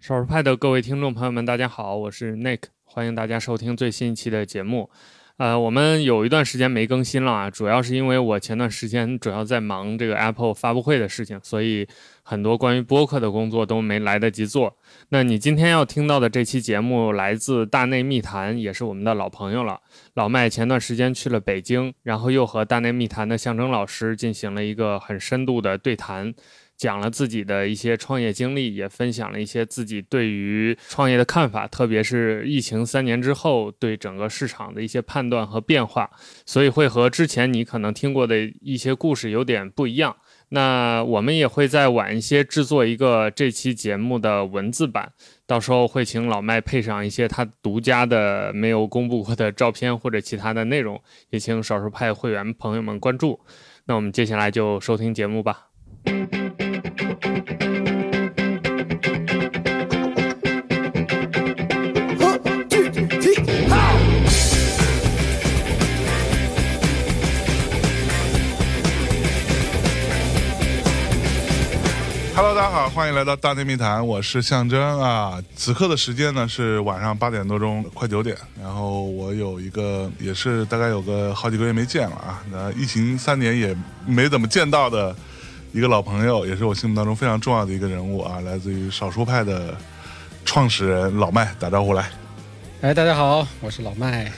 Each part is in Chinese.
少数派的各位听众朋友们，大家好，我是 Nick，欢迎大家收听最新一期的节目。呃，我们有一段时间没更新了啊，主要是因为我前段时间主要在忙这个 Apple 发布会的事情，所以很多关于播客的工作都没来得及做。那你今天要听到的这期节目来自大内密谈，也是我们的老朋友了。老麦前段时间去了北京，然后又和大内密谈的象征老师进行了一个很深度的对谈。讲了自己的一些创业经历，也分享了一些自己对于创业的看法，特别是疫情三年之后对整个市场的一些判断和变化，所以会和之前你可能听过的一些故事有点不一样。那我们也会再晚一些制作一个这期节目的文字版，到时候会请老麦配上一些他独家的没有公布过的照片或者其他的内容，也请少数派会员朋友们关注。那我们接下来就收听节目吧。 Hello，大家好，欢迎来到大内密谈，我是象征啊。此刻的时间呢是晚上八点多钟，快九点。然后我有一个也是大概有个好几个月没见了啊，那疫情三年也没怎么见到的一个老朋友，也是我心目当中非常重要的一个人物啊，来自于少数派的创始人老麦，打招呼来。 哎，大家好，我是老麦。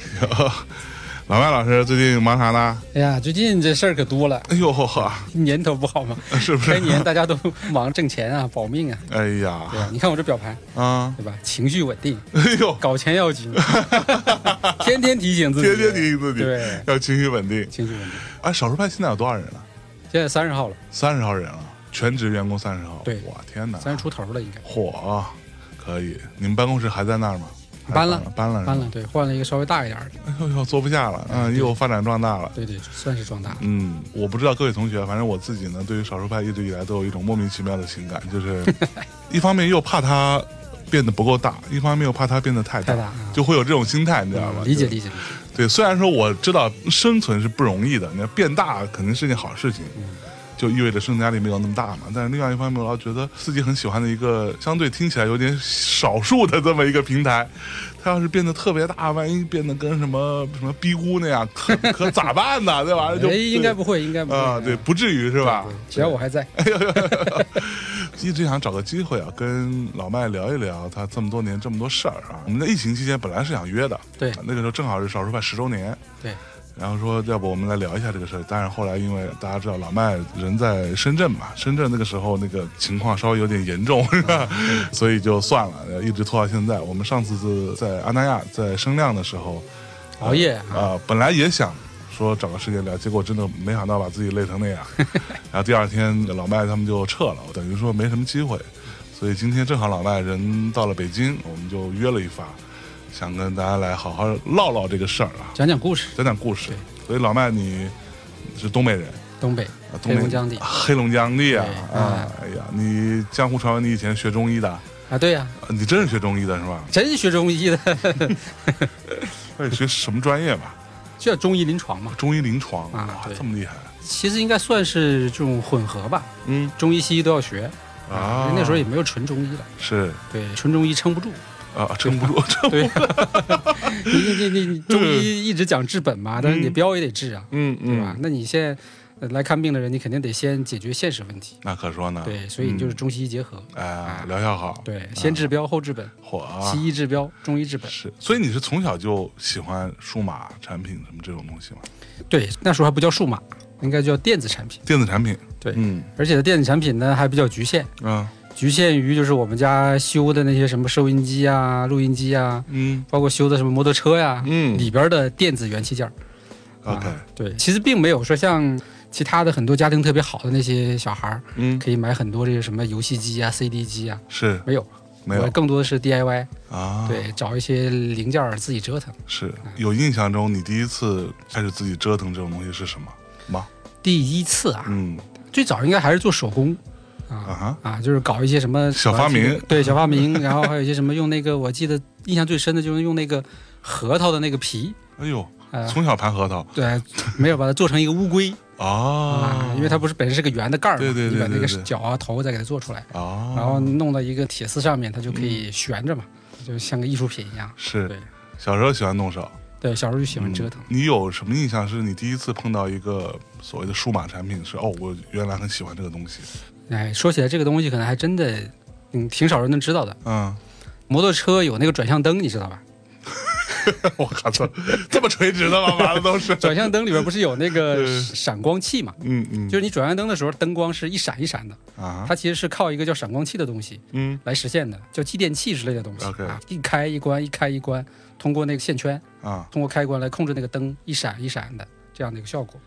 老麦老师最近忙啥呢？哎呀，最近这事儿可多了，哎呦呵，年头不 好嘛，是不开是？年大家都忙挣钱啊，保命啊，哎呀哎 对吧？你看我这表盘，啊，对吧？情绪稳定，哎呦，搞钱要 紧，天天提醒自己，天天提醒自己对，要情绪稳定。情绪稳定。哎，少数派现在有多少人了？现在三十号了，三十号人了，全职员工三十号。对我天哪，三十出头了应该。火，啊可以。你们办公室还在那儿吗？搬了还搬了，搬了了，对，换了一个稍微大一点儿的，是吧。哎呦呦，坐不下了，嗯，又发展壮大了。对对，算是壮大了。嗯，我不知道各位同学，反正我自己呢，对于少数派一直以来都有一种莫名其妙的情感，就是 一方面又怕它变得不够大，一方面又怕它变得太大，太大啊就会有这种心态，你知道吗？嗯理解就理解理解，对，虽然说我知道生存是不容易的，你要变大肯定是件好事情，嗯就意味着生存压力没有那么大嘛。但是另外一方面，我老觉得自己很喜欢的一个相对听起来有点少数的这么一个平台，它要是变得特别大，万一变得跟什么什么逼姑那样，可可咋办呢？对吧？就哎，应该对不会，应该不会啊，对，，不至于是吧对？只要我还 在，一直想找个机会啊，跟老麦聊一聊他这么多年这么多事儿啊。我们在疫情期间本来是想约的，对那个时候正好是少数派十周年，对，然后说要不我们来聊一下这个事儿。但是后来因为大家知道老麦人在深圳嘛，深圳那个时候那个情况稍微有点严重，是吧？所以就算了，一直拖到现在。我们上次是在阿那亚在声量的时候熬夜啊，啊、本来也想。说找个时间聊，结果真的没想到把自己累成那样。然后第二天老麦他们就撤了，等于说没什么机会。所以今天正好老麦人到了北京，我们就约了一发，想跟大家来好好唠唠这个事儿啊。讲讲故事，讲讲故事对。所以老麦你是东北人，东北啊东黑北龙江地黑龙江地啊对嗯啊！哎呀，你江湖传闻你以前学中医的，啊啊，对呀，你真是学中医的 是吧？真学中医的， 那你学什么专业吧？叫中医临床嘛。中医临床啊哇对这么厉害，其实应该算是这种混合吧，嗯中医西医都要学啊，那时候也没有纯中医了，是对，纯中医撑不住。啊，撑不住， 撑对，你你你你中医一直讲治本嘛，但是你标也得治啊，嗯对吧？，那你现在呃来看病的人，你肯定得先解决现实问题，那可说呢，对，所以你就是中西医结合，哎，疗效好，对，先治标后治本，火啊西医治标，中医治本。是，所以你是从小就喜欢数码产品什么这种东西吗？对，那时候还不叫数码，应该叫电子产品，电子产品，对嗯而且电子产品呢还比较局限，啊局限于就是我们家修的那些什么收音机啊、录音机啊，嗯包括修的什么摩托车呀、嗯里边的电子元器件儿。 ，OK，啊对，其实并没有说像其他的很多家庭特别好的那些小孩儿，嗯可以买很多这个什么游戏机啊、CD 机啊，是没有，没有我更多的是 DIY，、啊？嗯对，找一些零件儿自己折腾。是有印象中，你第一次开始自己折腾这种东西是什么啊吗？第一次啊，嗯最早应该还是做手工啊啊哈，啊，就是搞一些什么小发明，对小发明， 然后还有一些什么用那个，我记得印象最深的就是用那个核桃的那个皮，哎呦，呃，从小盘核桃，对，没有把它做成一个乌龟，啊啊，，因为它不是本身是个圆的盖儿嘛，对对对你把那对个对脚啊头再给它做出来，啊，然后弄到一个铁丝上面，它就可以悬着嘛，嗯就像个艺术品一样。是对小时候喜欢动手，对，小时候就喜欢嗯折腾。你有什么印象？是你第一次碰到一个所谓的数码产品，是哦，我原来很喜欢这个东西。哎，说起来这个东西，可能还真的，嗯，挺少人能知道的。嗯， 摩托车有那个转向灯，你知道吧？我靠，这这么垂直的吗？玩的 都是，转向灯里边不是有那个嗯闪光器嘛？嗯嗯，就是你转向灯的时候，灯光是一闪一闪的，啊，它其实是靠一个叫闪光器的东西嗯来实现的，叫继电器之类的东西 OK 啊，一开一关，一开一关，通过那个线圈，啊，通过开关来控制那个灯一闪一闪的这样的一个效果。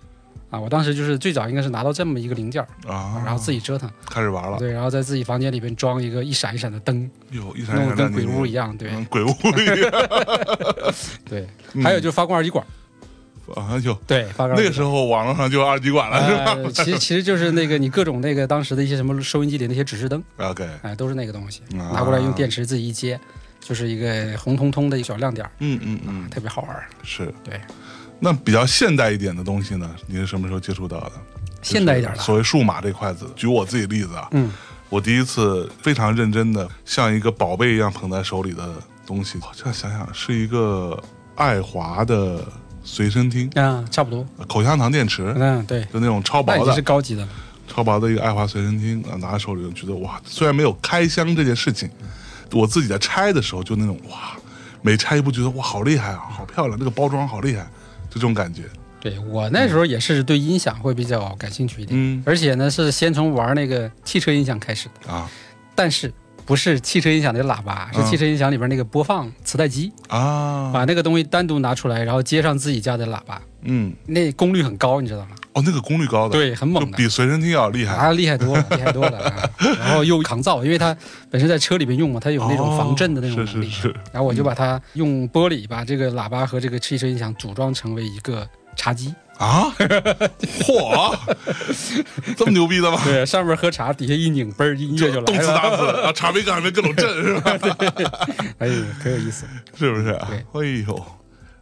啊，我当时就是最早应该是拿到这么一个零件儿，啊，然后自己折腾，开始玩了，对，然后在自己房间里边装一个一闪一闪的灯，哟，一闪弄一得跟闪亮鬼晶晶屋一，样，对嗯，鬼屋一样。对。嗯还有就是发光二极管，啊，有对，发光那个时候。候网络上就有二极管了，是吧呃，其实其实就是那个你各种那个当时的一些什么收音机里那些指示灯， ？OK，哎、都是那个东西，啊拿过来用电池自己一接，就是一个红彤彤的一个小亮点儿，嗯嗯嗯，特别好玩儿。是对。那比较现代一点的东西呢？你是什么时候接触到的？现代一点就的是，所谓数码这块子，举我自己例子啊，嗯，我第一次非常认真的，像一个宝贝一样捧在手里的东西，好像想想是一个爱华的随身听，啊，差不多，口香糖电池，嗯，对，就那种超那已薄经是的、高级的了。超薄的一个爱华随身听，啊拿在手里就觉得哇，虽然没有开箱这件事情，我自己在拆的时候就那种哇，每拆一步觉得哇好厉害啊，好漂亮，这个包装好厉害，就这种感觉。对我那时候也是对音响会比较感兴趣一点，嗯而且呢是先从玩那个汽车音响开始的，啊但是不是汽车音响的喇叭，是嗯汽车音响里边那个播放磁带机，啊把那个东西单独拿出来，然后接上自己家的喇叭，嗯那功率很高，你知道吗？哦，那个功率高的，，对，很就猛的。比随身听要厉害。啊，厉害多了，厉害多了、 啊！然后又抗噪，因为它本身在车里面用嘛，它有那种防震的那种哦能力。是是是，然后我就把它用玻璃把这个喇叭和这个汽车音响组装成为一个茶几，啊！嚯，这么牛逼的吗？ 对，上面喝茶，底下一拧，嘣儿音乐就动来次了。打次啊，茶杯干杯各种震是吧？哎呦，可有意思。是不是啊？哎对呦，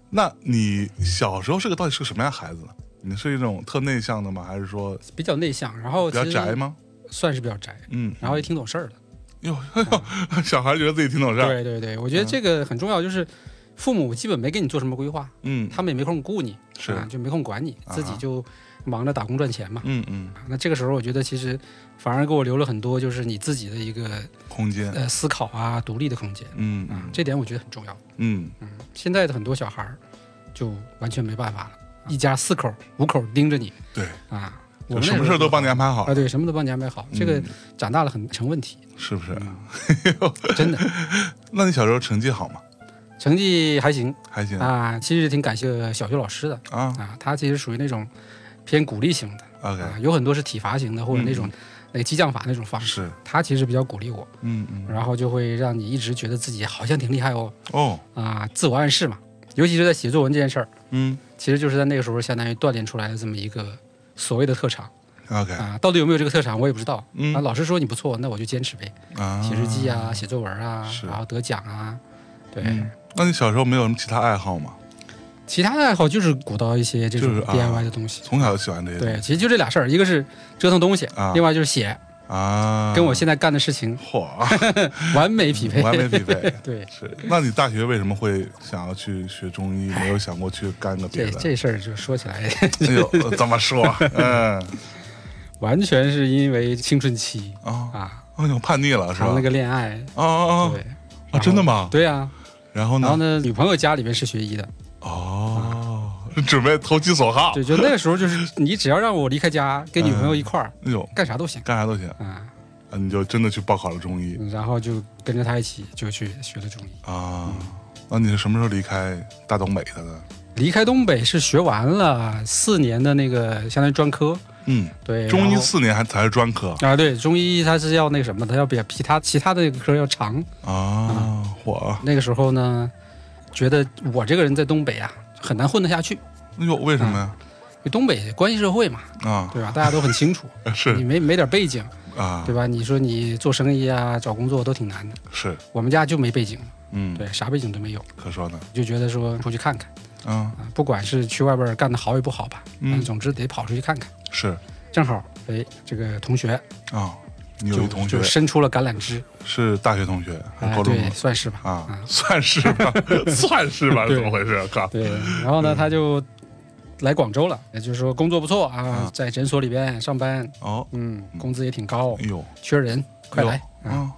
那你小时候是个到底是个什么样的孩子呢？你是一种特内向的吗？还是说比较内向，然后比较哦其实宅吗？算是比较宅，嗯，然后也挺懂事儿的。哟，哎呦， 小孩觉得自己挺懂事儿，对对对，我觉嗯得这个很重要，就是父母基本没给你做什么规划，嗯，他们也没空顾你，是啊，就没空管你，自己啊就忙着打工赚钱嘛。嗯嗯，啊那这个时候，我觉得其实反而给我留了很多，就是你自己的一个空间，呃思考啊、独立的空间嗯啊，这点我觉得很重要。嗯，嗯，现在的很多小孩儿就完全没办法了，一家四口、五口盯着你对，啊，我就们什么事儿都帮你安排排好啊，，对，什么都帮你安排好，这个嗯嗯长大了很成问题，是不是？真 的。那你小时候成绩好吗？成绩还行还行啊，其实挺感谢小学老师的啊啊，他其实属于那种偏鼓励型的，OK，啊，有很多是体罚型的或者那种那个激将法那种方式，嗯是，他其实比较鼓励我，嗯嗯，然后就会让你一直觉得自己好像挺厉害哦哦，啊，自我暗示嘛，尤其是在写作文这件事儿，嗯其实就是在那个时候相当于锻炼出来的这么一个所谓的特长，OK，啊，到底有没有这个特长我也不知道。嗯啊，老师说你不错，那我就坚持呗，啊，写日记啊，写作文啊，是然后得奖啊，对。嗯，那你小时候没有什么其他爱好吗？其他的爱好就是鼓捣一些这就种是啊 DIY 的东西。从小就喜欢这些对，其实就这俩事儿，一个是折腾东西，啊另外就是写，啊，跟我现在干的事情嚯，完美匹配。啊完美匹配。对，是，那你大学为什么会想要去学中医？没有想过去干个别这的？这事儿就说起来， 哎呦，怎么说？嗯，完全是因为青春期啊，啊，哎呦，叛逆了是谈吧了？个恋爱，哦哦对，哦，嗯然后真的？吗？对啊，然后然后呢？呢，女朋友家里面是学医的，哦，准备投其所好。对，就那个时候就是你只要让我离开家，跟女朋友一块儿哎呦，干啥都行干啥都行，啊，啊你就真的去报考了中医然后就跟着她一起就去学了中医。啊？那你是什么时候离开大东北的呢？离开东北是学完了四年的那个相当于专科，嗯，对，中医然后四年还才是专科啊，对，中医它是要那个什么的，它要比比它其他的科要长。嗯啊，我那个时候呢，觉得我这个人在东北啊很难混得下去，因哎呦，为什么呀？为东北关系社会嘛，啊，对吧？大家都很清 楚，嗯你是没没点背景，啊对，吧？你说你做生意啊、找工作都挺难的，是，我们家就没背景，嗯，对，啥背景都没有，可说呢，就觉得说出去看看嗯啊，不管是去外边干得好与不好吧，嗯嗯，总之得跑出去看看。是正好，哎，这个同学啊，你有就一同学就伸出了橄榄枝，是大学同学，还是哎，高中对，同学算是吧，啊，啊算是 吧，算是吧，对怎么回事？靠，对，然后嗯呢，他就来广州了，也就是说工作不错啊啊，在诊所里边上班，哦，嗯，工资也挺高哎，呦，缺人，快 来哎啊！呦啊，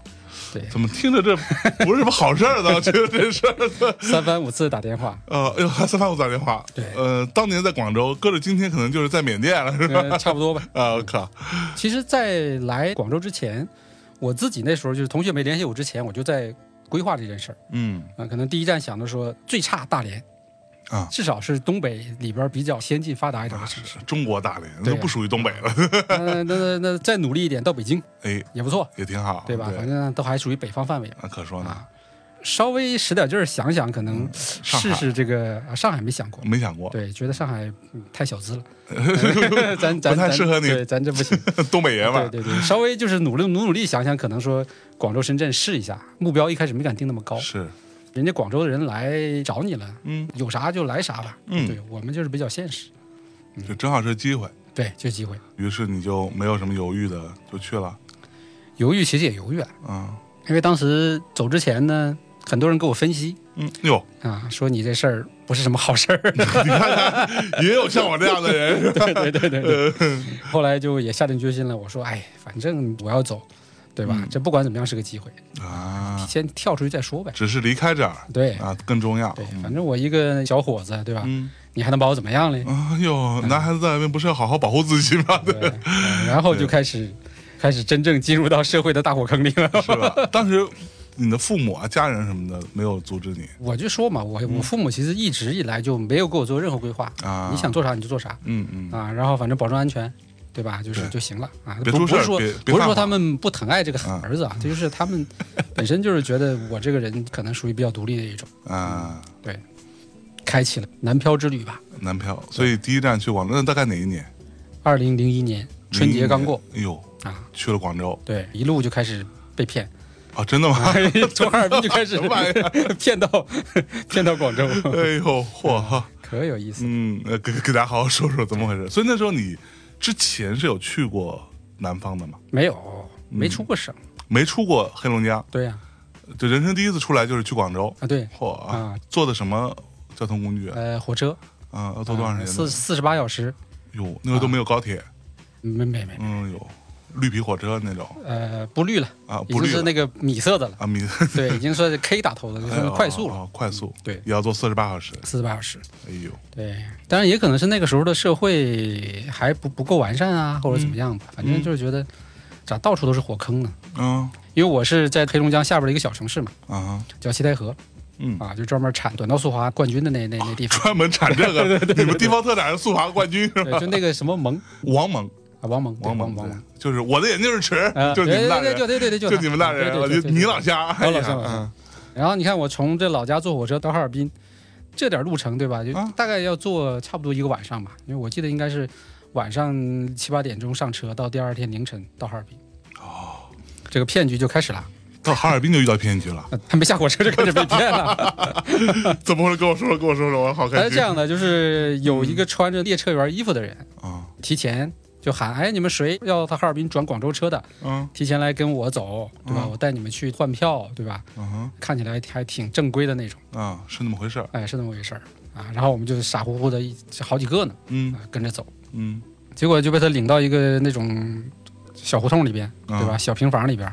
对，怎么听着这不是什么好事儿呢？ 我觉得这事儿，三番五次打电话，呃，哎呦，还三番五次打电话，对呃，当年在广州，搁着今天可能就是在缅甸了，是吧？呃，差不多吧。啊，我靠，其实，在来广州之前，我自己那时候就是同学没联系我之前，我就在规划这件事儿嗯啊、可能第一站想的说最差大连啊至少是东北里边比较先进发达一点的城市。中国大连对都啊不属于东北了， 那那那那再努力一点到北京哎，也不错，也挺好，对吧？反正都还属于北方范围嘛。那可说呢，啊，稍微使点劲儿想想，可能嗯上海试试这个啊，上海没想过。没想过，对，觉得上海、嗯太小资了， 咱咱不太咱适合你对，咱这不 行。东北爷们对对儿，对，稍微就是努力努努力想想，可能说广州、深圳试一下，目标一开始没敢定那么高，是，人家广州的人来找你了，嗯，有啥就来啥吧。嗯对我们就是比较现实，嗯就正好是机会，对，就机会。于是你就没有什么犹豫的就去了，犹豫其实也犹豫了，啊嗯因为当时走之前呢，很多人给我分析嗯，哟，啊，说你这事儿不是什么好事儿。你看看，也有像我这样的 人，对对对对对。后来就也下定决心了，我说，哎，反正我要走，对吧？嗯这不管怎么样是个机会，啊，先跳出去再说呗。只是离开这儿对啊更重要。对，反正我一个小伙子，对吧？嗯，你还能把我怎么样嘞？哎呦，男孩子在外面不是要好好保护自己 吗？对，嗯然后就开始开始真正进入到社会的大火坑里了。 是吧？当时你的父母啊、家人什么的没有阻止你我就说嘛，我我父母其实一直以来就没有给我做任何规划，嗯啊？你想，做啥你就做啥嗯嗯，啊，然后反正保证安全。对吧？就是对就行了啊，别不出不事儿是说别不别是犯说法他们不疼爱这个儿子啊，这就是他 们本身就是觉得我这个人可能属于比较独立的一种，啊，开启了南漂之旅吧。南漂，所以第一站去广州，那大概哪一年？二零零一年春节刚过01年，哎呦，啊，去了广州对，一路就开始被 骗，啊？真的吗？从哈尔滨就开始什么玩意 骗到骗到广 州，哎呦，嚯哈，可有意思了。嗯，呃给给大家好好说说怎么回事。所以那时候你之前是有去过南方的吗？没有，嗯没出过省。没出过黑龙江，对呀、就人生第一次出来就是去广州。啊，对，嚯啊！啊，坐的什么交通工具啊？呃，火车啊，要坐多长时间四呢？四十八小时，哟，那个都没有高铁，没没没，嗯，有绿皮火车那种呃，不绿了，啊，已不经绿是那个米色的了。啊米，对，已经算是 K 打头的，就 算是快速了。了，快速，对，也要坐四十八小时。四十八小时。哎呦，对，当然也可能是那个时候的社会还不不够完善啊，或者怎么样吧。反正就是觉得咋到处都是火坑呢？嗯因为我是在黑龙江下边的一个小城市嘛，啊，叫西戴河嗯，啊，就专门产短道速滑冠军的那那那地方。专门产 这个，你们地方特产是速滑冠军是吧？对，就那个什么蒙王蒙，啊，王蒙，对王蒙，蒙，王对蒙。就是我的眼镜是尺啊，，就是你们大对人，对对对对对，就他你们大对人，对我就对对你对老乡，我哎老呀，乡我老嗯乡然后你看，我从这老家坐火车到哈尔滨，这点路程对吧？就啊大概要坐差不多一个晚上吧，因为我记得应该是晚上七八点钟上车，到第二天凌晨到哈尔滨。哦，这个骗局就开始了，到哈尔滨就遇到骗 局了，呃还没下火车就开始被骗了。怎么回事？跟我说说，跟我说说，我好他开是 心这样的，就是有一个穿着列车员衣服的人，啊，提前就喊：“哎，你们谁要到哈尔滨转广州车的，嗯提前来跟我走，对吧？嗯我带你们去换票，对吧？嗯哼看起来还挺正规的那种。”啊，是那么回事儿，哎，是那么回事儿啊。然后我们就傻乎乎的一好几个呢，嗯啊，跟着走，嗯结果就被他领到一个那种小胡同里边，啊对吧？小平房里边，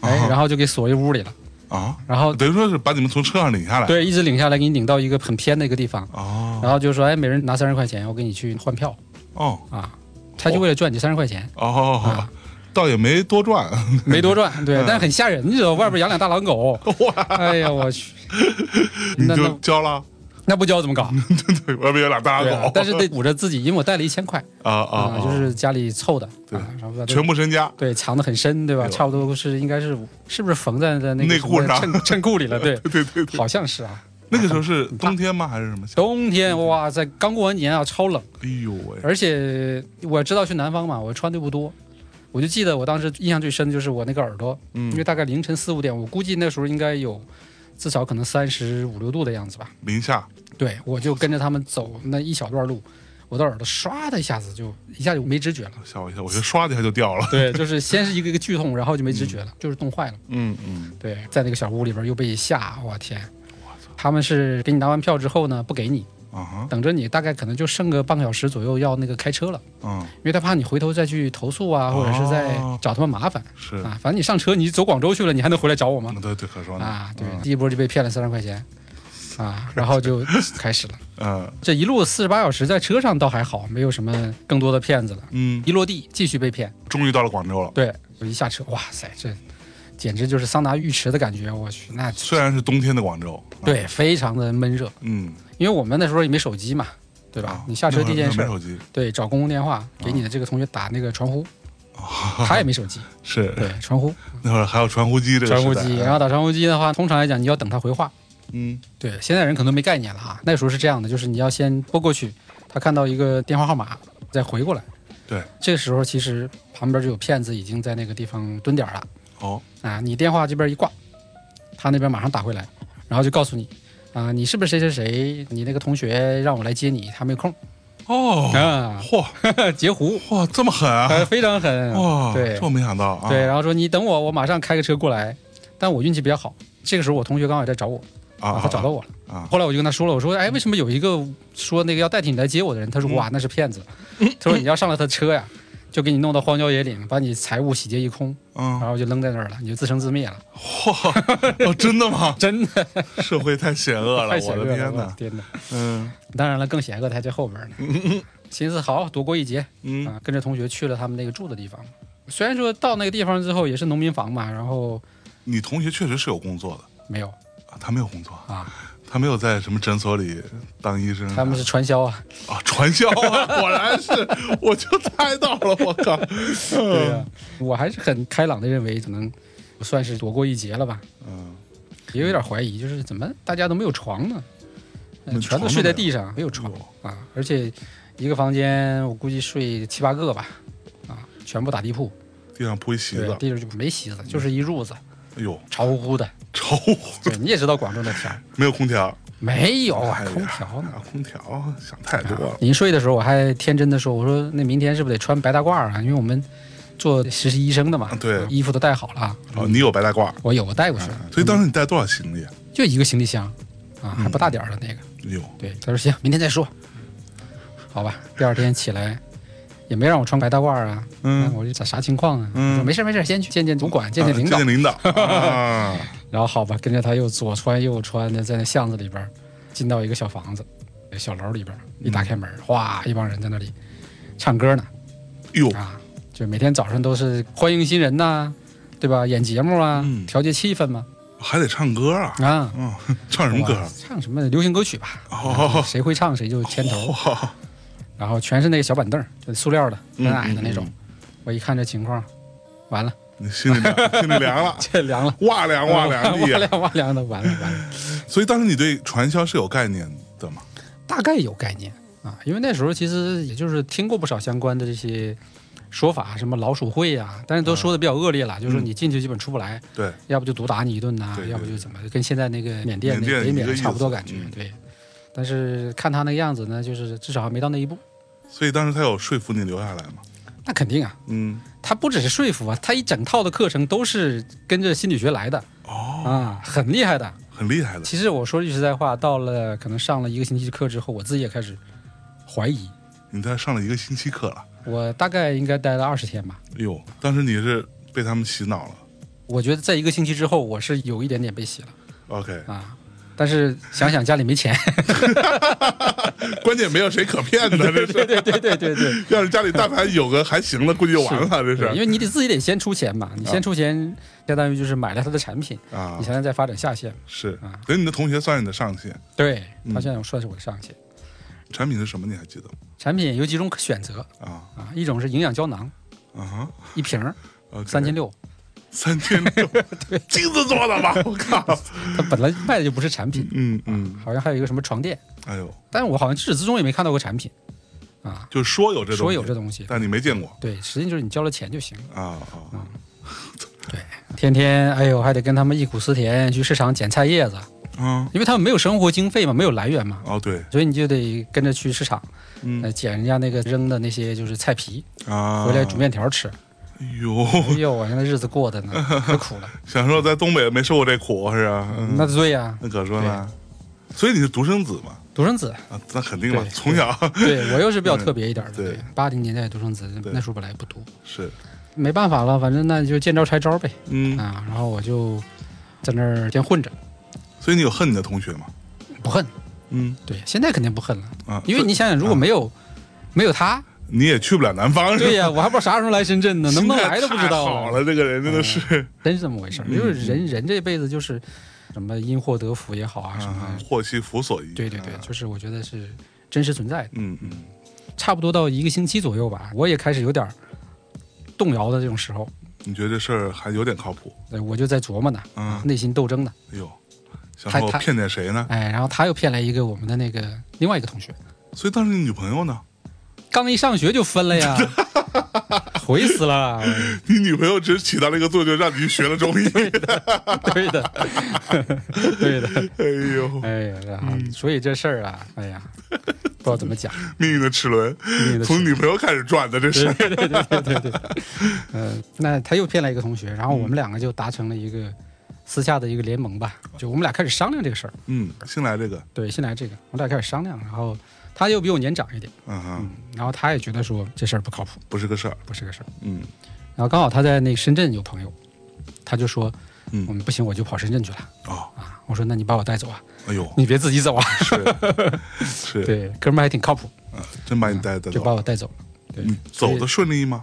哎啊，然后就给锁一屋里了，啊，然后等于说是把你们从车上领下来，哦对，一直领下来，给你领到一个很偏的一个地方，哦然后就说，哎，每人拿三十块钱，我给你去换票哦啊。他就为了赚你三十块钱，哦啊，倒也没多赚，没多赚，嗯对，但很吓人，你知道外边养俩大狼狗，哎呀我去，你那就那交了， 那不交怎么搞？对，外面有俩大对啊狗，但是得捂着自己，因为我带了一千块啊啊啊，啊，就是家里凑的，对啊，然后把它全部 身家，对，藏得很深，对吧？对吧差不多是应该是是不是缝在在那个哎内什裤么上衬 衬裤里了？对，对对对，好像是啊。那个时候是冬天吗？还是什么？冬天哇塞，刚过完年啊，超冷，哎呦喂，而且我知道去南方嘛，我穿的不多。我就记得我当时印象最深的就是我那个耳朵，嗯因为大概凌晨四五点，我估计那时候应该有至少可能三十五六度的样子吧。零下，对，我就跟着他们走那一小段路，我的耳朵唰的一下子就一下就没知觉了。吓我一跳，我觉得唰的一下就掉了。对，就是先是一个一个剧痛，然后就没知觉了，就是冻坏了。嗯嗯，对，在那个小屋里边又被吓，我天！他们是给你拿完票之后呢，不给你，啊哈，等着你大概可能就剩个半个小时左右要那个开车了，嗯，因为他怕你回头再去投诉啊，或者是再哦找他们麻烦、是，嗯啊。反正你上车，你走广州去了，你还能回来找我吗那？对对，可说呢。啊，对，第一波就被骗了三十块钱， 啊，然后就开始了。嗯这一路四十八小时在车上倒还好，没有什么更多的骗子了。嗯，一落地继续被骗，终于到了广州了。对，我一下车，哇塞，这简直就是桑拿浴池的感觉，我去，那虽然是冬天的广州，对，非常的闷热，嗯，因为我们那时候也没手机嘛，对吧啊？你下车第一件事那儿会儿没手啊机，对，找公共电话给你的这个同学打那个传 呼， 啊他也没手机，是 对，传呼，那会儿还有传呼机这个传呼时代啊机，然后打传呼机的话，通常来讲你要等他回话。嗯对，现在人可能没概念了啊，那时候是这样的，就是你要先拨过去，他看到一个电话号码，再回过来。对，这个时候其实旁边就有骗子已经在那个地方蹲点儿了哦啊，你电话这边一挂，他那边马上打回来，然后就告诉你。啊，你是不是谁谁谁？你那个同学让我来接你，他没空哦，啊，嚯截胡，嚯，这么狠啊！呃，非常狠，哇，对这我没想到啊！对，然后说你等我，我马上开个车过来。但我运气比较好，这个时候我同学刚好也在找我，啊，他找到我了。啊，后来我就跟他说了，我说哎，为什么有一个说那个要代替你来接我的人？他说嗯哇，那是骗子。他说你要上了他车呀，就给你弄到荒郊野岭，把你财物洗劫一空，然嗯，后就扔在那儿了，你就自生自灭了。？嚯，哦，真的吗真的社会太险恶了太，险我恶的了，天我的哪！天哪！嗯当然了，更险恶的还在后边呢。 寻思好躲过一劫嗯啊，跟着同学去了他们那个住的地方。虽然说到那个地方之后也是农民房嘛，然后你同学确实是有工作的没有啊，他没有工作，啊，他没有在什么诊所里当医生啊，他们是传销啊。啊，传销 啊，果然是，我就猜到了，我靠，嗯对呀、我还是很开朗的认为，可能算是躲过一劫了吧。嗯，也有点怀疑，就是怎么大家都没有床呢？呃那全都床睡都在没有地上，没有床啊！而且一个房间我估计睡七八个吧，啊，全部打地铺，地上铺一席对子，，地上就没席子，就是一褥子，哎呦，潮乎 乎的。臭，对，你也知道广州那 天儿没有空调，没有啊哎，呀空调呢。啊，空调想太多了，临睡的时候我还天真的说，我说那明天是不是得穿白大褂啊？因为我们做实习医生的嘛，啊对啊衣服都带好了啊，哦，你有白大褂，我有我带过去了，所以当时你带多少行李啊？就一个行李箱啊，还不大点儿的那个。哎呦，对，他说行，明天再说。好吧，第二天起来也没让我穿白大褂啊，那嗯，我就咋啥情况啊？嗯我说没事没事，先去见见主管，见见领啊导。见 见领导啊，然后好吧，跟着他又左穿右穿的，在那巷子里边儿进到一个小房子、小楼里边儿，一打开门，嗯哗，一帮人在那里唱歌呢哎呦，啊，就每天早上都是欢迎新人呐、对吧？演节目啊，嗯调节气氛嘛还得唱歌啊，啊。嗯，唱什么歌哇？唱什么流行歌曲吧，哦，谁会唱谁就牵头。哇，然后全是那个小板凳儿，就塑料的，很矮的那种。嗯我一看这情况，完了，你心里凉，心里凉了，这凉了，哇凉哇凉嗯 哇地啊，凉哇凉的，完了完了。所以当时你对传销是有概念的嘛？大概有概念啊，因为那时候其实也就是听过不少相关的这些说法，什么老鼠会啊，但是都说的比较恶劣了，就是说你进去基本出不来，嗯对，要不就毒打你一顿呐、对对要不就怎么，跟现在那个缅甸缅那个甸北一个缅意思差不多感觉嗯，对。但是看他那个样子呢，就是至少还没到那一步，所以当时他有说服你留下来嘛？那肯定啊，嗯，他不只是说服啊，他一整套的课程都是跟着心理学来的哦，啊，很厉害的。很厉害的，其实我说句实在话，到了可能上了一个星期课之后，我自己也开始怀疑。你在上了一个星期课了。我大概应该待了二十天吧，哎呦，当时你是被他们洗脑了。我觉得在一个星期之后，我是有一点点被洗了 OK，啊。但是想想家里没钱，关键没有谁可骗的，这 是。对对对对对，要是家里但凡有个还行的，估计就完了，这对因 是啊为你得自己得先出钱嘛，你先出钱，相当于就是买了他的产品，啊你，才能再发展下线。是啊等你的同学算你的上线，对嗯他现在我算是我的上线，产品是什么你还记得吗？产品有几种可选择啊啊，一种是营养胶囊，啊哈一瓶儿 OK，三千六，三千六， 金子做的吧？我靠，它本来卖的就不是产品，嗯嗯，好像还有一个什么床垫，哎呦，但我好像至始至终也没看到过产品啊，就说有这东西，说有这东西，但你没见过对，实际就是你交了钱就行了。啊啊，天天哎呦，还得跟他们忆苦思甜，去市场捡菜叶子嗯，因为他们没有生活经费嘛，没有来源嘛，哦对，所以你就得跟着去市场，嗯呃，捡人家那个扔的那些就是菜皮，啊，回来煮面条吃。哎呦，哎呦，我现在日子过的呢，可苦了。 想说在东北没受过这苦是吧？嗯那对呀、那可说呢，所以你是独生子嘛？独生子，啊，那肯定嘛，对从小 对我又是比较特别一点的。嗯对，八零年代独生子，对那时候本来不读，是，没办法了，反正那就见招拆招呗嗯，啊。然后我就在那儿先混着，所以你有恨你的同学吗？不恨。嗯对，现在肯定不恨了，啊，因为你想想，如果没有、没有 他，你也去不了南方，对是 吧呀、我还不知道啥时候来深圳呢，能不能来都不知心态太道啊好。了，这个人真的是真是这么回事儿，嗯就是人人这辈子就是什么因祸得福也好啊，什么啊，祸其福所依。对对对啊，就是我觉得是真实存在的。嗯嗯，差不多到一个星期左右吧，我也开始有点儿动摇的这种时候，你觉得这事儿还有点靠谱？对我就在琢磨呢，嗯，内心斗争呢。哎呦，想说我他他骗点谁呢？哎，然后他又骗来一个我们的那个另外一个同学，所以当时你女朋友呢？ 刚一上学就分了呀，悔死了。你女朋友只起到了一个作用，让你去学了中医。对的，对的， 哎呦，哎呀，然后嗯所以这事儿啊，哎呀，不知道怎么 讲，命运的齿轮命运的齿从轮女朋友开始转的，这是对对对对对对，嗯、那他又骗了一个同学，然后我们两个就达成了一个私下的一个联盟吧，就我们俩开始商量这个事儿。嗯，新来这个，对，先来这个，我们俩开始商量，然后他又比我年长一点，嗯哼，然后他也觉得说这事儿不靠谱，不是个事儿，不是个事儿。嗯然后刚好他在那个深圳有朋友，他就说，嗯我们不行，我就跑深圳去了哦，啊。我说那你把我带走啊，哎呦，你别自己走啊。是是，对，哥们儿还挺靠谱，啊真把你带带就走把了，我带走了。对你，走的顺利吗？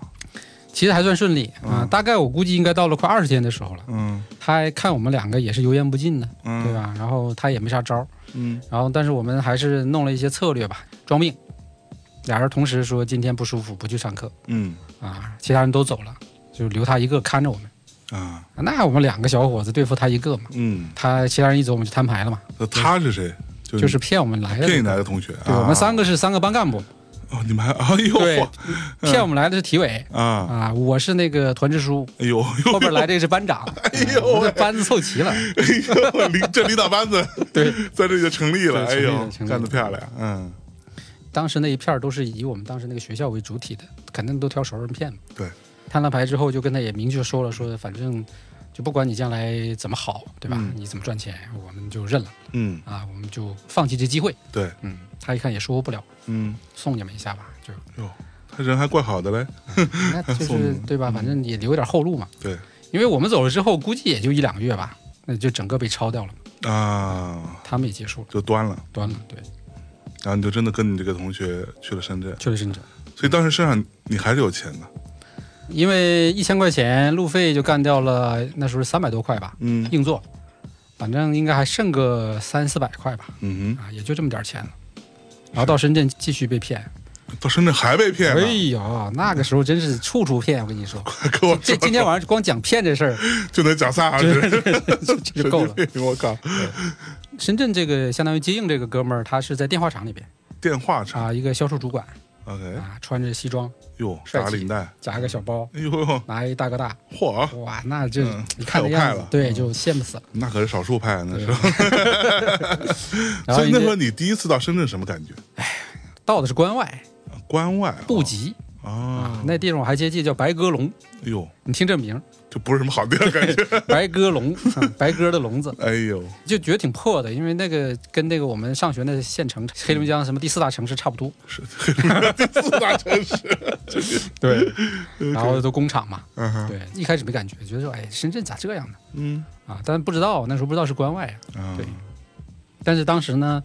其实还算顺利啊、嗯大概我估计应该到了快二十天的时候了，嗯他还看我们两个也是油盐不进呢，嗯，对？啊吧？然后他也没啥招儿，嗯然后但是我们还是弄了一些策略吧，装病。俩人同时说今天不舒服，不去上课嗯啊，其他人都走了，就留他一个看着我们。啊那我们两个小伙子对付他一个嘛，嗯，他其他人一走我们就摊牌了嘛，那他是谁？就就是骗我们来的。骗你来的同学，对，啊我们三个是三个班干部，哦，你们还哎呦对我， 骗我们来的是体委嗯啊，啊，我是那个团支书，哎呦后边来这个是班长，哎呦喂这班子凑齐了。 哎呦，领这领导班子对， 在这就成立了，对哎成立了呦，成立了干得漂亮，嗯，当时那一片儿都是以我们当时那个学校为主体的，肯定都挑熟人骗嘛。对，摊了牌之后就跟他也明确说了，说反正就不管你将来怎么好，对吧？嗯你怎么赚钱，我们就认了嗯，啊，我们就放弃这机会。对，嗯，他一看也说服不了，嗯，送你们一下吧，就哟，他人还怪好的嘞，那就 送你是们嗯对吧？反正也留点后路嘛，对因为我们走了之后，估计也就一两个月吧，那就整个被抄掉了，啊，他们也结束了，就端了，端了，对，然后你就真的跟你这个同学去了深圳，去了深圳。所以当时身上你还是有钱的，因为一千块钱路费就干掉了，那时候三百多块吧，嗯硬座，反正应该还剩个三四百块吧，嗯啊，也就这么点儿钱了。然后到深圳继续被骗，哼，到深圳还被骗哎呢，呦，那个时候真是处处骗，我跟你 说，给我这今天晚上光讲骗这事 儿就能 讲仨小啊就时，就就就够了。神经病 我靠，深圳这个相当于接应这个哥们儿，他是在电话厂里边电话差啊，一个销售主管，OK，啊，穿着西装，哟，帅打气领带，夹个小包，哎呦，拿一大哥大，嚯，哇，那这嗯你看这太有派样子了，嗯对，就羡慕死了。那可是少数派，那对啊是。然后所以那人时家候你第一次到深圳什么感觉？到的是关外关外啊布吉啊啊，，那地方我还接近叫白鸽笼，哎呦，你听这名儿，就不是什么好地儿，感觉。白鸽笼，啊白鸽的笼子， 哎呦，就觉得挺破的，因为那个跟那个我们上学那县城黑龙江什么第四大城市差不多，是第四大城市。对，然后都工厂嘛，嗯哼对，一开始没感觉，觉得说哎深圳咋这样呢嗯啊，但不知道那时候不知道是关外啊，啊对但是当时呢。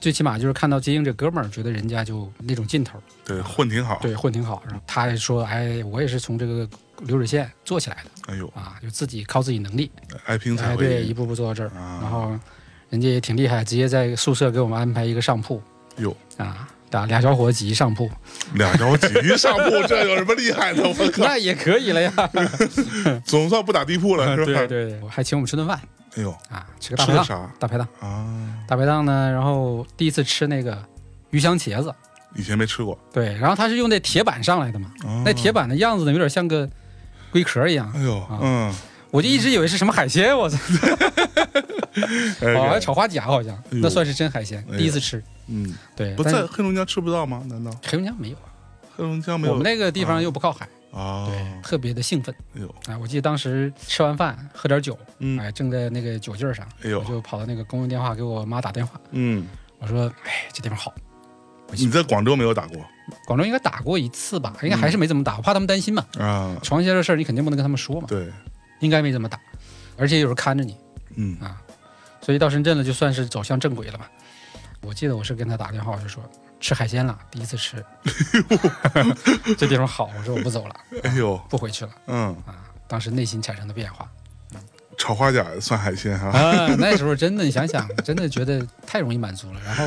最起码就是看到接应这哥们儿，觉得人家就那种劲头，对，混挺好。对，混挺好。然后他还说：“哎，我也是从这个流水线做起来的哎呦，啊，就自己靠自己能力，爱拼才哎，会对，一赢。步步做到这儿。啊然后人家也挺厉害，直接在宿舍给我们安排一个上铺哟，啊，俩俩小伙子挤一上铺，俩着急上铺，这有什么厉害的？我 靠，那也可以 了呀。总算不打地铺了，是嗯对吧？对，我还请我们吃顿饭哎呦，啊，吃个大吃排的档，啥大排档，啊？大排档呢，然后第一次吃那个鱼香茄子，以前没吃过。对，然后它是用那铁板上来的嘛，啊嗯那铁，板的样子呢，有点像个龟壳一样哎，呦，啊嗯，我就一直以为是什么海鲜，我操，哦，还哎有炒花甲好像，呦那算是真海鲜，哎呦第一次吃。嗯，对，不哎但在是黑龙江吃不到吗？难道黑龙江没有啊，黑龙江没我有？们那个地方又不靠海，啊，对，特别的兴奋。哎呦，哎，我记得当时吃完饭喝点酒，嗯，哎，正在那个酒劲儿上，哎我呦，就跑到那个公用电话给我妈打电话，嗯，我说，哎，这地方好。你在广州没有打过广州应该打过一次吧，应该还是没怎么打，我怕他们担心嘛。啊？床下的事儿你肯定不能跟他们说嘛，对，应该没怎么打，而且有人看着你，嗯所以到深圳了就算是走向正轨了吧。我记得我是跟他打电话，我就说吃海鲜了，第一次吃，这地方好，我说我不走了，哎呦，不回去了嗯，啊。当时内心产生的变化炒花甲算海鲜哈、啊，那时候真的你想想，真的觉得太容易满足了。然后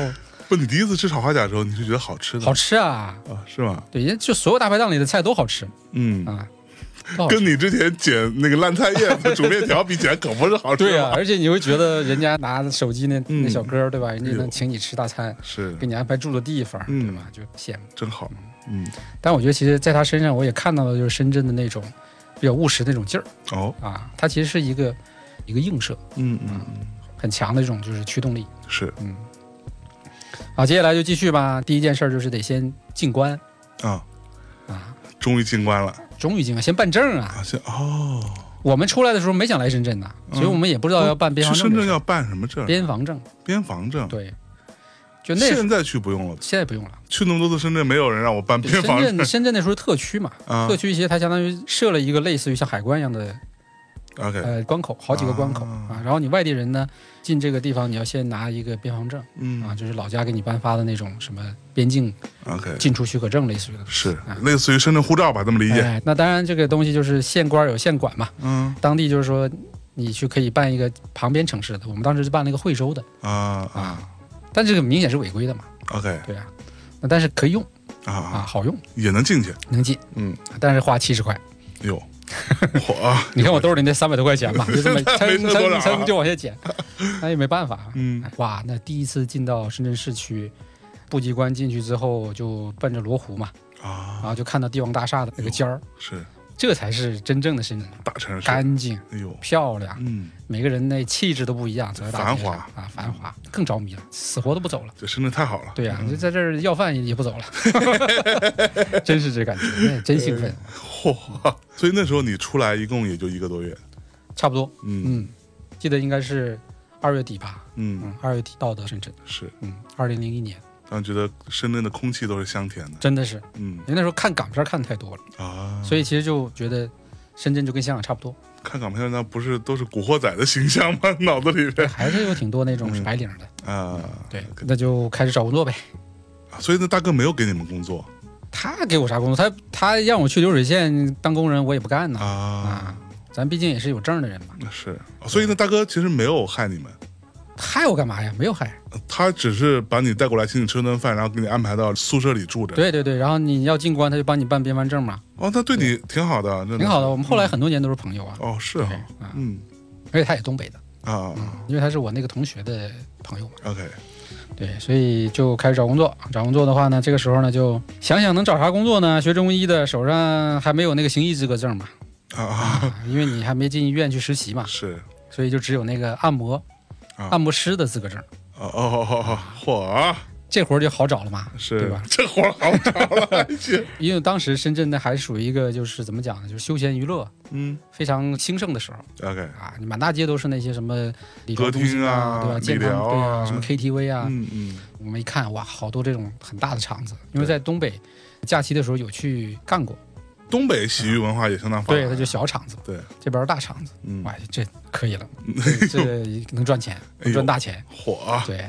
不，你第一次吃炒花甲的时候，你是觉得好吃的好吃啊，啊？是吗？对，人家就所有大排档里的菜都好吃嗯，啊，都好吃。跟你之前捡那个烂菜叶子煮面条比起来，可不是好吃 对啊，吗而且你会觉得人家拿手机那、嗯那小哥儿对吧？人家哎呦能请你吃大餐，是给你安排住的地方，嗯对吧？就羡慕。真好，嗯，但我觉得其实在他身上，我也看到了就是深圳的那种比较务实那种劲儿哦，啊，他其实是一个一个映射嗯嗯嗯，很强的这种就是驱动力。是嗯，好，接下来就继续吧。第一件事儿就是得先进关啊，啊，终于进关了终于进关，先办证啊。啊！现哦，我们出来的时候没想来深圳呐，嗯所以我们也不知道要办边去防证深这圳事儿。要办什么证？边防证，边防证。对，就那时候现在去不用了，现在不用了。去那么多次深圳，没有人让我办对边防深证圳深圳那时候是特区嘛，啊特。区其实它相当于设了一个类似于像海关一样的 OK，呃关口，好几个关口啊啊。然后你外地人呢进这个地方，你要先拿一个边防证嗯啊，就是老家给你颁发的那种什么边境，OK，进出许可证类似于的。是啊类似于深圳护照吧，这么理解？哎，那当然这个东西就是县官有县管嘛，嗯当地就是说你去可以办一个旁边城市的，我们当时就办了一个惠州的，啊啊但这个明显是违规的嘛， ，OK 对啊，那但是可以用啊啊，啊，好用，也能进去。能进，嗯，但是花七十块。哟， 我啊，你看我兜里那三百多块钱吧，就这么 没蹭剩多少蹭啊蹭就往下减，那也没办法。嗯哇，那第一次进到深圳市区，部级关进去之后，就奔着罗湖嘛，然啊，后就看到帝王大厦的那个尖儿，是这才是真正的深圳，大城市，哎干净呦，漂亮，嗯，每个人那气质都不一样，走在大街上繁啊，繁华更着迷了，死活都不走了。这深圳太好了。对呀、你嗯就在这儿要饭也也不走了， 真是这感觉，那真兴奋，嚯，所以那时候你出来一共也就一个多月。差不多，嗯嗯，记得应该是二月底吧，嗯，嗯，二月底到的深圳，是，嗯，二零零一年，让觉得深圳的空气都是香甜的。真的是，嗯因为那时候看港片看太多了，啊，所以其实就觉得深圳就跟香港差不多，看港片那不是都是古惑仔的形象吗？脑子里 边还是有挺多那嗯种是白领的，啊，嗯对，那就开始找工作呗。所以那大哥没有给你们工作他给我啥工作？他他让我去流水线当工人，我也不干呢。啊。啊，咱毕竟也是有证的人嘛，那是，哦所以那大哥其实没有害你们，害我干嘛呀？没有害。他只是把你带过来，请你吃顿饭，然后给你安排到宿舍里住着。对对对，然后你要进关，他就帮你办边关证嘛，哦，他对你挺好的，真的挺好的。我们后来很多年都是朋友啊，嗯哦，是对嗯哈，啊，嗯而且他也东北的，啊因为他是我那个同学的朋友嘛。 ，OK，对，所以就开始找工作。找工作的话呢，这个时候呢，就想想能找啥工作呢？学中医的手上还没有那个行医资格证嘛，啊啊，啊，因为你还没进医院去实习嘛，是，所以就只有那个按摩、啊按摩师的资格证。哦哦哦哦，火啊，这活儿就好找了嘛，是，对吧？这活儿好找了， 是，因为当时深圳呢还属于一个就是怎么讲呢，就是休闲娱乐嗯非常兴盛的时候，OK，啊，你满大街都是那些什么理疗歌中心厅啊对吧？健理疗康对啊什么 KTV 啊，嗯嗯，我们一看哇，好多这种很大的场子，因为对在东北假期的时候有去干过。东北洗浴文化也相当发达，对，它就小厂子，啊对，这边儿大厂子，嗯，哎哇，这可以 了，这这能赚钱，能赚大钱，火 啊，对，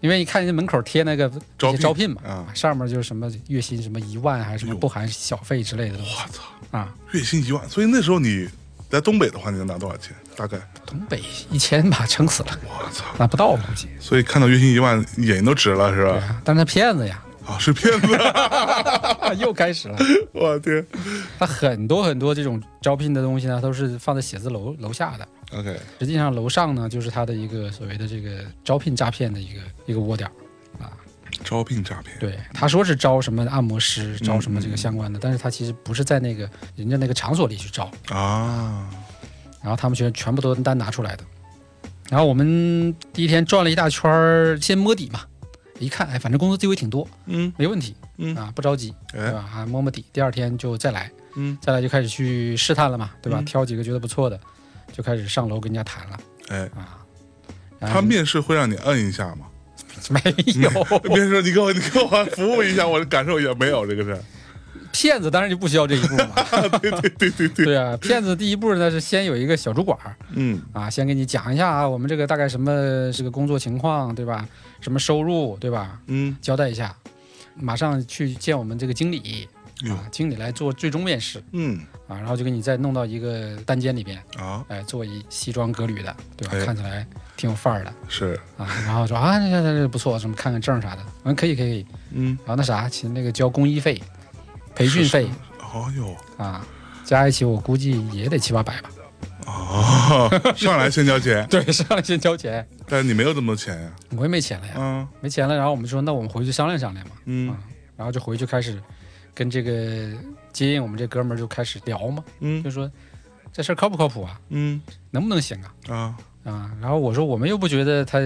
因为你看人家门口贴那个招聘招聘嘛，啊，上面就是什么月薪什么一万还是什哎么呦不含小费之类的东西我操，啊，月薪一万，所以那时候你在东北的话，你能拿多少钱？大概，东北一千吧，撑死了，我操，拿不到估计，所以看到月薪一万，眼睛都直了，是对吧？啊，但是他骗 子呀，啊，是骗子，啊又开始了，我天他很多很多这种招聘的东西呢，都是放在写字楼楼下的， ，OK，实际上楼上呢就是他的一个所谓的这个招聘诈骗的一个一个窝点儿。招聘诈骗，对，他说是招什么按摩师，招什么嗯这个相关的，但是他其实不是在那个人家那个场所里去招，啊，然后他们全全部都单拿出来的。然后我们第一天转了一大圈儿，先摸底嘛，一看，哎，反正工作机会挺多，嗯没问题嗯，啊，不着急，对哎吧？啊，摸摸底，第二天就再来，嗯再来就开始去试探了嘛，对吧？嗯挑几个觉得不错的，就开始上楼跟人家谈了哎，啊。然后他嗯面试会让你摁一下吗？ 没有面试你给我你给我服务一下，我感受一下，没有这个事儿。骗子，当然就不需要这一步嘛。 对对对对对，对啊，骗子第一步呢是先有一个小主管儿嗯啊，先给你讲一下啊，我们这个大概什么这个工作情况，对吧？什么收入，对吧？嗯，交代一下，马上去见我们这个经理哟啊，经理来做最终面试嗯啊，然后就给你再弄到一个单间里边，啊哎，做一西装革履的，对吧？哎看起来挺有范儿的是啊，然后说啊，这这这不错，什么看看证啥的，嗯，可以可以，嗯，然后那啥，其实那个交工衣费、培训费哦哟啊，加一起我估计也得七八百吧。哦，上来先交钱，对， 上来先交钱，但是你没有这么多钱呀，我也没钱了呀，嗯没钱了，然后我们说那我们回去商量商量嘛，嗯然后就回去开始跟这个接应我们这哥们儿就开始聊嘛，嗯就说这事儿靠不靠谱啊，嗯能不能行啊？啊啊，然后我说我们又不觉得他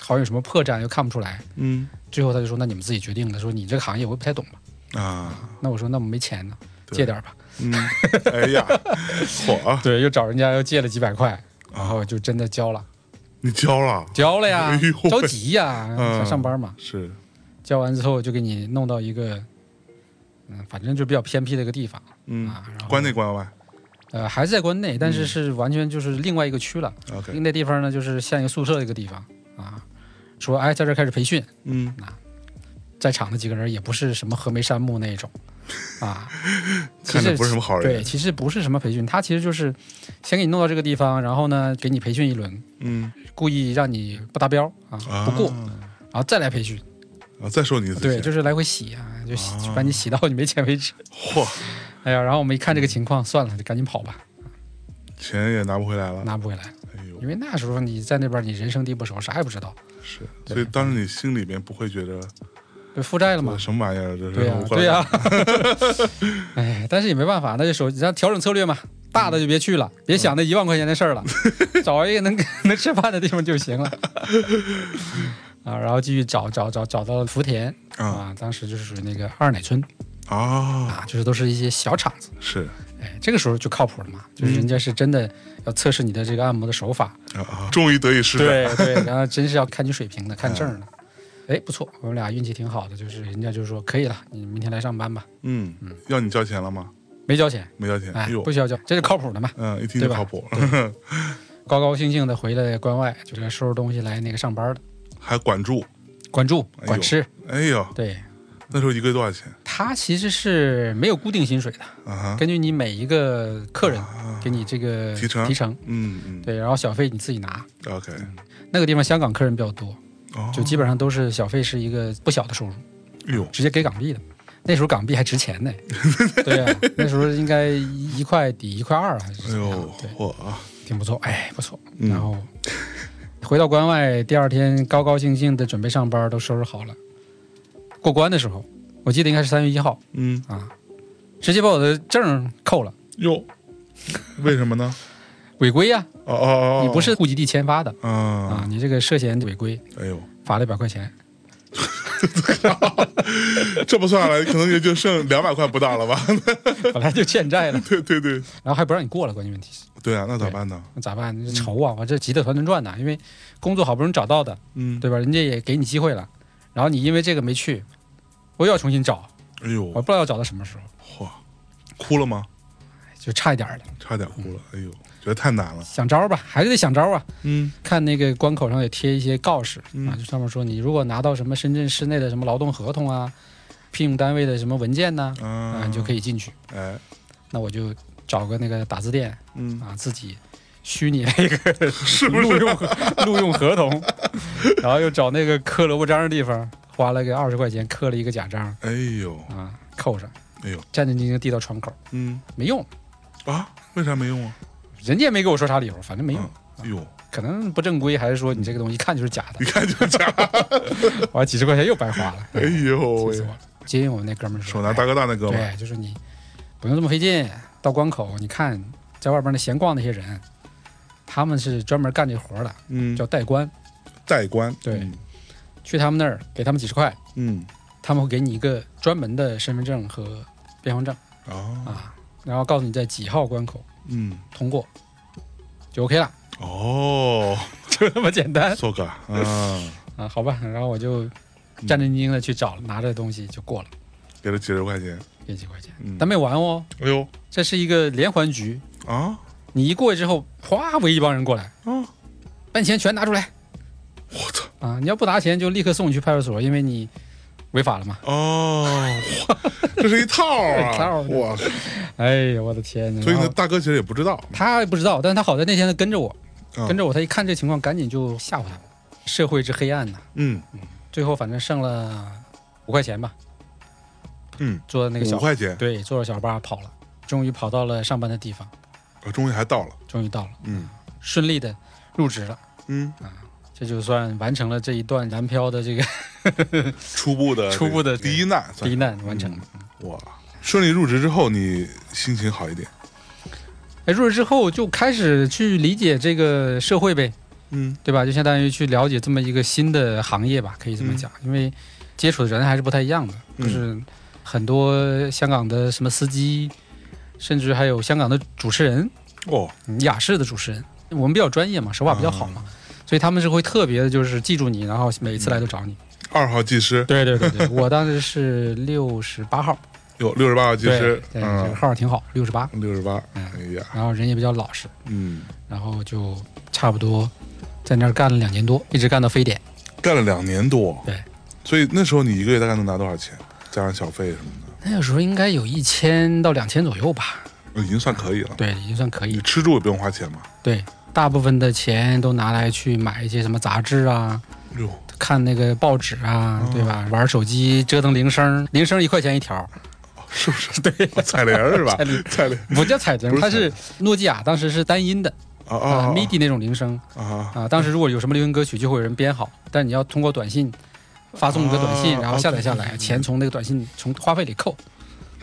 好像有什么破绽，又看不出来。嗯最后他就说那你们自己决定了，说你这个行业我也不太懂吧？啊那我说那我们没钱呢，对借点儿吧。嗯， 哎呀，火，对，又找人家又借了几百块，然后就真的交了，你交了交了呀哎呦，喂着急呀，嗯想上班嘛。是交完之后就给你弄到一个，嗯，反正就比较偏僻的一个地方嗯，啊，然后关内关外呃还是在关内，但是是完全就是另外一个区了。嗯，OK，那地方呢，就是像一个宿舍的一个地方啊。说哎，在这儿开始培训，嗯，在场的几个人也不是什么峨眉山木那一种啊其看着实不是什么好人对，其实不是什么培训，他其实就是先给你弄到这个地方，然后呢给你培训一轮，嗯故意让你不达标啊，啊不过，然后再来培训，啊，再说你一次对，钱，就是来回洗啊，就洗啊把你洗到你没钱为止。嚯，哎呀，然后我们一看这个情况，算了，就赶紧跑吧，钱也拿不回来了，拿不回来，哎呦因，为那时候你在那边你人生地不熟，啥也不知道，是，对所以当时你心里边不会觉得对，负债了嘛这，什么玩意儿，这是对呀、啊我过来对呀、 哎，但是也没办法，那就手咱调整策略嘛，大的就别去了，别想那一万块钱的事儿了， 找一个能能吃饭的地方就行了。啊，然后继续找找找找到了福田啊啊，当时就是属于那个二奶村啊，啊，就是都是一些小厂子，是哎，这个时候就靠谱了嘛，就是人家是真的要测试你的这个按摩的手法，啊啊，终于得以施展，对对，然后真是要看你水平的，看证儿的。哎，不错，我们俩运气挺好的，就是人家就说可以了，你明天来上班吧，嗯，要你交钱了吗？没交钱，没交钱，哎哎，呦不，需要交，这是靠谱的嘛，嗯，一听对就吧靠谱，高高兴兴的回来关外，就是收拾东西来那个上班的，还管住，管住哎呦管吃。哎呦，对，那时候一个月多少钱他其实是没有固定薪水的，啊哈？啊根据你每一个客人给你这个提成提成，嗯对，然后小费你自己拿。嗯，OK，那个地方香港客人比较多，哦，就基本上都是小费是一个不小的收入，哎呦，直接给港币的。那时候港币还值 钱呢，对呀、那时候应该一块抵一块二还啊是哎怎么样呦，对，嚯啊，挺不错，哎，不错。嗯然后回到关外，第二天高高兴兴的准备上班，都收拾好了。过关的时候，我记得应该是三月一号嗯，啊，直接把我的证儿扣了，哟，为什么呢？违规呀、哦哦哦，哦你不是户籍地签发的啊啊，，你这个涉嫌违规，哎呦，罚了一百块 钱。这不算了，可能也就剩两百块不到了吧？ 本来就欠债了，对对对，然后还不让你过了，关键问题是对啊，那咋办呢？那咋办？那愁 啊，我这急得团团转呐，因为工作好不容易找到的，嗯，对吧？人家也给你机会了，然后你因为这个没去，我又要重新找，哎呦我，不知道要找到什么时候，嚯，哭了吗？就差一点儿了。差点哭了，哎呦，觉得太难了。想招儿吧，还是得想招儿啊。嗯看那个关口上也贴一些告示、嗯啊，就上面说你如果拿到什么深圳市内的什么劳动合同啊，聘用单位的什么文件呐、啊，啊你就可以，以进去。哎，那我就找个那个打字店嗯，啊，自己虚拟那个 是不录是？用录用合同，然后又找那个刻萝卜章的地方，花了个二十块钱刻了一个假章哎呦，啊，扣上，哎呦，战战兢兢递到窗口，嗯没用，啊，为啥没用啊？人家也没给我说啥理由，反正没用，嗯哎呦，可能不正规，还是说你这个东西一看就是假的一，看就假， 完几十块钱又白花了。哎呦气喂死我，了！接应我们那哥们儿说手拿大哥大那哥们儿，对，就是你不用这么费劲，到关口你看在外边那闲逛那些人，他们是专门干这活儿的，嗯，叫代官。代官，对去他们那儿给他们几十块，嗯，他们会给你一个专门的身份证和边防证嗯，哦，啊，然后告诉你在几号关口嗯，通 过，就 OK 了，哦，就那么简单索嘎，嗯，啊，好吧。然后我就战战兢兢的去找，拿着东西就过了，给了几十块钱，给几块钱，嗯，但没完哦，哎呦这是一个连环局，啊你一过去之后，哗围一帮人过来，啊，把你钱全拿出来我操，啊！你要不拿钱，就立刻送你去派出所，因为你违法了嘛。哦，哇这是一套 一套啊，的哇，哎呀，我的天呐！所以然呢，后大哥其实也不知道，他不知道，但是他好在那天他跟着我，啊跟着我，他一看这情况，赶紧就吓唬他。社会之黑暗呐、嗯，最后反正剩了五块钱吧。嗯，坐那个五小块钱，对，坐着小巴跑了，终于跑到了上班的地方，啊终于还到了，终于到了，嗯顺利的入职了。嗯，这就算完成了这一段蓝漂的这个初步的初步的这个第一难，算罹难完成了。哇，顺利入职之后，你心情好一点，哎，入职之后就开始去理解这个社会呗，嗯对吧？就相当于去了解这么一个新的行业吧，可以这么讲，因为接触的人还是不太一样的，嗯就是很多香港的什么司机，甚至还有香港的主持人，哦，嗯雅士的主持人，我们比较专业嘛，手法比较好嘛，所以他们是会特别的，就是记住你，然后每一次来都找你。二号技师嗯对对对对， 我当时是六十八号，有六十八号技对师对，，这个嗯，号儿挺好，六十八，六十八，嗯哎呀，然后人也比较老实。嗯，然后就差不多在那儿干了两年多，一直干到非典。干了两年多，对，所以那时候你一个月大概能拿多少钱？加上小费什么那个时候应该有一千到两千左右吧，的，已经算可以了。对，已经算可以你了。吃住也不用花钱嘛？对，大部分的钱都拿来去买一些什么杂志啊，哟，看那个报纸啊哦，对吧？玩手机，折腾铃声，铃声一块钱一条，是不是 对，彩铃哦儿是吧 彩铃？彩铃不叫彩不铃，是它彩是铃诺基亚当时是单音的啊啊啊，MIDI 那种铃声啊！啊。当时如果有什么流行歌曲，就会有人编好，但你要通过短信。发送一个短信，哦然后下载下来， OK 钱从那个短信从话费里扣，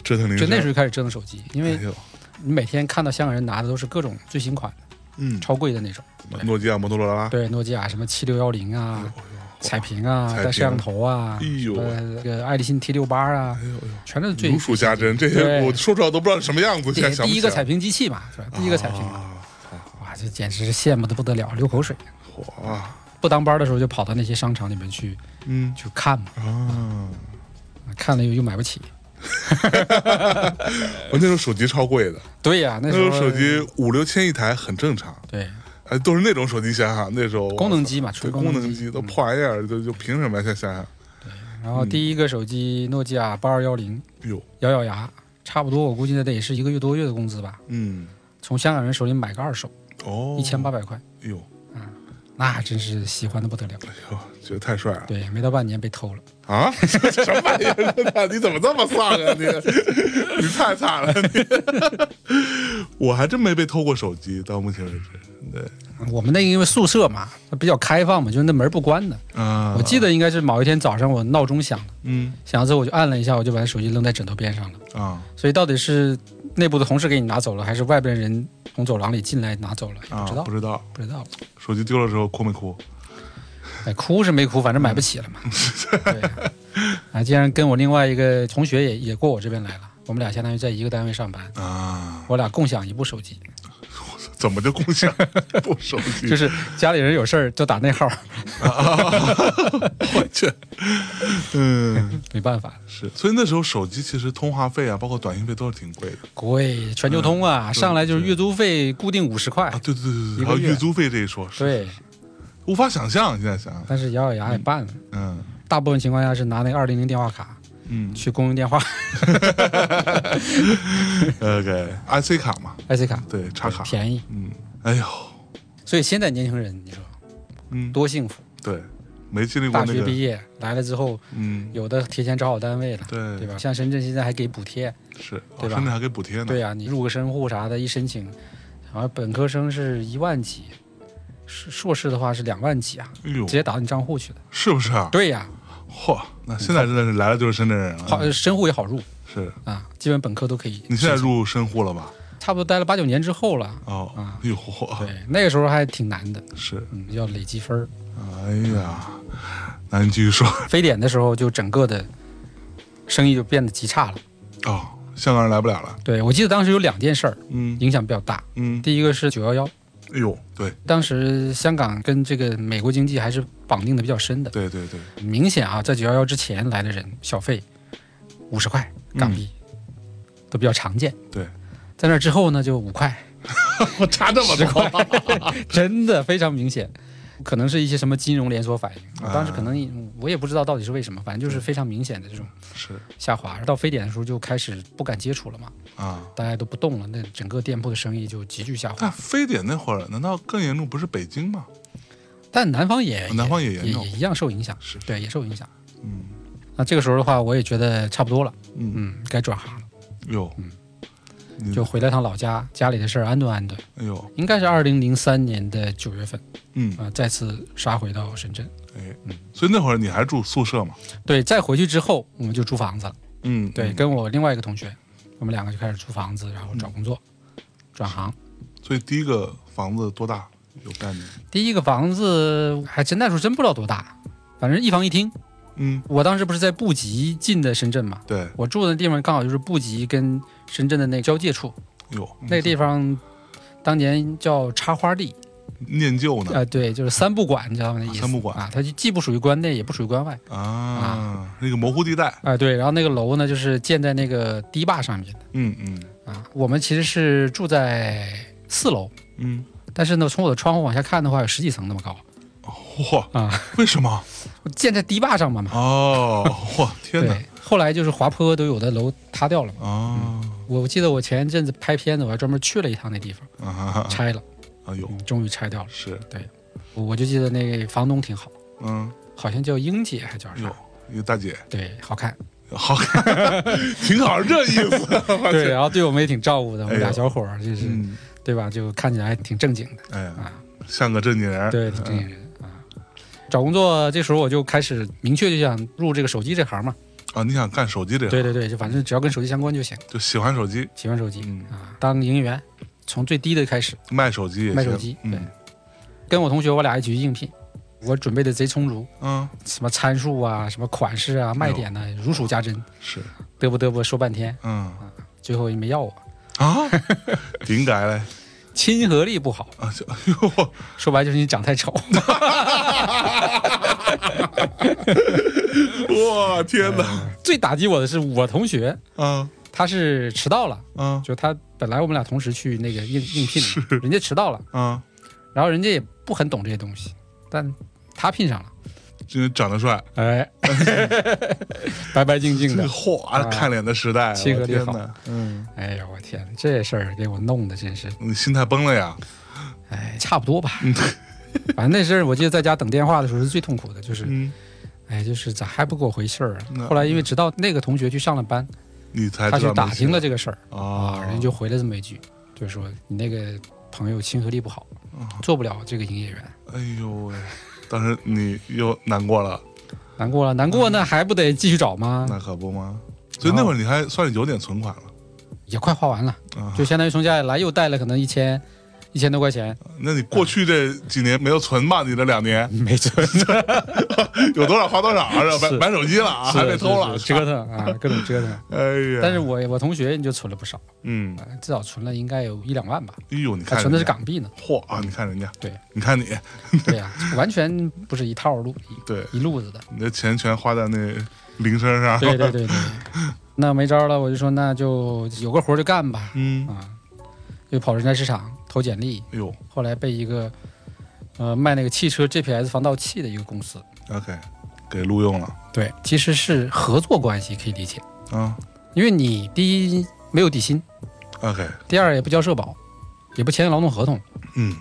折腾铃就声，那时候就开始折腾手机，因为哎呦，你每天看到香港人拿的都是各种最新款、嗯，超贵的那种，诺基亚、摩托罗拉，嗯对，诺基亚什么七六幺零啊、彩屏啊、哎彩屏带摄像头啊，哎呦喂呃，那个爱立信 T 六八啊哎，呦哎全都是呦，最如数家珍，这些对我说出来都不知道是什么样子，第现在想不第起一个来彩屏机器嘛，是吧？第一个彩屏嘛，啊哇，这简直是羡慕的不得了，流口水。哇，不当班的时候就跑到那些商场里面去啊嗯去看嘛，啊，嗯看了又又买不起。我那时候手机超贵的，对呀、那那时时候候手机五六千一台很正常，对哎，都是那种手机，想想那时候功能哇机嗯嘛，塞纯对功能能机都破玩意儿，就就凭什么呀？现在啊想想，然后第一个手机诺基亚八二幺零，哟，咬咬牙，差不多我估计那得也是一个月多月的工资吧。嗯，从香港人手里买个二手，哦，一千八，百块，哟，那真是喜欢的不得了。哎呦，觉得太帅了对，没到半年被偷了，啊！ 什么玩意儿？你怎么这么丧啊？你你太惨了！你我还真没被偷过手机，到目前为止，对，我们那个因为宿舍嘛，它比较开放嘛，就是那门不关的。啊，我记得，得应该是某一天早上我闹钟响了，嗯响了之后我就按了一下，我就把手机扔在枕头边上了。啊所以到底是内部的同事给你拿走了，还是外边人从走廊里进来拿走了？也啊不知，道不，知道不知道。手机丢了之后哭没哭？哎，哭是没哭，反正买不起了 嘛。对呀、啊，竟然跟我另外一个同学也也过我这边来了，我们俩相当于在一个单位上班，啊，我俩共享一部手机。怎么就共享 不手机？就是家里人有事儿就打那号，我去，嗯，没办法，是，所以那时候手机其实通话费啊，包括短信费都是挺贵的贵全球通啊，上来就是月租费固定五十块嗯啊。，对对对对一个对，还有月月租费这一说，是对，无法想象。现在想想，但是咬咬牙也办了。嗯大部分情况下是拿那二零零电话卡 嗯去公用电话，OK，IC 卡嘛， IC 卡，对，插卡，便宜。嗯，哎呦，所以现在年轻人，你说嗯，多幸福？对，没经历过大那学毕个，业来了之后，嗯，有的提前找好单位了，对对吧？像深圳现在还给补贴，是，哦对吧甚至还给补贴呢，对呀，你入个深户啥的，一申请，好像本科生是一万几，硕硕士的话是两万几啊，哎呦直，接打到你账户去的。是不是啊？对呀，嚯，那现在真的是来了就是深圳人了，啊好，深户也好入。是啊，基本本科都可以。你现在入深户了吧？差不多待了八九年之后了。哦啊，哟嚯，对，那个时候还挺难的，是，嗯，要累积分儿。哎呀，那你继续说。非典的时候，就整个的生意就变得极差了。哦，香港人来不了了。对我记得当时有两件事儿嗯影响比较大，嗯，第一个是九幺幺，哎呦，对当时香港跟这个美国经济还是绑定的比较深的，对对对，明显啊，在九幺幺之前来的人小费五十块港币、都比较常见，对，在那之后呢就五块，我差这么多。真的非常明显，可能是一些什么金融连锁反应。我啊当时可能也我也不知道到底是为什么，反正就是非常明显的这种是下滑。到非典的时候就开始不敢接触了嘛，啊，大家都不动了，那整个店铺的生意就急剧下滑但。非典那会儿，难道更严重不是北京吗？但南方也啊南方也也严重也一样受影响，是对，也受影响。嗯那这个时候的话，我也觉得差不多了，嗯，嗯，该转行了，哟，你就回了趟老家，家里的事儿安顿安顿。哎呦，应该是二零零三年的九月份嗯，啊、再次杀回到深圳。哎，所以那会儿你还住宿舍嘛？对，再回去之后，我们就租房子了。嗯，对，嗯跟我另外一个同学，我们两个就开始租房子，然后找工作，转行。所以第一个房子多大？有概念？第一个房子还真那时候真不知道多大，反正一房一厅。嗯，我当时不是在布吉进的深圳嘛，对，我住的地方刚好就是布吉跟深圳的那个交界处，有那个地方。当年叫插花地，念旧呢呃，对，就是三不管，你知道吗？那意思嗯三不管啊，它就既不属于关内，也不属于关外，啊，那个模糊地带。啊、对。然后那个楼呢，就是建在那个堤坝上面的嗯嗯啊。我们其实是住在四楼，嗯，但是呢，从我的窗户往下看的话，有十几层那么高嚯，啊！为什么？我建在堤坝上嘛嘛。 哦，嚯，天哪！对，后来就是滑坡都有的楼塌掉了嘛。哦我我记得我前一阵子拍片子，我还专门去了一趟那地方，啊哈哈拆了，嗯啊有终于拆掉了。是我我就记得那个房东挺好，嗯好像叫英姐还叫有啥？一个大姐对，好 看。 好看，挺好，这意思。我对，去然后对我们也挺照顾的，我们哎俩呦小伙儿就是、嗯，对吧？就看起来还挺正经的，哎呀，像个正经人。啊对，挺正经人啊。找工作这时候我就开始明确就想入这个手机这行嘛。啊，你想干手机这对个，对对，就反正只要跟手机相关就行，就喜欢手机，喜欢手机。嗯，啊，当营业员，从最低的开始，卖手机也行，卖手机嗯跟我同学我俩一起去应聘，我准备的贼充足，嗯什么参数啊，什么款式啊，哎卖点呢、如数家珍，是嘚啵嘚啵说半天，嗯最后也没要我， 啊，顶改嘞亲和力不好，啊，就哎呦，说白就是你长太丑， 我天哪！最打击我的是我同学，嗯他是迟到了，嗯就他本来我们俩同时去那个应应聘，人家迟到了，嗯，然后人家也不很懂这些东西，但他聘上了，因为长得帅， 哎，白白净净这的个，嚯，啊看脸的时代，亲和我力天好哪！嗯，哎呦我天，这事儿给我弄的真是。你心态崩了呀？哎，差不多吧。 反正那阵儿，我记得在家等电话的时候是最痛苦的，就是，嗯，哎，就是咋还不给我回信儿那啊？后来因为直到那个同学去上了班，你才他知去道打听了了这个事儿啊啊，人家就回了这么一句，就是说你那个朋友亲和力不好，做不了这个营业员，哎呦喂，当时你又难过了，难过了，难过那还不得继续找吗？那可不吗？所以那会儿你还算是有点存款了也快花完了，啊就。相当于从家里来又带了可能一千一千多块钱，那你过去这几年没有存吧？你这两年 没准是有多少花多少啊？是吧是买买手机了啊，还被偷了是。折腾啊， 各种折腾。哎呀，但是我我同学就存了不少，嗯，呃至少存了应该有一两万吧，哎呦，你还看存的是人家港币呢。 嚯啊！你看人家，对，你看你，对呀、完全不是一套路 对，一路子 的。你的钱全花在那铃声上。对对 对对，那没招了，我就说那就有个活儿就干吧嗯，啊，就跑人才市场投简历，哎呦后来被一个呃卖那个汽车 GPS 防盗器的一个公司， ，OK，给录用了对，其实是合作关系可以理解，啊因为你第一没有底薪， ，OK，第二也不交社保。也不签劳动合同，嗯，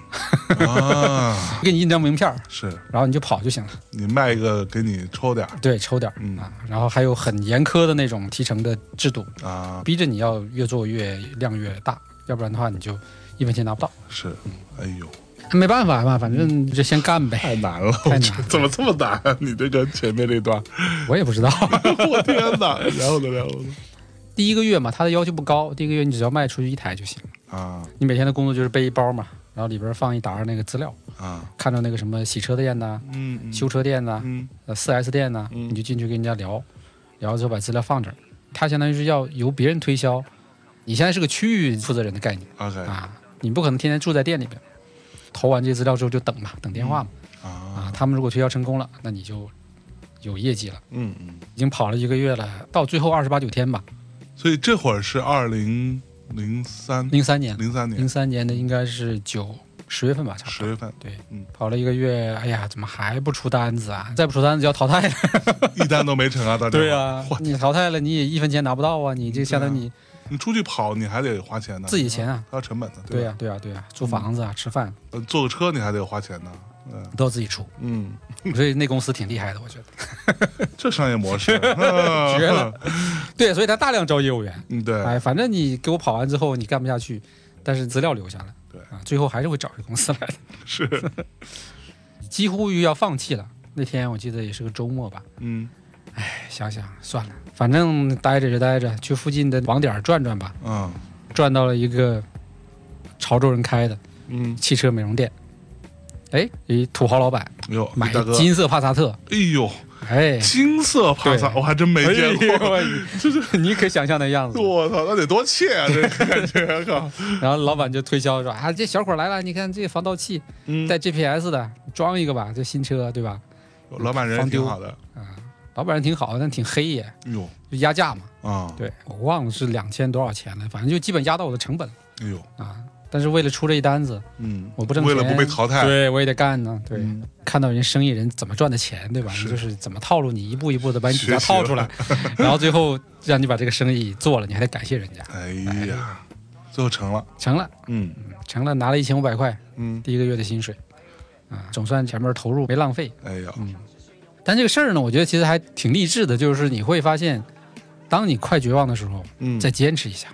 啊， 给你印张名片儿，是然后你就跑就行了。你卖一个给你抽点儿对，抽点儿、嗯啊，然后还有很严苛的那种提成的制度，啊，逼着你要越做越量越大，要不然的话你就一分钱拿不到。是，哎呦，没办法嘛，反正就先干呗。 太难了，太我觉难得了怎么这么难啊？你这个前面这段， 我也不知道， 我天哪！然后呢，然后呢，第一个月嘛，它的要求不高，第一个月你只要卖出去一台就行。啊你每天的工作就是背一包嘛，然后里边放一沓那个资料，啊，看到那个什么洗车店呐、嗯，嗯修，车店呐、嗯呃四 S 店呐，嗯你就进去跟人家聊，聊之后把资料放这儿，他相当于是要由别人推销，你现在是个区域负责人的概念嗯，OK 啊，你不可能天天住在店里边，投完这些资料之后就等嘛，等电话嘛啊，啊，他们如果推销成功了，那你就有业绩了，嗯嗯，已经跑了一个月了，到最后二十八九天吧，所以这会儿是二零零三零三年，零三零年三年的应该是九十月份吧，差不十多。月份，跑了一个月，哎呀，怎么还不出单子啊？再不出单子就要淘 汰了。一单都没成啊，大家，啊， 你淘汰了你也一分钱拿不到啊，你这相当于你你出去跑你还得花钱呢，自己钱啊。还有成本呢，对吧嗯呀、对呀、对呀、租房子啊，吃饭呃坐个车你还得花钱呢，嗯都要自己出，嗯，所以那公司挺厉害的，我觉得。这商业模式 绝绝了，对，所以他大量招业务员。嗯对，哎，反正你给我跑完之后你干不下去，但是资料留下来，对啊，最后还是会找回公司来的， 是，几乎又要放弃了。那天我记得也是个周末吧，嗯哎想想算了，反正待着就待着，去附近的网点儿转转吧。嗯转到了一个潮州人开的嗯，汽车美容店。哎，一土豪老板哟，买哦大哥，金色帕萨特，哎呦， 哎，金色帕萨，对我还真哎没见过。 过，你可想象那样子。我操，那得多切啊！这感 觉，靠，然后老板就推销说啊，这小伙来了，你看这防盗器嗯，带 GPS 的，装一个吧，这新车对吧？老板人也挺好的，老板人挺好，但挺黑耶，哎呦就压价嘛。啊，对我忘了是两千多少钱了，反正就基本压到我的成本了哎呦，啊。但是为了出这一单子，嗯，我不挣为钱，了不被淘汰，对我也得干呢。对，嗯看到人家生意人怎么赚的钱，对吧？是你就是怎么套路你，一步一步的把你底价学习了套出来，然后最后让你把这个生意做了，你还得感谢人家，哎呀，最后成了，成了，嗯成了，拿了一千五百块，嗯，第一个月的薪水，啊，总算前面投入没浪费。哎呀，嗯但这个事儿呢，我觉得其实还挺励志的，就是你会发现，当你快绝望的时候，嗯，再坚持一下，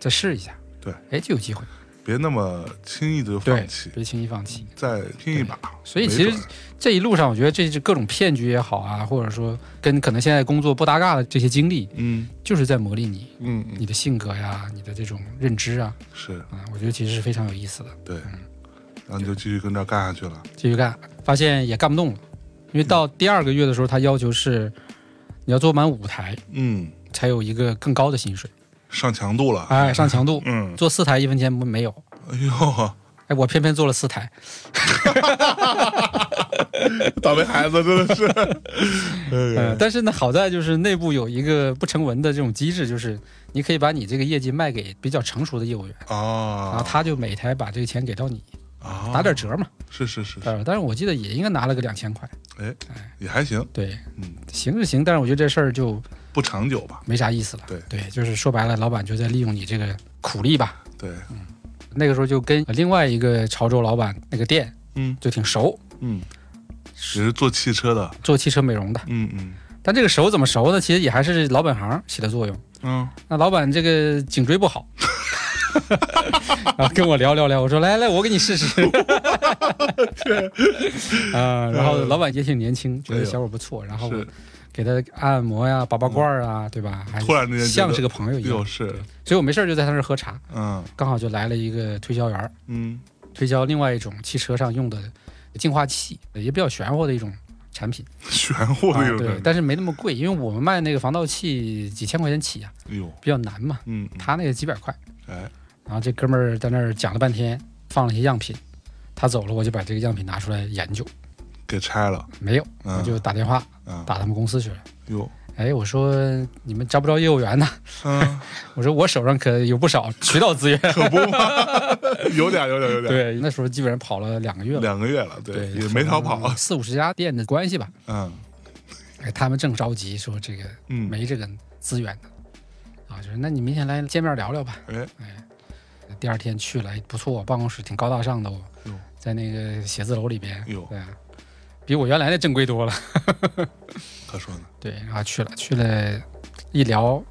再试一下，对，哎，就有机会，别那么轻易的就对放弃，，别轻易放弃。再拼一把。所以其没实准儿这一路上，我觉得这是各种骗局也好啊，或者说跟可能现在工作不搭嘎的这些经历，嗯就是在磨砺你，嗯嗯，你的性格呀，你的这种认知啊，是啊、我觉得其实是非常有意思的。对，然后你就继续跟这儿干下去了，继续干，发现也干不动了，因为到第二个月的时候，他要求是你要做满五台嗯，才有一个更高的薪水，上强度了，哎，上强度，嗯，做四台一分钱不没有，哎呦， 哎，我偏偏做了四台，倒霉孩子真的是， 哎呃呀，，但是呢，好在就是内部有一个不成文的这种机制，就是你可以把你这个业绩卖给比较成熟的业务员，然后啊，他就每台把这个钱给到你，啊打点折嘛，是是是，是呃，但是我记得也应该拿了个两千块，也还行，对，嗯，行是行，但是我觉得这事儿就。不长久吧，没啥意思了。对就是说白了，老板就在利用你这个苦力吧。对，那个时候就跟另外一个潮州老板那个店嗯就挺熟，嗯，只是做汽车的，做汽车美容的。嗯嗯但这个熟怎么熟呢？其实也还是老本行起的作用。嗯，那老板这个颈椎不好， 然后跟我聊聊聊，我说来来，我给你试 试。啊、然后老板也挺年轻，觉哎得呦小伙不错，然后我是，嗯给他按摩呀、拔拔罐儿啊，对吧？还突然之间觉得像是个朋友一又样，哎是，所以我没事儿就在他那儿喝茶，嗯刚好就来了一个推销员儿。嗯推销另外一种汽车上用的净化器，也比较玄乎的一种产 品。玄乎的啊有对点，，但是没那么贵，因为我们卖那个防盗器几千块钱起啊，哎呦，比较难嘛。嗯，嗯他那个几百块，哎，然后这哥们儿在那儿讲了半天，放了一些样品。他走了，我就把这个样品拿出来研究，给拆了，没有，嗯我就打电话嗯，打他们公司去了。哟，哎，我说你们招不招业务员呢？嗯，我说我手上可有不少渠道 资源。可不嘛， 有点儿有点儿有点儿，对，那时候基本上跑了两个月了，两个月了，对，也没逃跑可能，四五十家店的关系吧。嗯哎，他们正着急，说这个嗯，没这个资源的，啊，就是那你明天来见面聊聊吧。哎，第二天去了，哎不错，办公室挺高大上的哦哟，在那个写字楼里边，哟对啊，比我原来的正规多了。可说呢，对，然后去了，去了，一聊，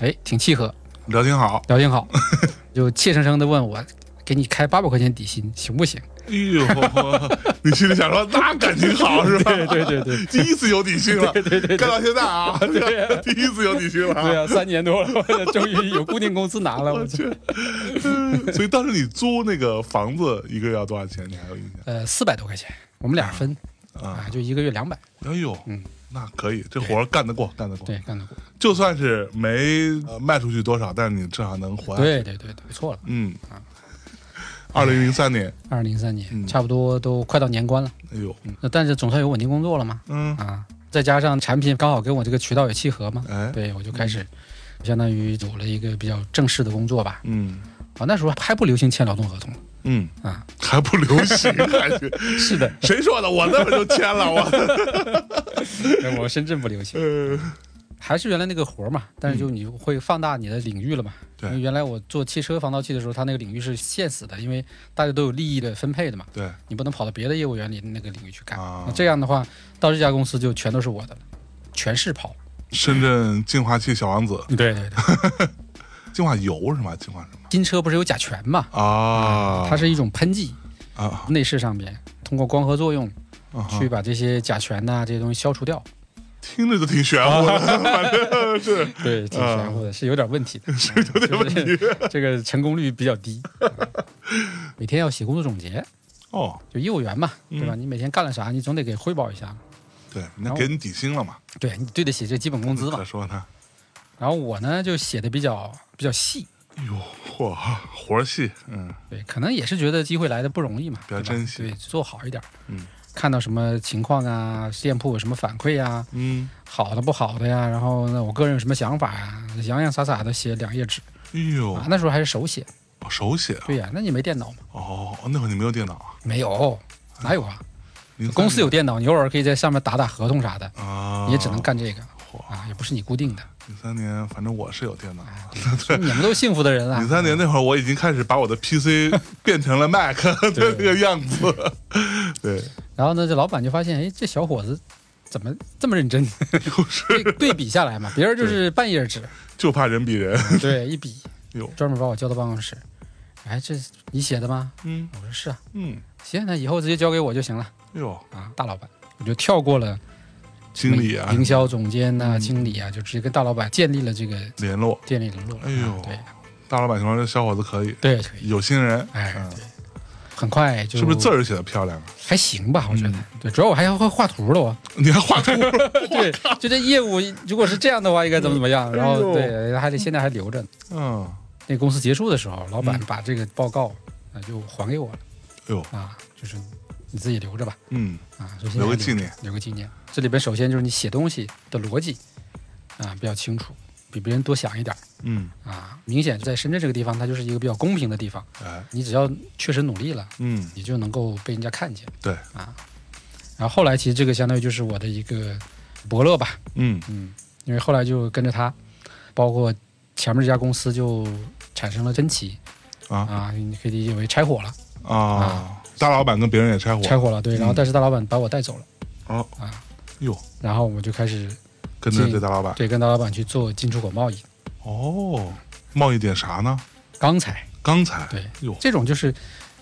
哎，挺契合，聊挺好， 聊挺好，就怯生生的问我，给你开八百块钱底薪行不行？哎呦，你心里想说那感情 好是吧？对对对对，第一次有底薪了，对对对对干到现在 啊，对第一次有底薪了、 对啊，三年多了， 终于有固定工资拿了，我我去，嗯所以当时你租那个房子一个月要多少钱？你还有印象？呃四百多块钱，我们俩分啊啊，就一个月两百，哎呦，嗯那可以，这活儿干得过，干得过。对，干得过，就算是没、呃卖出去多少，但是你至少能还。，对对对，对不错了。嗯。二零零三年，二零零三年、嗯差不多都快到年关了，哎呦，那但是总算有稳定工作了嘛，嗯，啊，再加上产品刚好跟我这个渠道也契合嘛，哎，对我就开始。相当于有了一个比较正式的工作吧，嗯啊，那时候还不流行签劳动合同，嗯啊，还不流行，还 是是的，谁说的？我那会儿就签了， 我我深圳不流行，呃还是原来那个活儿嘛，但是就你会放大你的领域了嘛。嗯对因为原来我做汽车防盗器的时候，它那个领域是限死的，因为大家都有利益的分配的嘛，对，你不能跑到别的业务员里那个领域去干。啊那这样的话，到这家公司就全都是我的了，全是跑。深圳净化器小王子，对对对，净化油是吗？净化什么？新车不是有甲醛嘛？啊，它是一种喷剂，啊内饰上边通过光合作用啊哈去把这些甲醛呐、这些东西消除掉。听着就挺玄 乎的，反正是对，挺玄乎的，是有点问题的，是 有点问 题。这个成功率比较低，每天要写工作总结，哦，就业务员嘛，对吧？你每天干了啥，你总得给汇报一下，对，那给你底薪了嘛？对你对得起这基本工资嘛可。说呢，然后我呢就写的比较比较细，哎嚯，活儿细，嗯，对，可能也是觉得机会来的不容易嘛，比较对吧珍惜对，做好一点，嗯，看到什么情况啊，店铺有什么反馈啊呀、嗯，好的不好的呀，然后呢，我个人有什么想法呀、洋洋洒洒的写两页纸哎呦啊，，那时候还是手写，哦手写对呀、那你没电脑吗？哦，那会儿你没有电脑啊？没有，哪有啊？ 03公司有电脑，你偶尔可以在上面打打合同啥的，啊，你也只能干这个嚯啊，也不是你固定的。零三年，反正我是有电脑。所以你们都幸福的人啊零，三年 那会儿，我已经开始把我 的 PC 变成了 Mac 的那个样子。对，然后呢，这老板就发现，哎，这小伙子怎么这么认真？对对比下 来嘛，别人就是半页纸，就怕人比人。对，一比哟，专门把我叫到办公室，哎，这是你写的吗？嗯我说是啊，嗯，行，那以后直接交给我就行了哟，啊，大老板，我就跳过了哎经理啊，嗯营销总监呐、经理啊，就直接跟大老板建立了这个联络建立联络。哎呦啊大老板说这小伙子可以，对对，可以，有心人，哎，嗯对，很快就是不是字儿写的漂亮啊？还行吧，我觉得。对，主要我还会画图 了，我。你还 画图？对，就这业务，如果是这样的话，应该怎么怎么样？然哎呦后对，还得现在还留着呢。嗯，那公司结束的时候，老板把这个报告啊就还给我了哎呦，啊，就是你自己留着吧嗯，啊，首先留个纪，念。留个纪念。这里边首先就是你写东西的逻辑啊比较清楚，比别人多想一点嗯，啊。明显在深圳这个地方，它就是一个比较公平的地方，哎，你只要确实努力了，嗯，你就能够被人家看见。对，然后后来其实这个相当于就是我的一个伯乐吧，嗯，嗯，因为后来就跟着他，包括前面这家公司就产生了分歧啊你可以理解为拆伙了，啊，大老板跟别人也拆伙，拆伙了，嗯对。然后但是大老板把我带走了，哦啊，哟，然后我就开始跟着这大老板，对跟大老板去做进出口贸易。哦，贸易点啥呢？钢材钢材，对哟，啊这种就是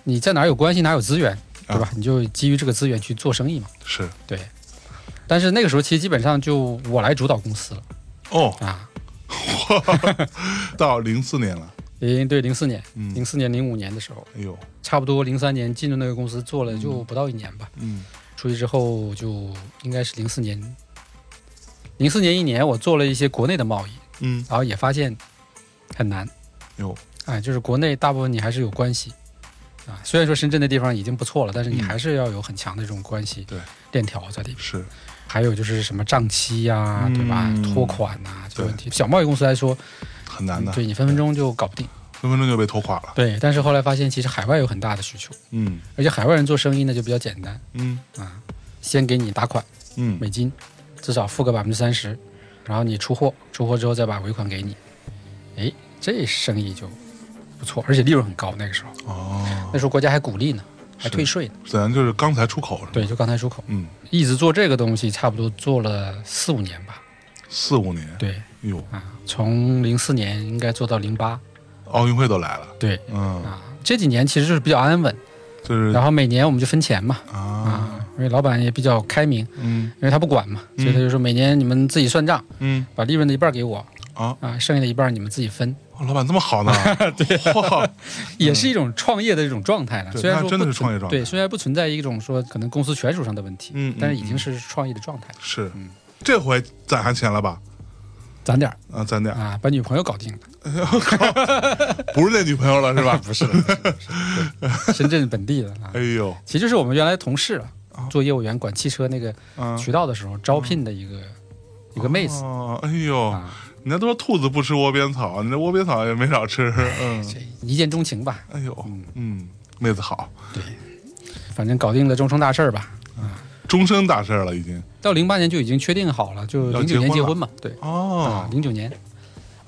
你在哪儿有关系哪儿有资源，对吧？你就基于这个资源去做生意嘛，是，对。但是那个时候其实基本上就我来主导公司了哦，啊，到零四年了，零对零四年、嗯零，四年、零五年的时候，哎呦，差不多零三年进入那个公司做了就不到一年吧。嗯，出去之后就应该是零四年，零四年一年我做了一些国内的贸易，嗯，然后也发现很难，哟，哎，就是国内大部分你还是有关系啊，虽然说深圳那地方已经不错了，但是你嗯还是要有很强的这种关系对链条在里边。是，还有就是什么账期呀、嗯对吧？拖款呐、这对个问题，小贸易公司来说，很难嗯的，对你分分钟就搞不定。分分钟就被拖垮了，对，但是后来发现其实海外有很大的需求，嗯，而且海外人做生意呢就比较简单嗯，啊，先给你打款。嗯，美金，至少付个百分之三十，然后你出货，出货之后再把尾款给你。哎，这生意就不错，而且利润很高。那个时候，哦，那时候国家还鼓励呢，还是退税呢。咱就是钢材出口是吧？对，就钢材出口，嗯，一直做这个东西，差不多做了四五年吧。四五年，对哟，啊，从零四年应该做到零八。奥运会都来了，对嗯，啊，这几年其实就是比较安稳，就是然后每年我们就分钱嘛，啊，因为老板也比较开明，嗯因为他不管嘛，所以他就说每年你们自己算账，嗯把利润的一半给我啊，啊，剩下的一半你们自己分，哇老板这么好呢？对，也是一种创业的这种状态了。嗯对虽然那说真的不是创业存状态对，虽然不存在一种说可能公司权属上的问题，嗯嗯但是已经是创业的状态了，是，这回攒下钱了吧？攒点儿啊，攒点儿，啊，把女朋友搞定了。不是那女朋友了是吧？不是，不是不是对深圳本地的啊 哎，呦，其实就是我们原来同事啊，做业务员管汽车那个啊，渠道的时候招聘的一个一个妹子哦，哎呦，啊，人家都说兔子不吃窝边草，你这窝边草也没少吃，嗯，这一见钟情吧，哎呦，嗯，妹子好，反正搞定了终成大事儿吧。终身大事儿了已经。到零八年就已经确定好了，就要零九年结结婚了婚嘛，对，啊哦，，零九年，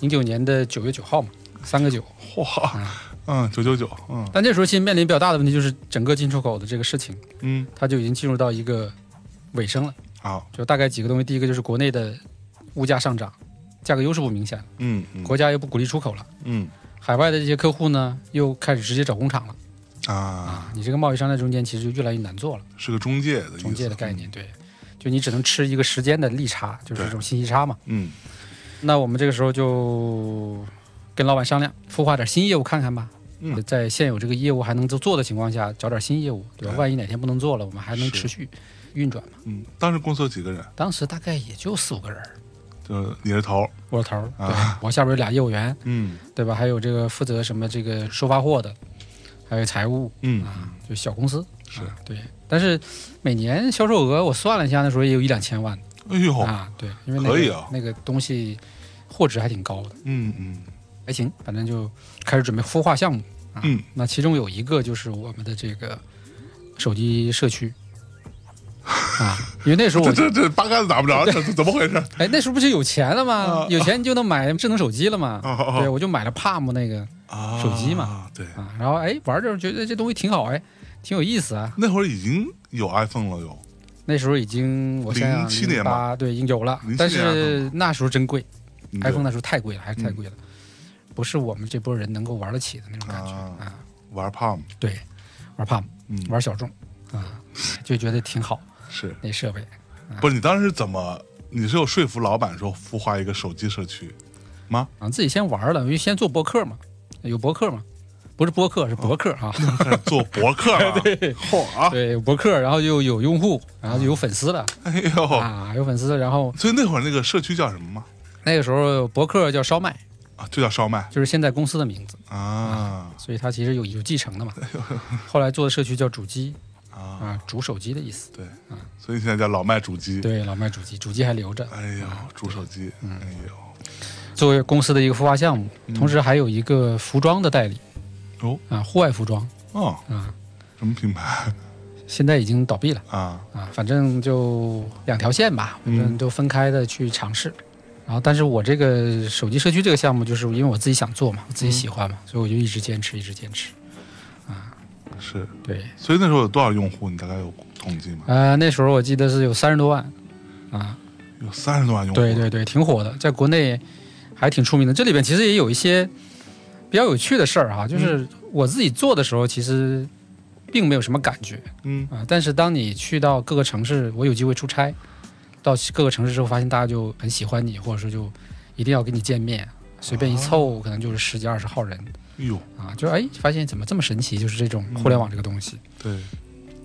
零九年的九月九号嘛，三个九。嚯，嗯，九九九，嗯但这时候其实面临比较大的问题就是整个进出口的这个事情，嗯，它就已经进入到一个尾声了，好，就大概几个东西，第一个就是国内的物价上涨，价格优势不明显了，嗯嗯国家又不鼓励出口了。嗯海外的这些客户呢，又开始直接找工厂了啊，啊！你这个贸易商在中间其实就越来越难做了，是个中介的意思中介的概，念，对，就你只能吃一个时间的利差，就是嗯对这种信息差嘛。嗯那我们这个时候就跟老板商量，孵化点新业务看看吧。嗯在现有这个业务还能做做的情况下，找点新业务，对吧？对万一哪天不能做了，我们还能哎是持续运转嘛？嗯，当时公司有几个人？当时大概也就四五个人儿，就你是头儿，我是头儿，对啊，我下边有俩业务员，嗯对吧？还有这个负责什么这个收发货的，还有财务嗯啊，就小公司。是，啊对，但是每年销售额我算了一下，那时候也有一两千万、哎呦，啊，对，因为那可以个、啊那个东西货值还挺高的，嗯嗯还行，反正就开始准备孵化项目啊。嗯，那其中有一个就是我们的这个手机社区 啊，因为那时候这我这这八竿子打 不着，这这怎么回事？哎那时候不是有钱了吗啊？有钱你就能买智能手机了嘛。哦哦哦对，我就买了 Palm 那个啊，手机嘛，对，啊，然后哎玩着觉得这东西挺好哎，挺有意思啊。那会儿已经有 iPhone 了，有，那时候已经我想想07年吧08对，已经有了07，但年啊是那时候真贵嗯对嗯，iPhone 那时候太贵了，还是太贵了，不是我们这波人能够玩得起的那种感觉啊啊。玩 Palm，对，玩 Palm 嗯，玩小众啊，就觉得挺好是，那设备。不是你当时怎么？你是有说服老板说孵化一个手机社区吗？啊，自己先玩了，因为先做博客嘛，有博客嘛，不是播客是博客啊，开始做博客了，嚯 啊！对，有博客，然后就有用户，然后就有粉丝了哎呦，啊，有粉丝，然后所以那会儿那个社区叫什么吗？那个时候博客叫烧麦，啊，就叫烧麦就是现在公司的名字，啊所以它其实有有继 承的嘛。后来做的社区叫主机啊！啊，主手机的意思。对，所以现在叫老麦主机。对，老卖主机，主机还留着，哎呦，主手机，嗯哎呦，作为公司的一个孵化项目，同时还有一个服装的代理嗯哦啊，户外服装哦，啊，什么品牌现在已经倒闭了啊？啊，反正就两条线吧，反嗯正都分开的去尝试。然后，但是我这个手机社区这个项目，就是因为我自己想做嘛，我嗯自己喜欢嘛，所以我就一直坚持，一直坚持。是，对，所以那时候有多少用户？你大概有统计吗？呃，那时候我记得是有三十多万，啊，有三十多万用户。对对对，挺火的，在国内还挺出名的。这里边其实也有一些比较有趣的事儿、哈，就是我自己做的时候，其实并没有什么感觉嗯啊、但是当你去到各个城市，我有机会出差，到各个城市之后，发现大家就很喜欢你，或者说就一定要跟你见面，随便一凑，可能就是十几二十号人哎呦，啊，就哎发现怎么这么神奇，就是这种互联网这个东西对，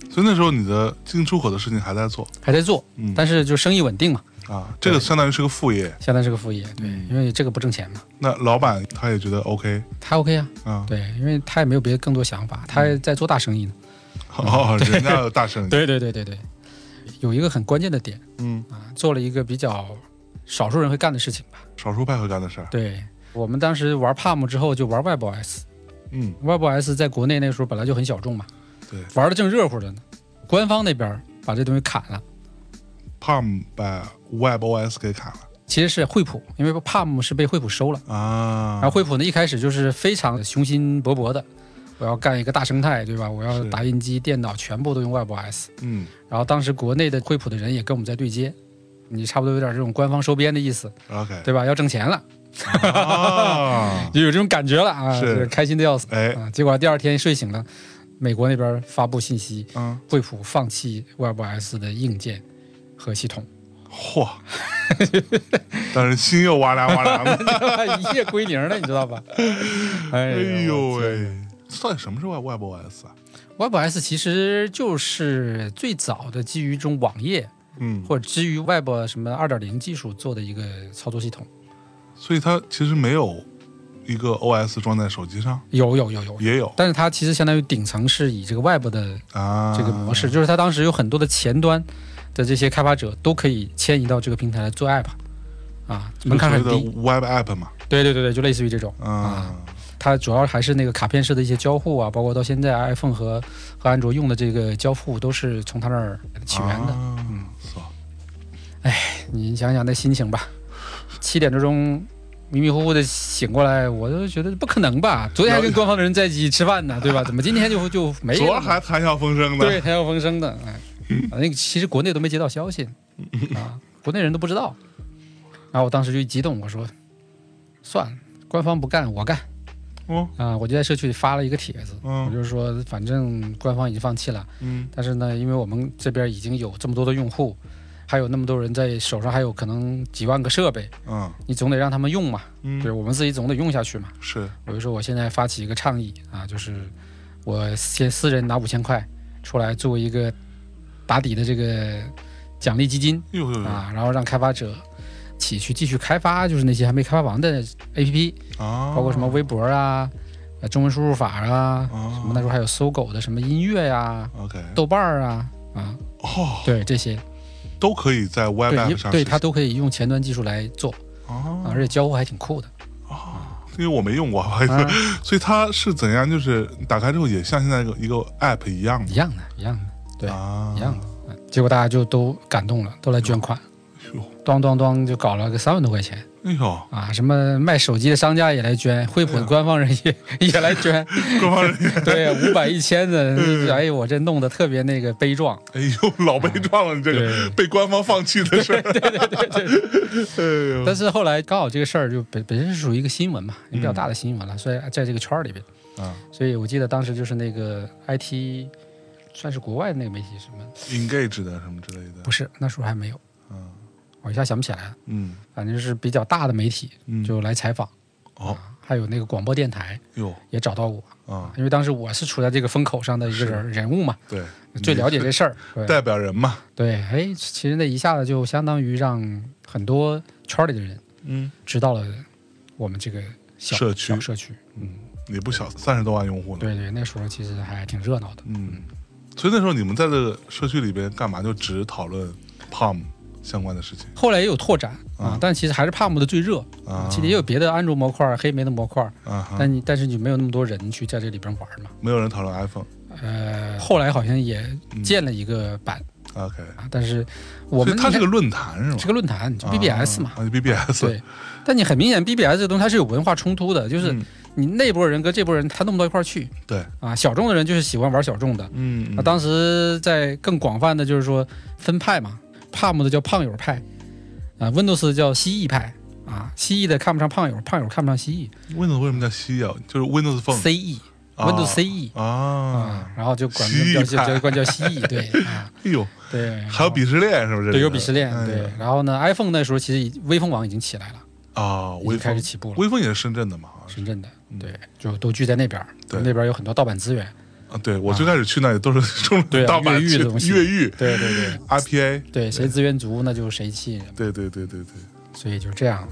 所以那时候你的进出口的事情还在做，还在做，嗯但是就生意稳定嘛，啊，这个相当于是个副业。相当是个副业，对，嗯因为这个不挣钱嘛，那老板他也觉得 OK 还 OK 啊。啊，对，因为他也没有别的更多想法，他嗯还在做大生意呢。哦，人家有大生意，对对对对对，有一个很关键的点嗯，啊，做了一个比较少数人会干的事情吧。少数派会干的事儿，对我们当时玩 Palm 之后就玩 WebOS，WebOS 嗯，在国内那时候本来就很小众嘛，对玩的正热乎着呢，官方那边把这东西砍了， ，Palm 呃把 WebOS 给砍了其实是惠普，因为 Palm 是被惠普收了，啊，然后惠普呢一开始就是非常雄心勃勃的。我要干一个大生态，对吧？我要是打印机、电脑全部都用 WebOS，嗯，然后当时国内的惠普的人也跟我们在对接，你差不多有点这种官方收编的意思， OK，对吧？要挣钱了，啊，就有这种感觉了啊，是就开心的要死哎，啊！结果第二天睡醒了，美国那边发布信息，嗯，惠普放弃 WebOS 的硬件和系 统，嚯，当时心又哇啦哇啦的。一夜归零了，你知道 吧？ 哎哎呦我天喂，这到底什么是 Web Web OS 啊？ ！WebOS 其实就是最早的基于一种网页嗯，或者基于 Web 什么二点零技术做的一个操作系统，所以它其实没有一个 OS 装在手机上，有有有有，也有但是它其实相当于顶层是以这个 Web 的啊，这个模式，就是它当时有很多的前端的这些开发者都可以迁移到这个平台来做 App，啊，门槛很就所谓低。的 Web App 嘛，对对对对，就类似于这种。嗯啊它主要还是那个卡片式的一些交互啊，包括到现在 iPhone 和和安卓用的这个交互都是从它那儿起源的。啊嗯，so，你想想那心情吧，七点多钟。迷迷糊糊的醒过来，我就觉得不可能吧？昨天还跟官方的人在一起吃饭呢，对吧？怎么今天就就没昨了儿呢？还谈笑风生对，的，谈笑风生的，哎，啊那个其实国内都没接到消息啊，国内人都不知道。然后我当时就一激动，我说算了，官方不干我干哦，啊！我就在社区里发了一个帖子，我嗯就是说反正官方已经放弃了，嗯但是呢，因为我们这边已经有这么多的用户，还有那么多人在手上，还有可能几万个设备，嗯你总得让他们用嘛，对嗯，我们自己总得用下去嘛。是，我就说我现在发起一个倡议啊，就是我先私人拿五千块出来作为一个打底的这个奖励基金呦呦呦啊，然后让开发者起去继续开发，就是那些还没开发完的 APP，啊，包括什么微博啊、呃中文输入法啊，啊什么那时候还有搜狗的什么音乐呀、 OK，豆瓣儿啊啊，哦，对这些，都可以在 Web 对 App 因上对实它现都可以用前端技术来做啊，啊而且交互还挺酷的。啊，因为我没用过，不 好意思啊，所以它是怎样？就是打开之后也像现在一个一个 App 一样一的，样的，一样的，对啊，一样的。结果大家就都感动了，都来捐款哟，当当当就搞了个三万多块钱哎呦，啊！什么卖手机的商家也来捐，惠啊普的官方人也、 也来捐，官方人员， 对，五百一千 的，哎呦，我这弄得特别那个悲壮。哎呦，老被撞了，你这个对被官方放弃的事儿，对对对哎呦但是后来刚好这个事儿就本本身是属于一个新闻嘛，也比较大的新闻了，所以在这个圈儿里边，嗯啊所以我记得当时就是那个 IT，算是国外那个媒体什么， ，engage 的什么之类的不，是那时候还没有，嗯我一下想不起来了，嗯反正就是比较大的媒体嗯，就来采访。哦啊，还有那个广播电台哟也找到我，啊，因为当时我是处在这个风口上的一个人人物嘛，对，最了解你这 事儿。是对代表人嘛，对，哎，其实那一下子就相当于让很多圈里的人嗯，知道了我们这个小社区嗯小社区。嗯，也不小，三十多万用户呢，对对，那时候其实还挺热闹的。嗯，所以那时候你们在这个社区里边干嘛？就只讨论 Palm 相关的事情后来也有拓展啊啊，但其实还是 Palm 的最热。啊，其实也有别的安卓模块、黑莓的模块，啊哈，但你但是你没有那么多人去在这里边玩嘛。没有人讨论 iPhone。呃，后来好像也嗯建了一个版 OK，啊，但是我所们以它一开是个论坛是吗？是个论坛，就啊 BBS 嘛。啊就 BBS，对，但你很明显，BBS 这东西它是有文化冲突的，就是嗯你那波人跟这波人他弄不到一块儿去。对啊，小众的人就是喜欢玩小众的。嗯，啊那当时在更广泛的就是说分派嘛，Palm 的叫胖友派，啊，Windows 的叫蜥蜴派，啊，蜥蜴的看不上胖友，胖友看不上蜥 E Windows 为什么叫西啊？就是蜴 Windows Phone ，CE，Windows 啊 CE 啊 E 啊，，然后就管蜥蜴叫叫派叫管叫蜥蜴， 对啊，哎呦，对，还有然鄙视链是不是？后对有鄙视链哎，呀对，然后呢，iPhone 那时候其实已微风网已经起来了，啊，已微经开风始，起步了。微风也是深圳的嘛，好像是深圳的嗯，对，就都聚在那边儿，对那边儿有很多盗版资源，啊，对我最开始去那里都是中 对啊盗版越狱的东西越狱对对对 IPA， 对，谁资源足那就谁气，对对对对对，所以就这样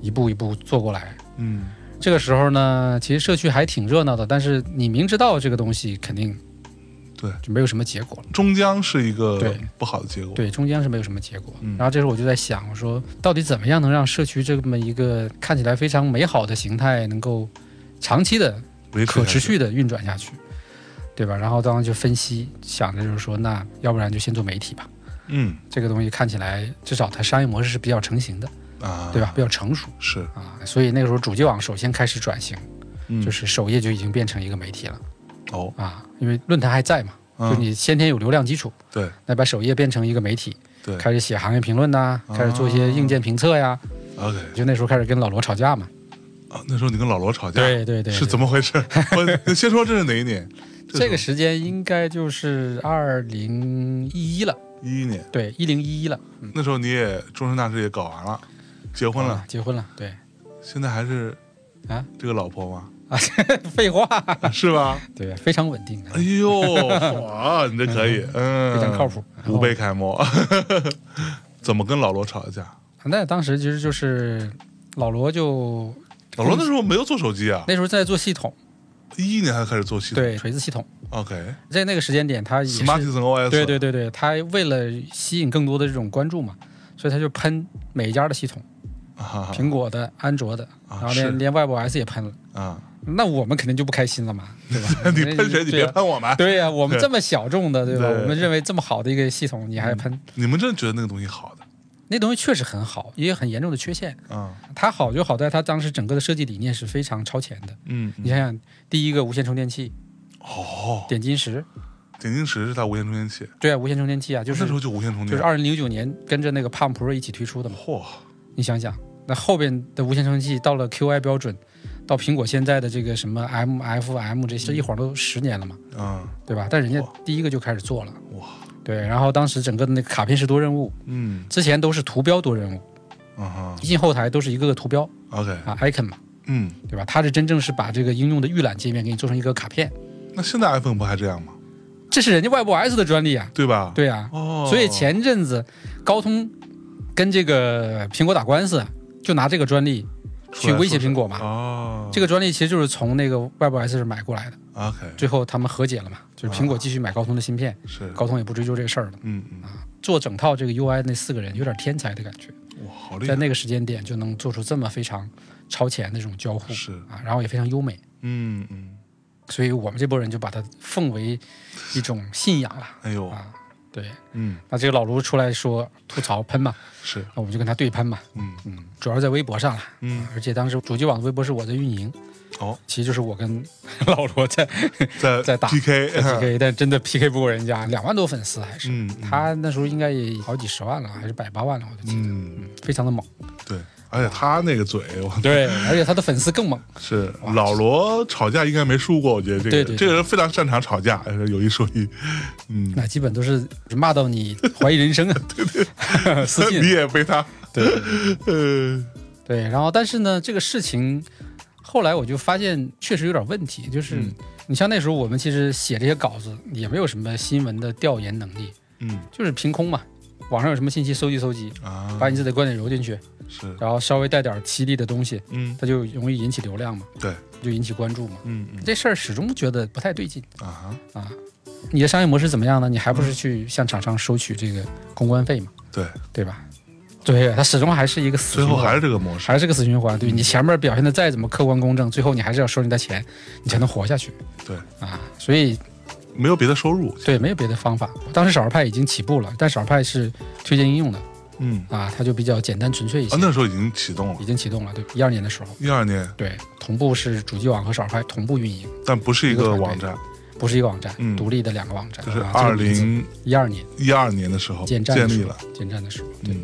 一步一步做过来。嗯这个时候呢，其实社区还挺热闹的，但是你明知道这个东西肯定对就没有什么结果了，终将是一个对不好的结果。对，中间是没有什么结果。嗯然后这时候我就在想，我说到底怎么样能让社区这么一个看起来非常美好的形态能够长期的维可下去持续的运转下去，对吧？然后当时就分析，想着就是说，那要不然就先做媒体吧。嗯这个东西看起来，至少它商业模式是比较成型的，啊，对吧？？比较成熟是，啊，所以那个时候主机网首先开始转型，嗯就是首页就已经变成一个媒体了哦，啊，因为论坛还在嘛，就嗯你先天有流量基础，对那把首页变成一个媒体，对开始写行业评论呐、啊开始做一些硬件评测呀， ，OK 就那时候开始跟老罗吵架嘛，啊，那时候你跟老罗吵架，对对对， 是怎么回事？我先说这是哪一年？ 这个时间应该就是二零一一了，一一年对，一零一一了，嗯，那时候你也终身大事也搞完了，结婚了，啊，结婚了， 对，现在还是啊这个老婆吗？ 废话，是吧？对，非常稳定的哎， 呦，哇，你这可以，嗯，非常靠，谱。然后吾辈楷模。 怎么跟老罗吵一架？那当时其实就是老罗就老罗那时候没有做手机啊，那时候在做系统，一一年才开始做系统。对，锤子系统， ，OK，Smartisan 在那个时间点他也是， OS，对对对对，他为了吸引更多的这种关注嘛，所以他就喷每一家的系统，啊，苹果的、安卓的，然啊后是连连 WebOS 也喷了。啊，？那我们肯定就不开心了嘛，对吧 你喷谁？嗯对你别呀喷我们。对呀、啊我们对这么小众的，对吧？对嗯我们认为这么好的一个系统，你还喷？你们真的觉得那个东西好的那东西确实很好，也有很严重的缺陷。啊？它好就好在它当时整个的设计理念是非常超前的。嗯，你想想，第一个无线充电器，哦，点金石，点金石是它无线充电器，对啊，无线充电器啊，就是那时候就无线充电，就是二零零九年跟着那个 Palm Pro 一起推出的嘛。嚯，你想想，那后边的无线充电器到了 QI 标准，到苹果现在的这个什么 MFM 这些，一晃都十年了嘛，啊，对吧？但人家哇第一个就开始做了，哇，对。然后当时整个的那个卡片式多任务，嗯，之前都是图标多任务，啊哈一进后台都是一个个图标，OK，啊 icon 嘛，嗯，对吧？它是真正是把这个应用的预览界面给你做成一个卡片，那现在 iPhone 不还这样吗？这是人家 WebOS 的专利啊，对吧？，对啊。哦，所以前阵子高通跟这个苹果打官司，就拿这个专利出去来威胁说苹果嘛。哦，这个专利其实就是从那个 WebOS 这买过来的， OK 最后他们和解了嘛，就是苹果继续买高通的芯片，是，高通也不追究这个事儿了。嗯嗯，做整套这个 UI 那四个人有点天才的感觉，哇，好厉在害，那个时间点就能做出这么非常超前的这种交互是，啊，然后也非常优美，嗯嗯，所以我们这波人就把它奉为一种信仰了哎呦，啊。对，嗯那这个老卢出来说吐槽喷嘛，是，那我们就跟他对喷嘛，嗯嗯，主要是在微博上了，嗯，而且当时主机网的微博是我在运营，哦，其实就是我 跟老罗在 在在打 PK，在 PK，但真的 PK 不过人家，两万多粉丝还是。 嗯，他那时候应该也好几十万了，还是百八万了，我就记得，嗯，非常的猛。对，而且他那个嘴， 我对，而且他的粉丝更猛。是老罗吵架应该没输过，我觉得这个对对对这个人非常擅长吵架，有一说一，嗯，那基本都是骂到你怀疑人生 啊， 私你信也被他，对呃，对。然后，但是呢，这个事情后来我就发现确实有点问题，就是、嗯你像那时候我们其实写这些稿子也没有什么新闻的调研能力， 嗯就是凭空嘛，网上有什么信息搜集搜集，啊，把你自己的观点揉进去，是，然后稍微带点犀利的东西，嗯它就容易引起流量嘛，对，就引起关注嘛。嗯嗯这事儿始终觉得不太对劲啊哈，啊。你的商业模式怎么样呢？你还不是去向厂商收取这个公关费嘛？对，对吧？对，它始终还是一个死最循环，后还是嗯这个模式，还是个死循环。对你前面表现的再怎么客观公正，最后你还是要收人家钱，你才能活下去。对啊，所以没有别的收入，对，没有别的方法。当时少儿派已经起步了，但少儿派是推荐应用的嗯啊，它就比较简单纯粹一些，啊，那时候已经启动了已，经启动了。对，一二年的时候，一二年，对，同步是主机网和少儿派同步运营，但不是一一个个团队网站，不是一个网站，嗯独立的两个网站。就是啊二零一二年一二年的时候建建站的立时候了，，建站的时候，对，嗯，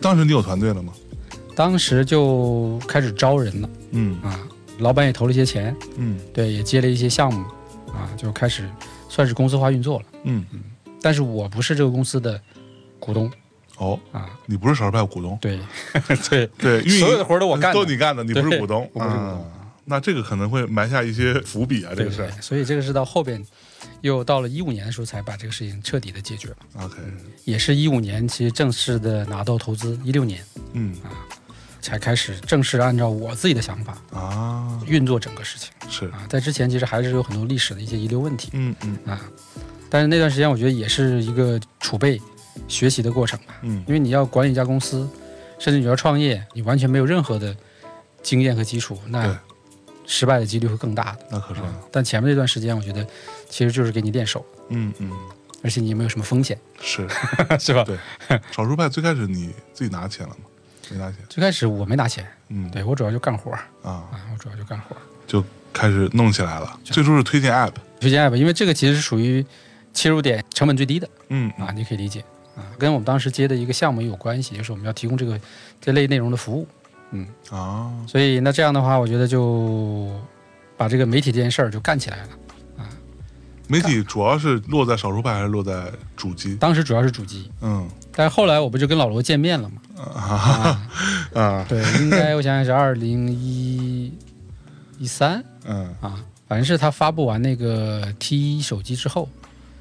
当时你有团队了吗？当时就开始招人了嗯啊，老板也投了一些钱，嗯对，也接了一些项目，啊，就开始算是公司化运作了。嗯，但是我不是这个公司的股东哦，啊，你不是少数派股东， 对， 对，对，运营所有的活儿都我干的，都你干的，你不是对股东，我不是股东啊那这个可能会埋下一些伏笔啊，这对个事儿。对所以这个是到后边，又到了一五年的时候才把这个事情彻底的解决了， OK，也是一五年其实正式的拿到投资，一六年嗯才开始正式按照我自己的想法啊，运作整个事情是，啊，在之前其实还是有很多历史的一些遗留问题嗯嗯啊，但是那段时间我觉得也是一个储备学习的过程吧。嗯因为你要管理一家公司，甚至你要创业，你完全没有任何的经验和基础，对那失败的几率会更大的。那可说呢，啊但前面这段时间，我觉得其实就是给你练手，嗯嗯，而且你也没有什么风险，是 是吧？对。少数派最开始你自己拿钱了吗？没拿钱，最开始我没拿钱，嗯，对我主要就干活儿啊，啊，我主要就干活儿。就开始弄起来了。最初是推荐 app，推荐 app，因为这个其实是属于切入点成本最低的嗯啊，你可以理解啊，跟我们当时接的一个项目也有关系，就是我们要提供这个这类内容的服务。啊，所以那这样的话，我觉得就把这个媒体这件事儿就干起来了啊。媒体主要是落在少数派还是落在主机？当时主要是主机，嗯但是后来我不就跟老罗见面了嘛？啊啊对，应该我想想是 二零一一三嗯啊，反正是他发布完那个 T 一手机之后，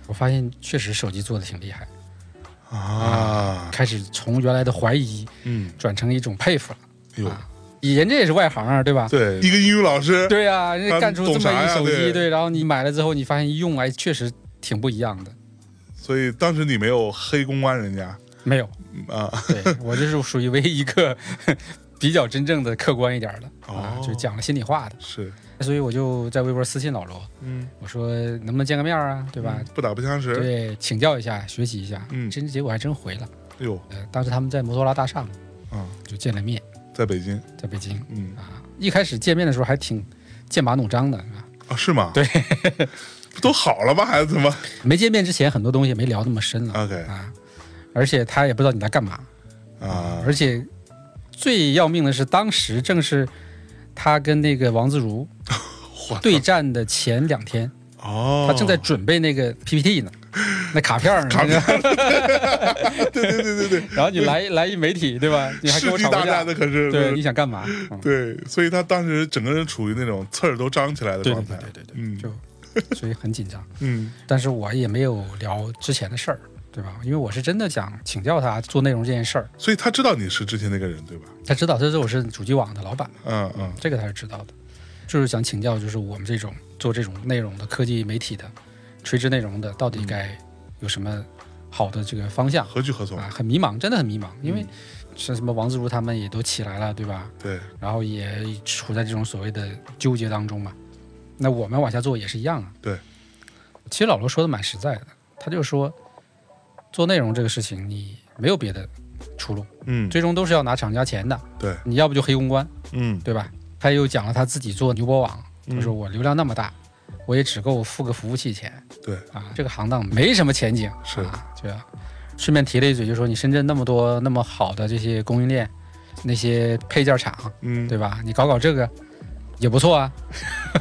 我发现确实手机做的挺厉害，啊开始从原来的怀疑嗯，转成一种佩服了。哎呦，人家也是外行啊，对吧？对，一个英语老 师，对呀、人家干出这懂啥么一呀手对机，对，然后你买了之后，你发现一用，哎，确实挺不一样的。所以当时你没有黑公关人家没有，嗯啊，对我这是属于唯一一个比较真正的客观一点儿的、啊哦，就讲了心里话的。是，所以我就在微博私信老罗，嗯，我说能不能见个面啊，对吧？不打不相识，对，请教一下，学习一下。嗯真结果还真回了。哎呦，呃，当时他们在摩托罗拉大厦嘛，啊，就见了面，在北京，在北京嗯啊。一开始见面的时候还挺剑拔弩张的，啊啊，是吗？对，都好了吧，孩子们没见面之前很多东西也没聊那么深了？OK 啊。而且他也不知道你在干嘛，啊，而且最要命的是，当时正是他跟那个王自如 我操对战的前两天，哦，他正在准备那个 PPT 呢，那卡片儿呢。卡片 对对对对对。然后你来来一媒体，对吧？你还跟世我纪吵大过战架的，可是对，你想干嘛？嗯对，所以他当时整个人处于那种刺儿都张起来的对状对态对，对对对，嗯就所以很紧张。嗯但是我也没有聊之前的事儿，对吧？因为我是真的想请教他做内容这件事儿。所以他知道你是之前那个人，对吧？他知道，他说我是主机网的老板嘛，嗯嗯这个他是知道的。就是想请教，就是我们这种做这种内容的科技媒体的垂直内容的，到嗯底该有什么好的这个方向何去何从？啊？很迷茫，真的很迷茫，因为嗯像什么王自如他们也都起来了，对吧？对，然后也处在这种所谓的纠结当中嘛。那我们往下做也是一样啊。对，其实老罗说的蛮实在的，他就说做内容这个事情，你没有别的出路，嗯最终都是要拿厂家钱的。对，你要不就黑公关，嗯对吧？他又讲了他自己做牛博网，嗯他说我流量那么大，我也只够付个服务器钱。对啊，这个行当没什么前景。是啊，对啊。顺便提了一嘴，就说你深圳那么多那么好的这些供应链，那些配件厂，嗯，对吧？你搞搞这个也不错啊。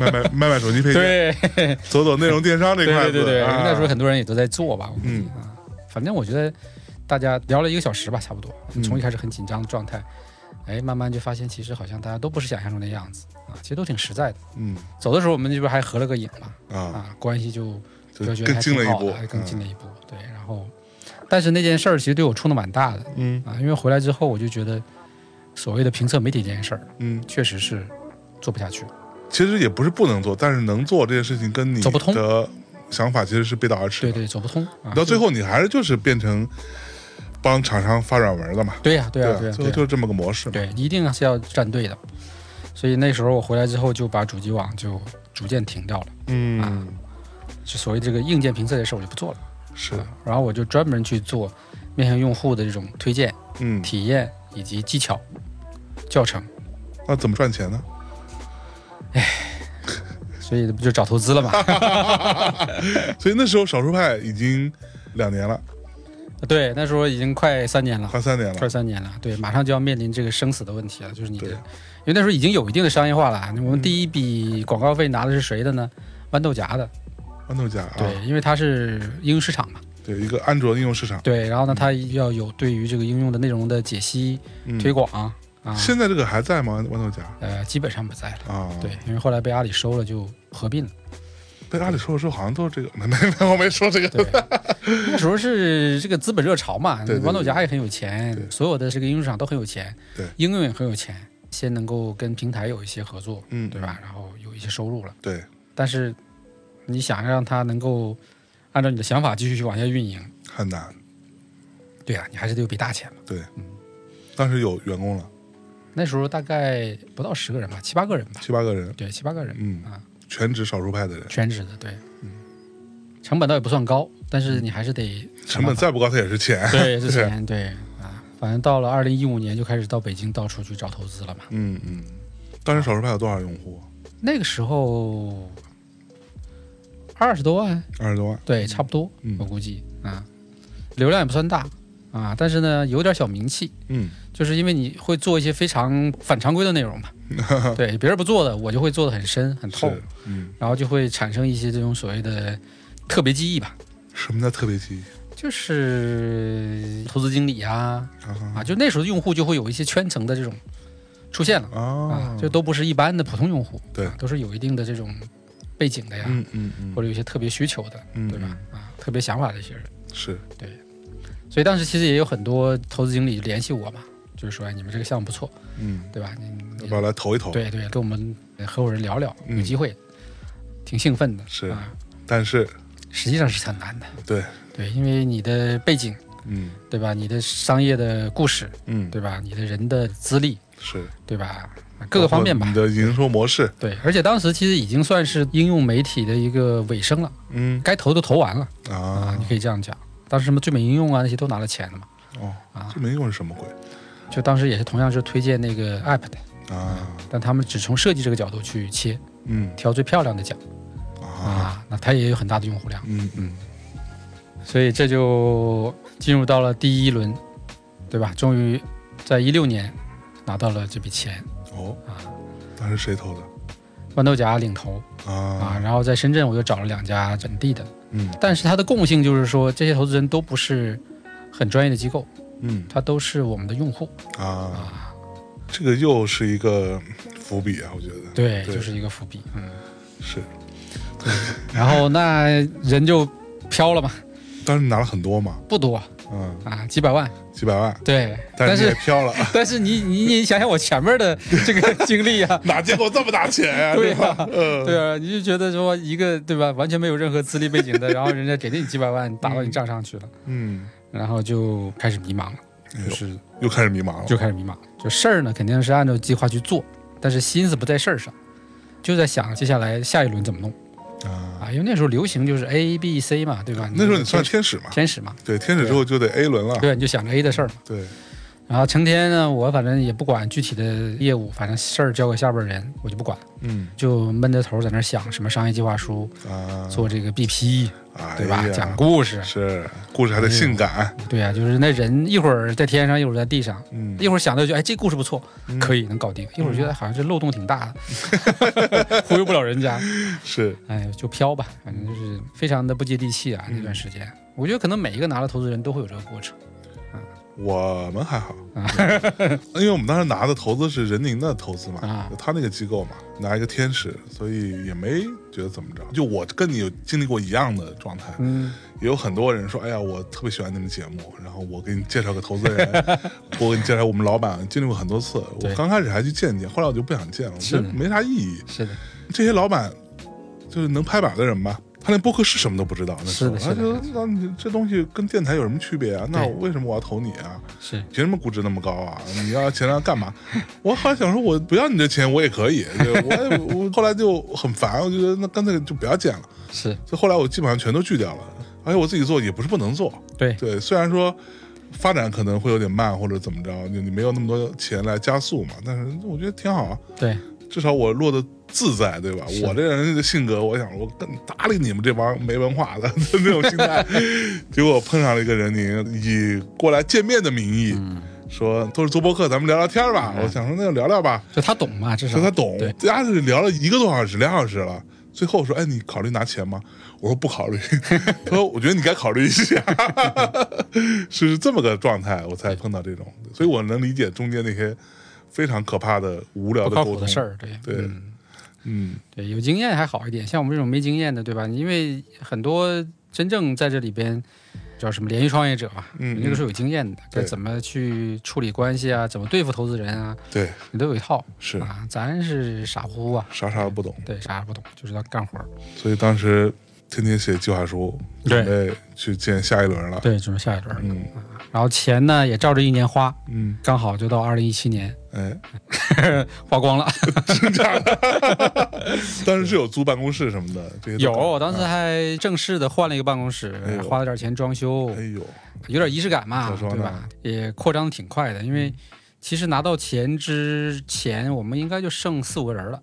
卖卖卖卖手机配件，对走走内容电商这对块对对子，对，因为啊那时候很多人也都在做吧。嗯反正我觉得大家聊了一个小时吧，差不多嗯。从一开始很紧张的状态，哎，慢慢就发现其实好像大家都不是想象中的样子啊，其实都挺实在的。嗯走的时候我们这边还合了个影嘛，啊，啊，关系就就就觉得更还近了挺一好步嗯的，，还更近了一步。对，然后，但是那件事儿其实对我冲的蛮大的嗯啊，因为回来之后我就觉得，所谓的评测媒体这件事儿，嗯嗯，确实是做不下去。其实也不是不能做，但是能做这件事情跟你走不通的想法其实是背道而驰对的。对，走不通。啊到最，后你还是就是变成帮厂商发软文了嘛，对呀，对呀，吧对呀，啊最后对啊就呀是这么个模式嘛。对，一定是要站队的。所以那时候我回来之后，就把主机网就逐渐停掉了，啊嗯，就所谓这个硬件评测这事儿我就不做了。是，然后我就专门去做面向用户的这种推荐、嗯，体验以及技巧、教程，那怎么赚钱呢？所以不就找投资了嘛？ 所以那时候少数派已经两年了，对，那时候已经快三年了，快三年快了，三年了，对，马上就要面临这个生死的问题了，就是你的，对因为那时候已经有一定的商业化了。我们第一笔广告费拿的是谁的呢？豌豆荚的，豌豆荚啊，对，因为它是应用市场嘛，对，一个安卓应用市场对，然后呢，它要有对于这个应用的内容的解析、嗯推广啊，现在这个还在吗？豌豆荚呃，基本上不在了，啊，对，，因为后来被阿里收了，就合并了。被阿里说的时候好像都是 这个，没没没，我没说这个，对，那时候是这个资本热潮嘛，对对对豌豆荚也很有钱对，所有的这个应用市场都很有钱，对应用也很有钱，先能够跟平台有一些合作，嗯，对吧？然后有一些收入了，对，但是你想让它能够按照你的想法继续去往下运营，很难。对啊，你还是得有笔大钱嘛。当时有员工了，那时候大概不到十个人吧，七八个人吧，七八个人，对，七八个人，嗯啊，全职少数派的人，全职的，对，嗯，成本倒也不算高，但是你还是 得成本再不高，它也嗯是钱。对之前对啊，反正到了二零一五年就开始到北京到处去找投资了嘛。 嗯嗯，当时少数派有多少用户？那个时候二十多万，二十多万。对，差不多，嗯我估计啊，流量也不算大啊，但是呢有点小名气，嗯，就是因为你会做一些非常反常规的内容 嘛，对，别人不做的，我就会做的很深很透是，，嗯然后就会产生一些这种所谓的特别记忆吧，什么叫特别记忆？就是投资经理啊啊，啊就那时候用户就会有一些圈层的这种出现了啊啊，，就都不是一般的普通用户，对啊都是有一定的这种背景的呀，嗯嗯嗯，啊或者有一些特别需求的，嗯对吧？啊，特别想法的一些人，是所以当时其实也有很多投资经理联系我嘛，就是说哎你们这个项目不错，嗯，对吧？你要不要来投一投？，对对，跟我们合伙人聊聊，嗯有机会，挺兴奋的。是啊，但是实际上是很难的。对，对，因为你的背景，嗯对吧？你的商业的故事，嗯，对吧？你的人的资历，是对吧？各个方面包吧。括你的营收模式，对，而且当时其实已经算是应用媒体的一个尾声了，嗯该投都投完了啊，啊你，可以这样讲。当时什么最美应用啊那些都拿了钱了嘛，哦啊，这没用是什么鬼就当时也是同样是推荐那个 app 的，啊？但他们只从设计这个角度去切，嗯挑最漂亮的奖啊，啊，那它也有很大的用户量。嗯嗯所以这就进入到了第一轮，对吧？终于在一六年拿到了这笔钱，哦啊，当时谁投的豌豆荚领投啊，啊？然后在深圳我又找了两家本地的，嗯但是它的共性就是说，这些投资人都不是很专业的机构，嗯他都是我们的用户啊，啊，这个又是一个伏笔啊，我觉得对，对就是一个伏笔，嗯，是。然后那人就飘了嘛，当时你拿了很多嘛，不多嗯，啊，几百万，几百万，对，但但是你也是 飘了，但是你你你想想我前面的这个经历 啊，哪见过这么大钱呀？对吧？呀、嗯，对啊，你就觉得说一个对吧，完全没有任何资历背景的，然后人家给了你几百万，打到你账上去了，嗯，然后就开始迷茫了，哎就呦是又开始迷茫了，就开始迷茫，就事儿呢肯定是按照计划去做，但是心思不在事儿上，就在想接下来下一轮怎么弄啊。啊，因为那时候流行就是 A B C 嘛，对吧？那时候你算啊天天使嘛？天使嘛，对，天使之后就得 A 轮了。对，你就想着 A 的事儿嘛，对，然后成天呢，我反正也不管具体的业务，反正事儿交给下边儿人，我就不管，嗯就闷着头在那儿想什么商业计划书，啊，做这个 BP，哎对吧？呀讲故事。是故事还得性感，对呀、就是那人一会儿在天上，一会儿在地上，嗯，一会儿想到就哎这故事不错，嗯可以能搞定；一会儿觉得好像这漏洞挺大的， 忽悠不了人家，是哎，就飘吧，反正就是非常的不接地气啊。嗯那段时间，我觉得可能每一个拿了投资人都会有这个过程。我们还 好，啊因为我们当时拿的投资是任宁的投资嘛啊，就他那个机构嘛，拿一个天使，所以也没觉得怎么着。就我跟你有经历过一样的状态，嗯，也有很多人说，哎呀，我特别喜欢你们节目，然后我给你介绍个投资 人，我给你介绍我们老板，经历过很多次。我对刚开始还去见见，后来我就不想见了，我觉得是的没啥意义。是的，这些老板就是能拍板的人吧，他连播客是什么都不知道。那时候是的他是就的那你这东西跟电台有什么区别啊？那对我为什么我要投你啊？是凭什么估值那么高啊？你要钱要干嘛？ 我后来想说，我不要你这钱，我也可以。对我我后来就很烦，我觉得那干脆就不要见了。是，所以后来我基本上全都拒掉了。而且我自己做也不是不能做，对对，虽然说发展可能会有点慢或者怎么着，就你没有那么多钱来加速嘛，但是我觉得挺好啊，对至少我落得自在，对吧？是我这人的性格，我想我更搭理你们这帮没文化的 那种 心态，结果碰上了一个人，你以过来见面的名义。嗯说都是做播客，咱们聊聊天儿吧。我想说那就聊聊吧，就他懂嘛，至少说他懂嗯对，嗯大家是聊了一个多小时、两小时了。最后说，哎，你考虑拿钱吗？我说不考虑。 他说，我觉得你该考虑一下， 是这么个状态，我才碰到这种，所以我能理解中间那些非常可怕的、无聊不的靠沟谱通的事。儿，对对嗯嗯对，有经验还好一点，像我们这种没经验的，对吧？因为很多真正在这里边叫什么连续创业者吧，嗯人家都是有经验的，该对怎么去处理关系啊，怎么对付投资人啊，对，你都有一套是啊。咱是傻乎乎啊，啥啥都不懂，对，啥也不懂，就知道干活儿。所以当时天天写计划书，对准备去见下一轮了。对，准备下一轮儿，嗯然后钱呢也照着一年花，嗯，刚好就到二零一七年哎， 花光了。当时是有租办公室什么的，这些都有，搞我当时啊还正式的换了一个办公室哎呦，花了点钱装修，哎呦，有点仪式感嘛，咋说呢嗯对吧？也扩张的挺快的，因为其实拿到钱之前，我们应该就剩四五个人了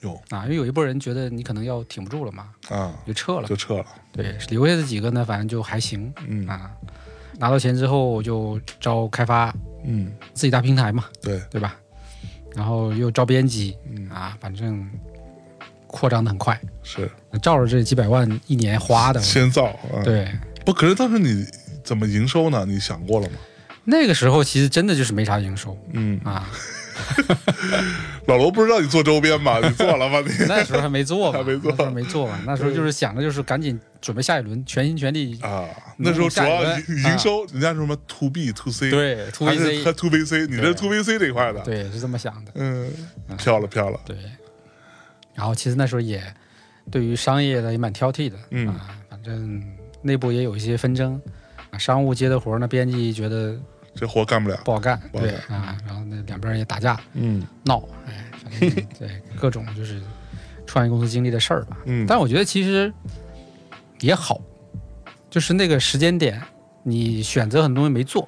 有啊，因为有一波人觉得你可能要挺不住了嘛，啊，就撤了就。撤了。对，留下的几个呢，反正就还行嗯啊。拿到钱之后，我就招开发嗯，自己搭平台嘛，对，对吧？然后又招编辑嗯啊，反正扩张的很快，是照着这几百万一年花的，先造啊。，嗯对，不，可是当时你怎么营收呢？你想过了吗？那个时候其实真的就是没啥营收嗯，啊，老罗不知道你做周边 吧？你做了吧？你那时候还没做吧， 还没做那时候没做吧，那时候就是想着就是赶紧准备下一轮，全心全力，啊，那时候主下一要轮营营收，人家说什么 to B to C，，啊对，to 还是 VC，和 to VC，你这对 to VC 这一块的，，对，是这么想的，嗯，飘了飘了，对。然后其实那时候也对于商业的也蛮挑剔的，嗯啊，反正内部也有一些纷争，啊，商务接的活儿呢，编辑觉得这活干不了，不好干，不好对啊，然后那两边儿也打架嗯闹，哎，反 正对各种就是创业公司经历的事儿吧。嗯，但我觉得其实也好，就是那个时间点，你选择很多东西没做，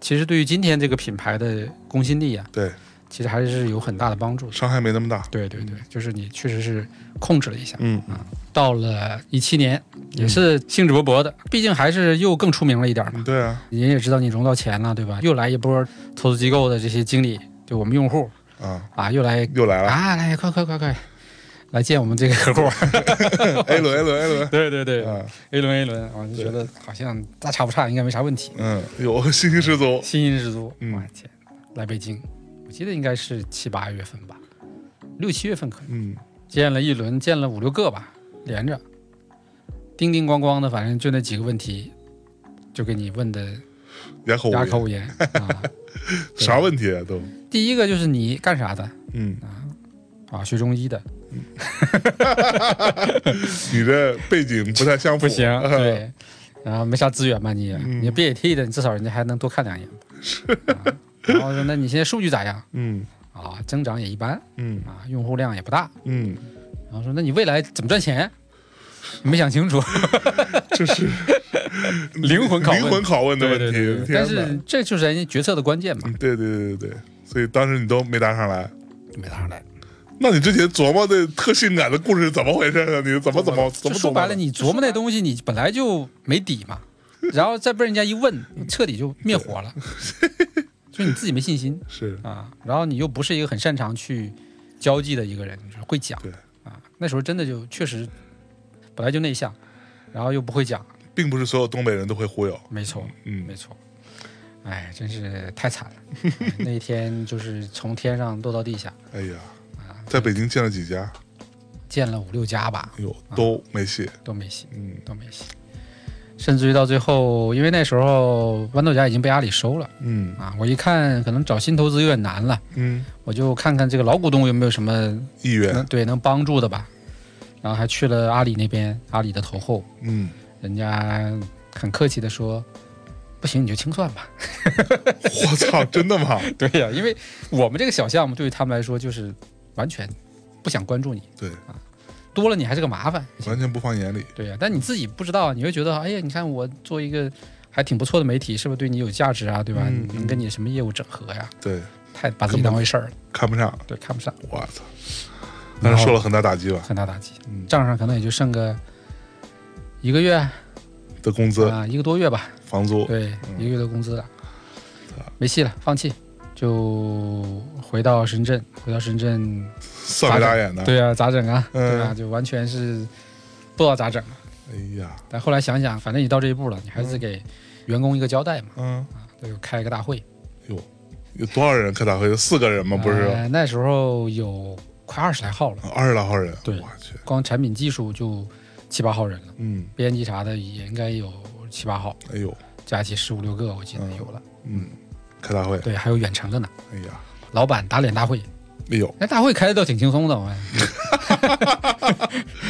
其实对于今天这个品牌的公信力啊，对，其实还是有很大的帮助的。伤害没那么大，对对对，就是你确实是控制了一下。嗯到了一七年，也是兴致勃勃的，毕竟还是又更出名了一点嘛。对啊人也知道你融到钱了，对吧？又来一波投资机构的这些经理，对我们用户啊，啊，又来又 来了啊，来快快快快，来见我们这个客户。 ，A 哎轮 A 轮 A 轮，对对对啊， ，A 轮 A 轮，我就觉得好像大差不差，应该没啥问题，嗯，有信心十足，信心十足。嗯我天，来北京，我记得应该是七八月份吧，六七月份可能嗯，见了一轮，见了五六个吧，连着，叮叮咣咣的，反正就那几个问题，就给你问的哑口无哑口言，无言 啊。对啥问题啊都，第一个就是你干啥的嗯，啊？学中医的，你这背景不太相符，不行，对，然后没啥资源吧你也，嗯你 BAT 的，你至少人家还能多看两眼吧。啊然后说，那你现在数据咋样嗯啊？增长也一般嗯啊，用户量也不大。嗯，然后说，那你未来怎么赚钱？你没想清 楚，这是 灵魂拷问灵魂拷问的问对题，对但天哪是这就是人家决策的关键嘛嗯，对对对对对，所以当时你都没答上来。没答上来。那你之前琢磨的特性感的故事是怎么回事啊？你怎么怎么怎就么啊说白琢磨的了，你琢磨那东西，你本来就没底嘛，然后再被人家一问，彻底就灭 火了，就你自己没信心是啊。然后你又不是一个很擅长去交际的一个人，就是会讲对啊。那时候真的就确实本来就内向，然后又不会讲，并不是所有东北人都会忽悠，没错，嗯没错。哎，真是太惨了！ 哎那一天就是从天上落到地下，哎呀，啊在北京建了几家，见了五六家吧，哎呦都没戏，都没戏。嗯都没戏。甚至于到最后，因为那时候豌豆荚已经被阿里收了嗯啊，我一看可能找新投资有点难了，嗯，我就看看这个老股东有没有什么意愿，能对能帮助的吧。然后还去了阿里那边，阿里的投后，嗯，人家很客气的说：“不行，你就清算吧。我操，真的吗？”对呀、因为我们这个小项目对于他们来说就是完全不想关注你，对，多了你还是个麻烦。完全不放眼里，对呀、但你自己不知道，你会觉得，哎呀，你看我做一个还挺不错的媒体，是不是对你有价值啊？对吧？嗯能跟你什么业务整合呀？对，太把自己当回事儿了，看不上，对，看不上，我操，但是受了很大打击吧？很大打击。嗯账上可能也就剩个一个月啊、的工资、一个多月吧，房租，啊对，嗯啊一个月的工资了，没戏了，放弃，就回到深圳，回到深圳，算没打眼的，对啊，咋整啊？嗯对啊，就完全是不知道咋整。啊哎呀，但后来想想，反正你到这一步了，你还是给员工一个交代嘛，嗯，就开一个大会。有多少人开大会？有四个人哦吗？不是，啊呃那时候有快二十来号了，二十来号人，对我去，光产品技术就七八号人了，嗯，编辑啥的也应该有七八号，哎呦，加起十五六个，我记得嗯有了。嗯，开大会，对，还有远程的呢。哎呀，老板打脸大会，哎呦。那大会开的倒挺轻松的， 我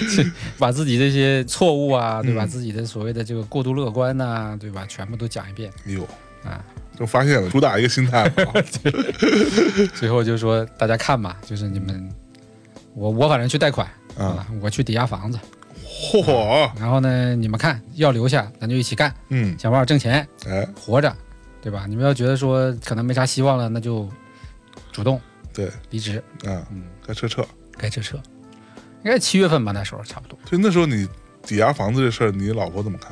是把自己这些错误啊，对吧？嗯自己的所谓的这个过度乐观呐、对吧？全部都讲一遍哎呦，啊。就发现了，主打一个心态嘛， 最后就说大家看吧，就是你们，我我反正去贷款啊，啊，我去抵押房子，嚯，然后呢，你们看要留下，咱就一起干，嗯，想办法挣钱，哎，活着，对吧？你们要觉得说可能没啥希望了，那就主动对，离职，啊，嗯，该撤撤。该撤撤。应该七月份吧，那时候差不多。所以那时候你抵押房子这事儿，你老婆怎么看？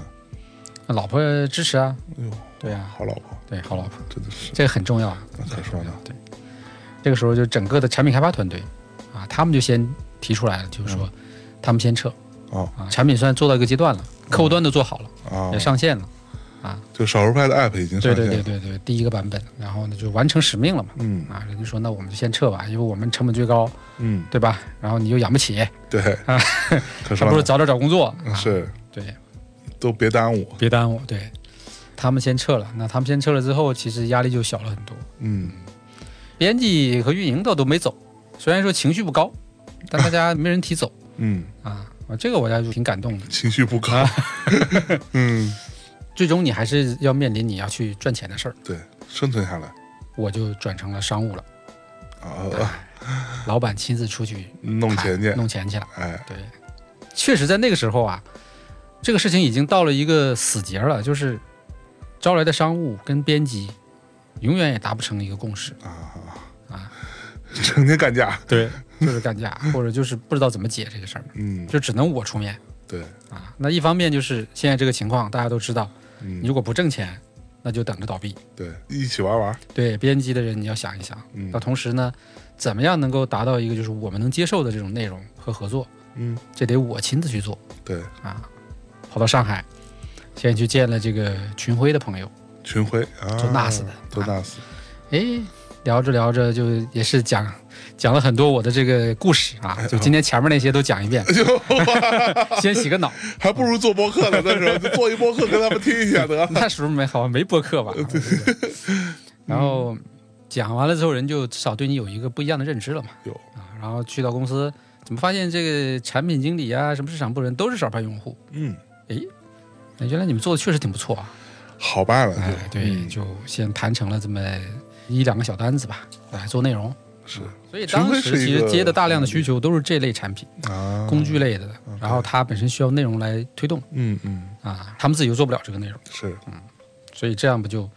老婆支持啊，哎呦，对啊，好老婆，对，好老婆，真的是这个很重要啊。那咋说呢？对，这个时候就整个的产品开发团队啊，他们就先提出来了，就是嗯说他们先撤哦啊，产品算做到一个阶段了，嗯客户端都做好了，啊也，上线了。就少数派的 app 已经上对线对了，对对对，第一个版本，然后呢就完成使命了嘛。嗯啊，人家说那我们就先撤吧，因为我们成本最高，嗯，对吧？然后你又养不起，对啊，可 还说不如呢早点找工作。啊、是对，都别耽误，别耽误。对，他们先撤了，那他们先撤了之后，其实压力就小了很多。嗯，编辑和运营倒都没走，虽然说情绪不高，但大家没人提 走嗯，啊。啊，这个我家就挺感动的。情绪不啊高， 嗯，最终你还是要面临你要去赚钱的事儿，对，生存下来我就转成了商务了，啊，老板亲自出去弄钱去谈，弄钱去了。哎，对，确实在那个时候啊，这个事情已经到了一个死结了，就是招来的商务跟编辑永远也达不成一个共识，成天干架， 对，就是干架，或者就是不知道怎么解这个事儿，嗯，就只能我出面对，啊。那一方面就是现在这个情况，大家都知道，你嗯，如果不挣钱，那就等着倒闭。对，一起玩玩，对编辑的人，你要想一想。嗯那同时呢，怎么样能够达到一个就是我们能接受的这种内容和合作？嗯，这得我亲自去做。对，啊，跑到上海，先去见了这个群晖的朋友，群晖啊，做 NAS 的做 NAS，哎，聊着聊着就也是讲讲了很多我的这个故事啊，就今天前面那些都讲一遍，哎呦，先洗个脑。还不如做播客呢，那时候就做一播客跟他们听一下得，那时候没好像没播客呃吧？然后讲完了之后，人就至少对你有一个不一样的认知了嘛。有啊，然后去到公司，怎么发现这个产品经理啊，什么市场部人都是少派用户？嗯，哎原来你们做的确实挺不错啊。好办了，哎，就对，就先谈成了这么一两个小单子吧，来做内容。是所以群晖当是时一其实个嗯接的大量的需求都是这类产品、啊，工具，类的，然后它本身需要内容来推动嗯嗯，啊，他们自己又做不了这个内容，是所以这样不就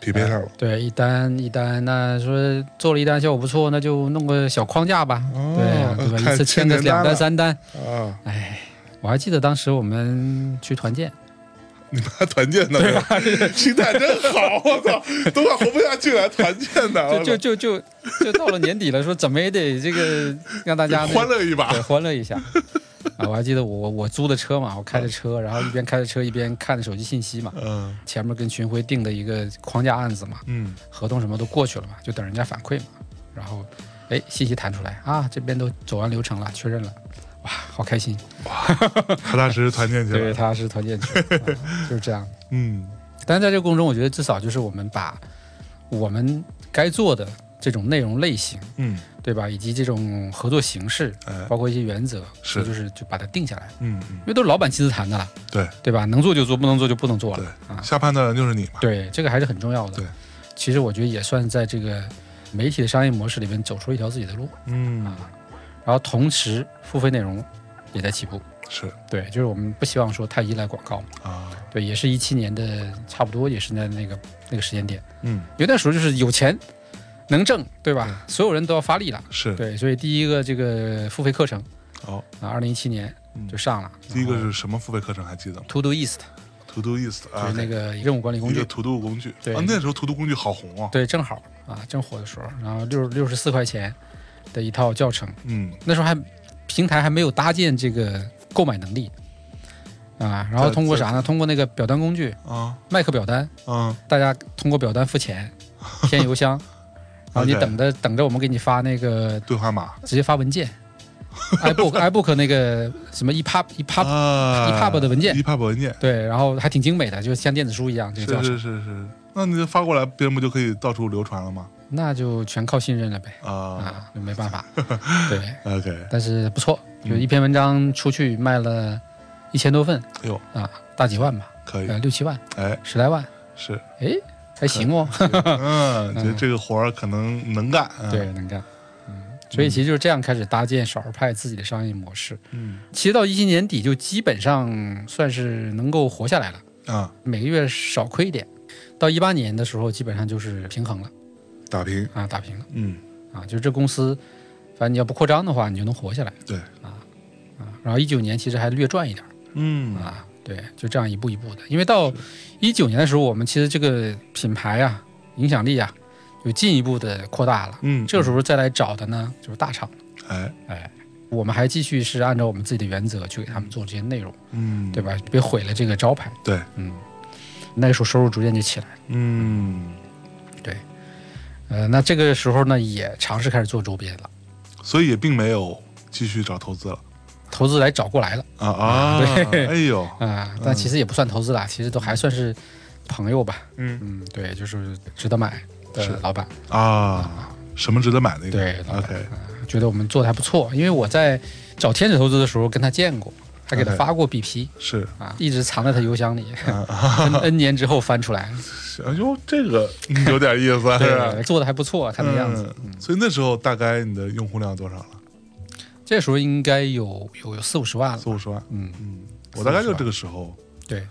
匹配上了，对一单一单，那说做了一单效果不错，那就弄个小框架吧，哦对啊 对吧？太一次签个太简单两了单三单，啊，哎，我还记得当时我们去团建，你妈啊团建呢？心态真好，我操， 都快活不下去了，团建呢，我操就就就就就到了年底了，说怎么也得这个让大家那个 欢乐一把对，，欢乐一下。啊，我还记得我我租的车嘛，我开着车，然后一边开着车一边看着手机信息嘛。嗯前面跟群晖定的一个框架案子嘛，嗯，合同什么都过去了嘛，就等人家反馈嘛。然后，哎，信息弹出来啊，这边都走完流程了，确认了，哇，好开心。踏踏实实团建去对，了，他是团建 群，啊就是这样。嗯但是在这个过程中，我觉得至少就是我们把我们该做的这种内容类型，嗯，对吧，以及这种合作形式，哎，包括一些原则，是就是就把它定下来。嗯嗯，因为都是老板亲自谈的了，对对吧？能做就做，不能做就不能做对了。啊嗯下判断的就是你嘛，对，这个还是很重要的。对，其实我觉得也算在这个媒体的商业模式里面走出一条自己的路，嗯，然后同时付费内容也在起步。是对，就是我们不希望说太依赖广告嘛。啊，对，也是一七年的，差不多也是在那个那个时间点，嗯因为那时候就是有钱能挣，对吧？所有人都要发力了。是，对，所以第一个这个付费课程好，啊，二零一七年嗯就上了。第一个是什么付费课程还记得吗 To Do East， ？To Do East 就啊是，那个任务管理工一具个。To Do 工具，对啊，那时候 To Do 工具好红啊，对，正好啊，正火的时候，然后六六十四块钱的一套教程，嗯，那时候还平台还没有搭建这个购买能力啊，然后在通过在啥呢？通过那个表单工具啊麦克表单，啊，大家通过表单付钱，填邮 箱，然后你 OK 等着等着我们给你发那个对话码直接发文件 ，iBook iBook 那个什么 EPUB EPUB 啊 EPUB 的文件，EPUB 文件，对，然后还挺精美的，就像电子书一样这个教是程，是是是，那你发过来，别人不就可以到处流传了吗？那就全靠信任了呗啊啊，就没 办法，对。 ，OK，但是不错，就嗯一篇文章出去卖了一千多份，哎呦啊，大几万吧，可以呃，，六七万，哎，十来万， 是，哎，还行哦，嗯，这这个活儿可能能干，嗯对，，能干。嗯，所以其实就是这样开始搭建少儿派自己的商业模式。嗯其实到一七年底就基本上算是能够活下来了，啊，每个月少亏一点。到一八年的时候，基本上就是平衡了打平，啊，打平了嗯，啊，就是这公司，反正你要不扩张的话，你就能活下来对，啊。然后一九年其实还略赚一点。嗯啊，对，就这样一步一步的。因为到一九年的时候，我们其实这个品牌啊、影响力啊，有进一步的扩大了。嗯，这个时候再来找的呢，就是大厂。哎，哎，我们还继续是按照我们自己的原则去给他们做这些内容，嗯，对吧？别毁了这个招牌。对，嗯，那个时候收入逐渐就起来了。嗯，呃，那这个时候呢，也尝试开始做周边了，所以也并没有继续找投资了投资来找过来了啊啊！对哎呦，啊、但其实也不算投资啦，其实都还算是朋友吧。嗯嗯，对，就是值得买是的老板，啊，什么值得买的一个？对老板，OK，觉得我们做的还不错，因为我在找天使投资的时候跟他见过，还给他 OK 发过 BP 是啊，一直藏在他邮箱里 啊， ，N 年之后翻出来，哎呦，这个 嗯有点意思，是 吧对，做的还不错，他那样子。嗯，所以那时候大概你的用户量多少了？这时候应该有有有四五十万了四，五十万。嗯，嗯，我大概就这个时候对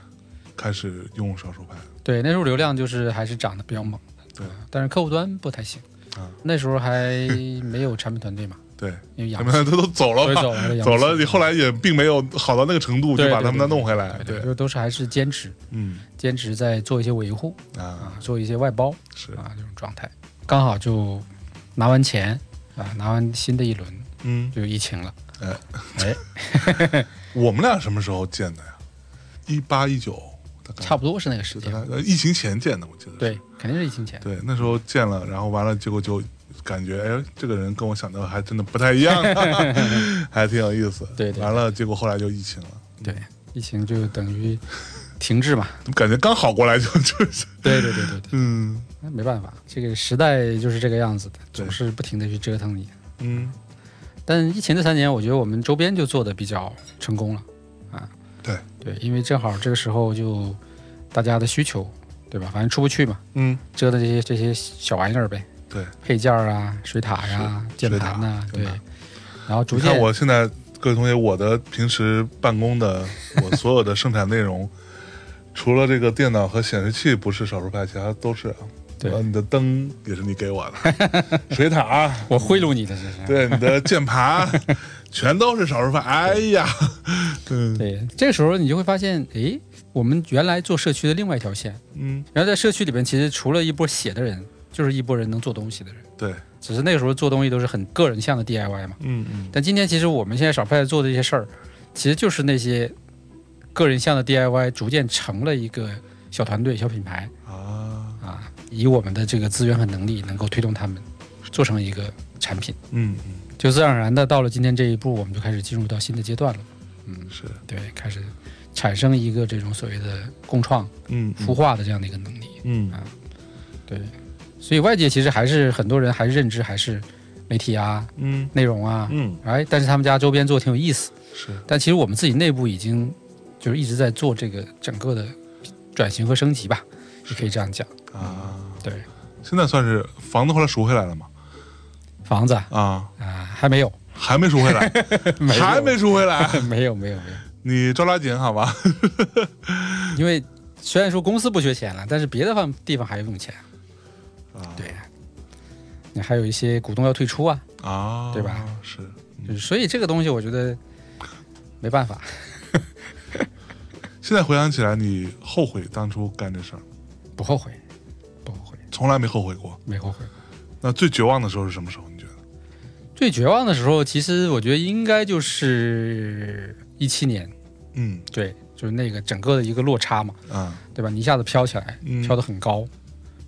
开始用少数派。对，那时候流量就是还是涨得比较猛，嗯对但是客户端不太行啊，那时候还没有产品团 队嘛，对，因为他养不们起，都都走所了以吧，走了，养不哦走起了，你后来也并没有好到那个程对度，就对把他们再对对弄回来。对，就都是还是坚持嗯坚持在做一些维护啊，啊，做一些外包是，啊这种状态，刚好就拿完钱啊，拿完新的一轮嗯，就疫情了，哎哎，我们俩什么时候见的呀？一八一九，大概差不多是那个时大 间，概呃疫情前见的，我记得是。对，肯定是疫情前，对，那时候见了，然后完了，结果就感觉，哎，这个人跟我想的还真的不太 一样，还挺有意思。对对对完了，结果后来就疫情了，对，疫情就等于停滞嘛，怎么感觉刚好过来就 就是，对对对对对。嗯那没办法，这个时代就是这个样子的，对总是不停的去折腾你。嗯，但疫情这三年，我觉得我们周边就做的比较成功了，啊，对对，因为正好这个时候就大家的需求，对吧？反正出不去嘛，嗯，折腾这些这些小玩意儿呗，对，配件儿啊、水塔呀、键水塔盘呐、对键盘。然后逐你渐看我现在各位同学，我的平时办公的我所有的生产内 容，除了这个电脑和显示器不是少数派，其他都是啊。对呃你的灯也是你给我的， 水塔，我贿赂你的这是。对你的键 盘，全都是少数派。哎呀，嗯对，这个时候你就会发现，诶，我们原来做社区的另外一条线，嗯，然后在社区里边，其实除了一波写的人，就是一波人能做东西的人。对，只是那个时候做东西都是很个人向的 DIY 嘛。嗯嗯，但今天其实我们现在少派做的一些事儿，其实就是那些个人向的 DIY 逐渐成了一个小团队、小品牌啊，啊，以我们的这个资源和能力能够推动他们做成一个产品，嗯嗯，就自然而然的到了今天这一步，我们就开始进入到新的阶段了。嗯是，对，开始产生一个这种所谓的共创嗯孵化的这样的一个能力。嗯啊对，所以外界其实还是很多人还认知还是媒体啊、嗯内容啊，嗯，哎，但是他们家周边做得挺有意思。是，但其实我们自己内部已经就是一直在做这个整个的转型和升级吧，也可以这样讲。啊，对，现在算是房子后来赎回来了嘛？房子啊、啊，还没有，还没赎回来， 没有还没赎回来，没有没有没有，你抓抓紧好吧？因为虽然说公司不缺钱了，但是别的方地方还用钱，啊，对你还有一些股东要退出啊，啊，对吧？是，就是所以这个东西我觉得没办法，现在回想起来，你后悔当初干这事儿，不后悔，不后悔，从来没后悔过。没后悔。那最绝望的时候是什么时候？你觉得？最绝望的时候，其实我觉得应该就是一七年，嗯对，就是那个整个的一个落差嘛，啊，对吧？你一下子飘起来，嗯飘得很高，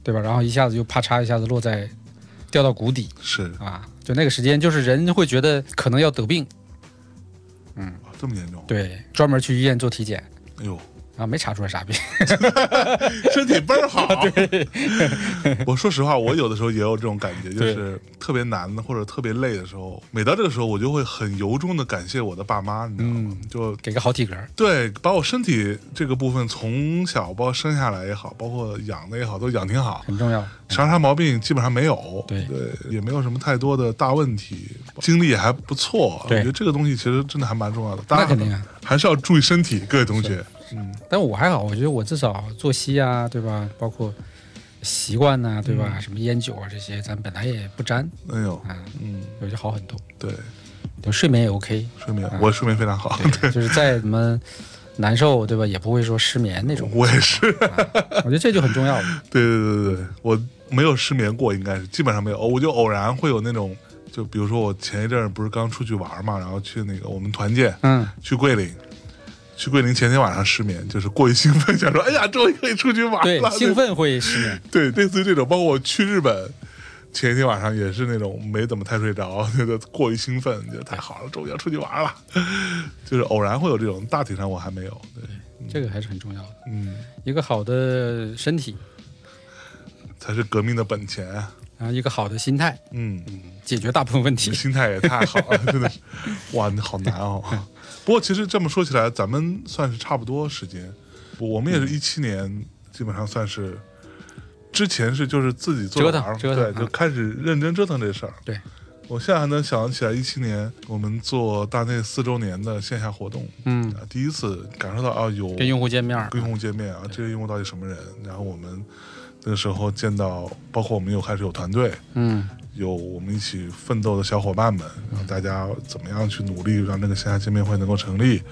对吧？然后一下子就啪嚓一下子落在掉到谷底是啊！就那个时间，就是人会觉得可能要得病，啊，这么严重？对，专门去医院做体检，哎呦，然后没查出来啥病，身体倍 儿好。 我说实话，我有的时候也有这种感觉，就是特别难的或者特别累的时候，每到这个时候，我就会很由衷的感谢我的爸妈，你知道嗯吗？就 给个好体格，对，把我身体这个部分从小包括生下来也好，包括养的也好，都养挺好。很重要。啥啥毛病基本上没有，对也没有什么太多的大问题，精力也还不错。对我觉得这个东西其实真的还蛮重要的，大那家肯定啊，还是要注意身体，各位同学。嗯但我还好，我觉得我至少作息啊，对吧？包括习惯呐、对吧？什么烟酒啊这些，咱本来也不沾哎呦，啊，嗯，我就好很多。对，就睡眠也 OK， 睡眠，我睡眠非常好，嗯对，就是再怎么难受，对吧？也不会说失眠那种。 我也是。 我觉得这就很重要了。对对对对，对，我没有失眠过，应该是基本上没有，我就偶然会有那种。就比如说我前一阵儿不是刚出去玩嘛，然后去那个我们团建嗯，去桂林。去桂林前天晚上失眠，就是过于兴奋，想说哎呀，终于可以出去玩 对了，，兴奋会失眠。对，类似于这种，包括我去日本前一天晚上也是那种没怎么太睡着， 觉得过于兴奋，觉得太好了，终于要出去玩了， 就是偶然会有这种，大体上我还没有。对，这个还是很重要的，嗯，一个好的身体才是革命的本钱。啊然后一个好的心态，嗯，解决大部分问题你。心态也太好 了，真的是，哇，你好难哦。不过其实这么说起来，咱们算是差不多时间，我我们也是一七年，基本上算是。之前是就是自己做折腾玩儿折腾对，就啊开始认真折腾这事儿。对，我现在还能想起来，一七年我们做大内四周年的线下活动，嗯，啊，第一次感受到啊，有跟用户见面儿，跟用户见面啊，这个用户到底什么人？然后我们那个时候见到，包括我们又开始有团队，嗯，有我们一起奋斗的小伙伴们，然后大家怎么样去努力让这个线下见面会能够成立，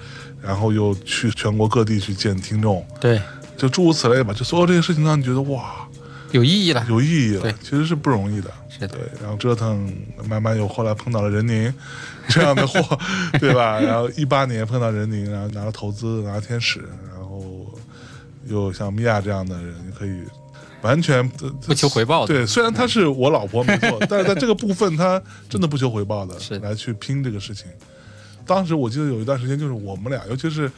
然后又去全国各地去见听众，对，就诸如此类吧。就所有这些事情让你觉得哇，有意义了。有意义了对，其实是不容易的。是的对，然后折腾，慢慢又后来碰到了任宁这样的货，对吧？ 然后一八年碰到任宁，然后拿了投资，拿了天使，然后又像米娅这样的人，可以完全不不求回报的对，虽然她是我老婆没 错，但是在这个部分，她真的不求回报的是的来去拼这个事情。当时我记得有一段时间，就是我们俩，尤其是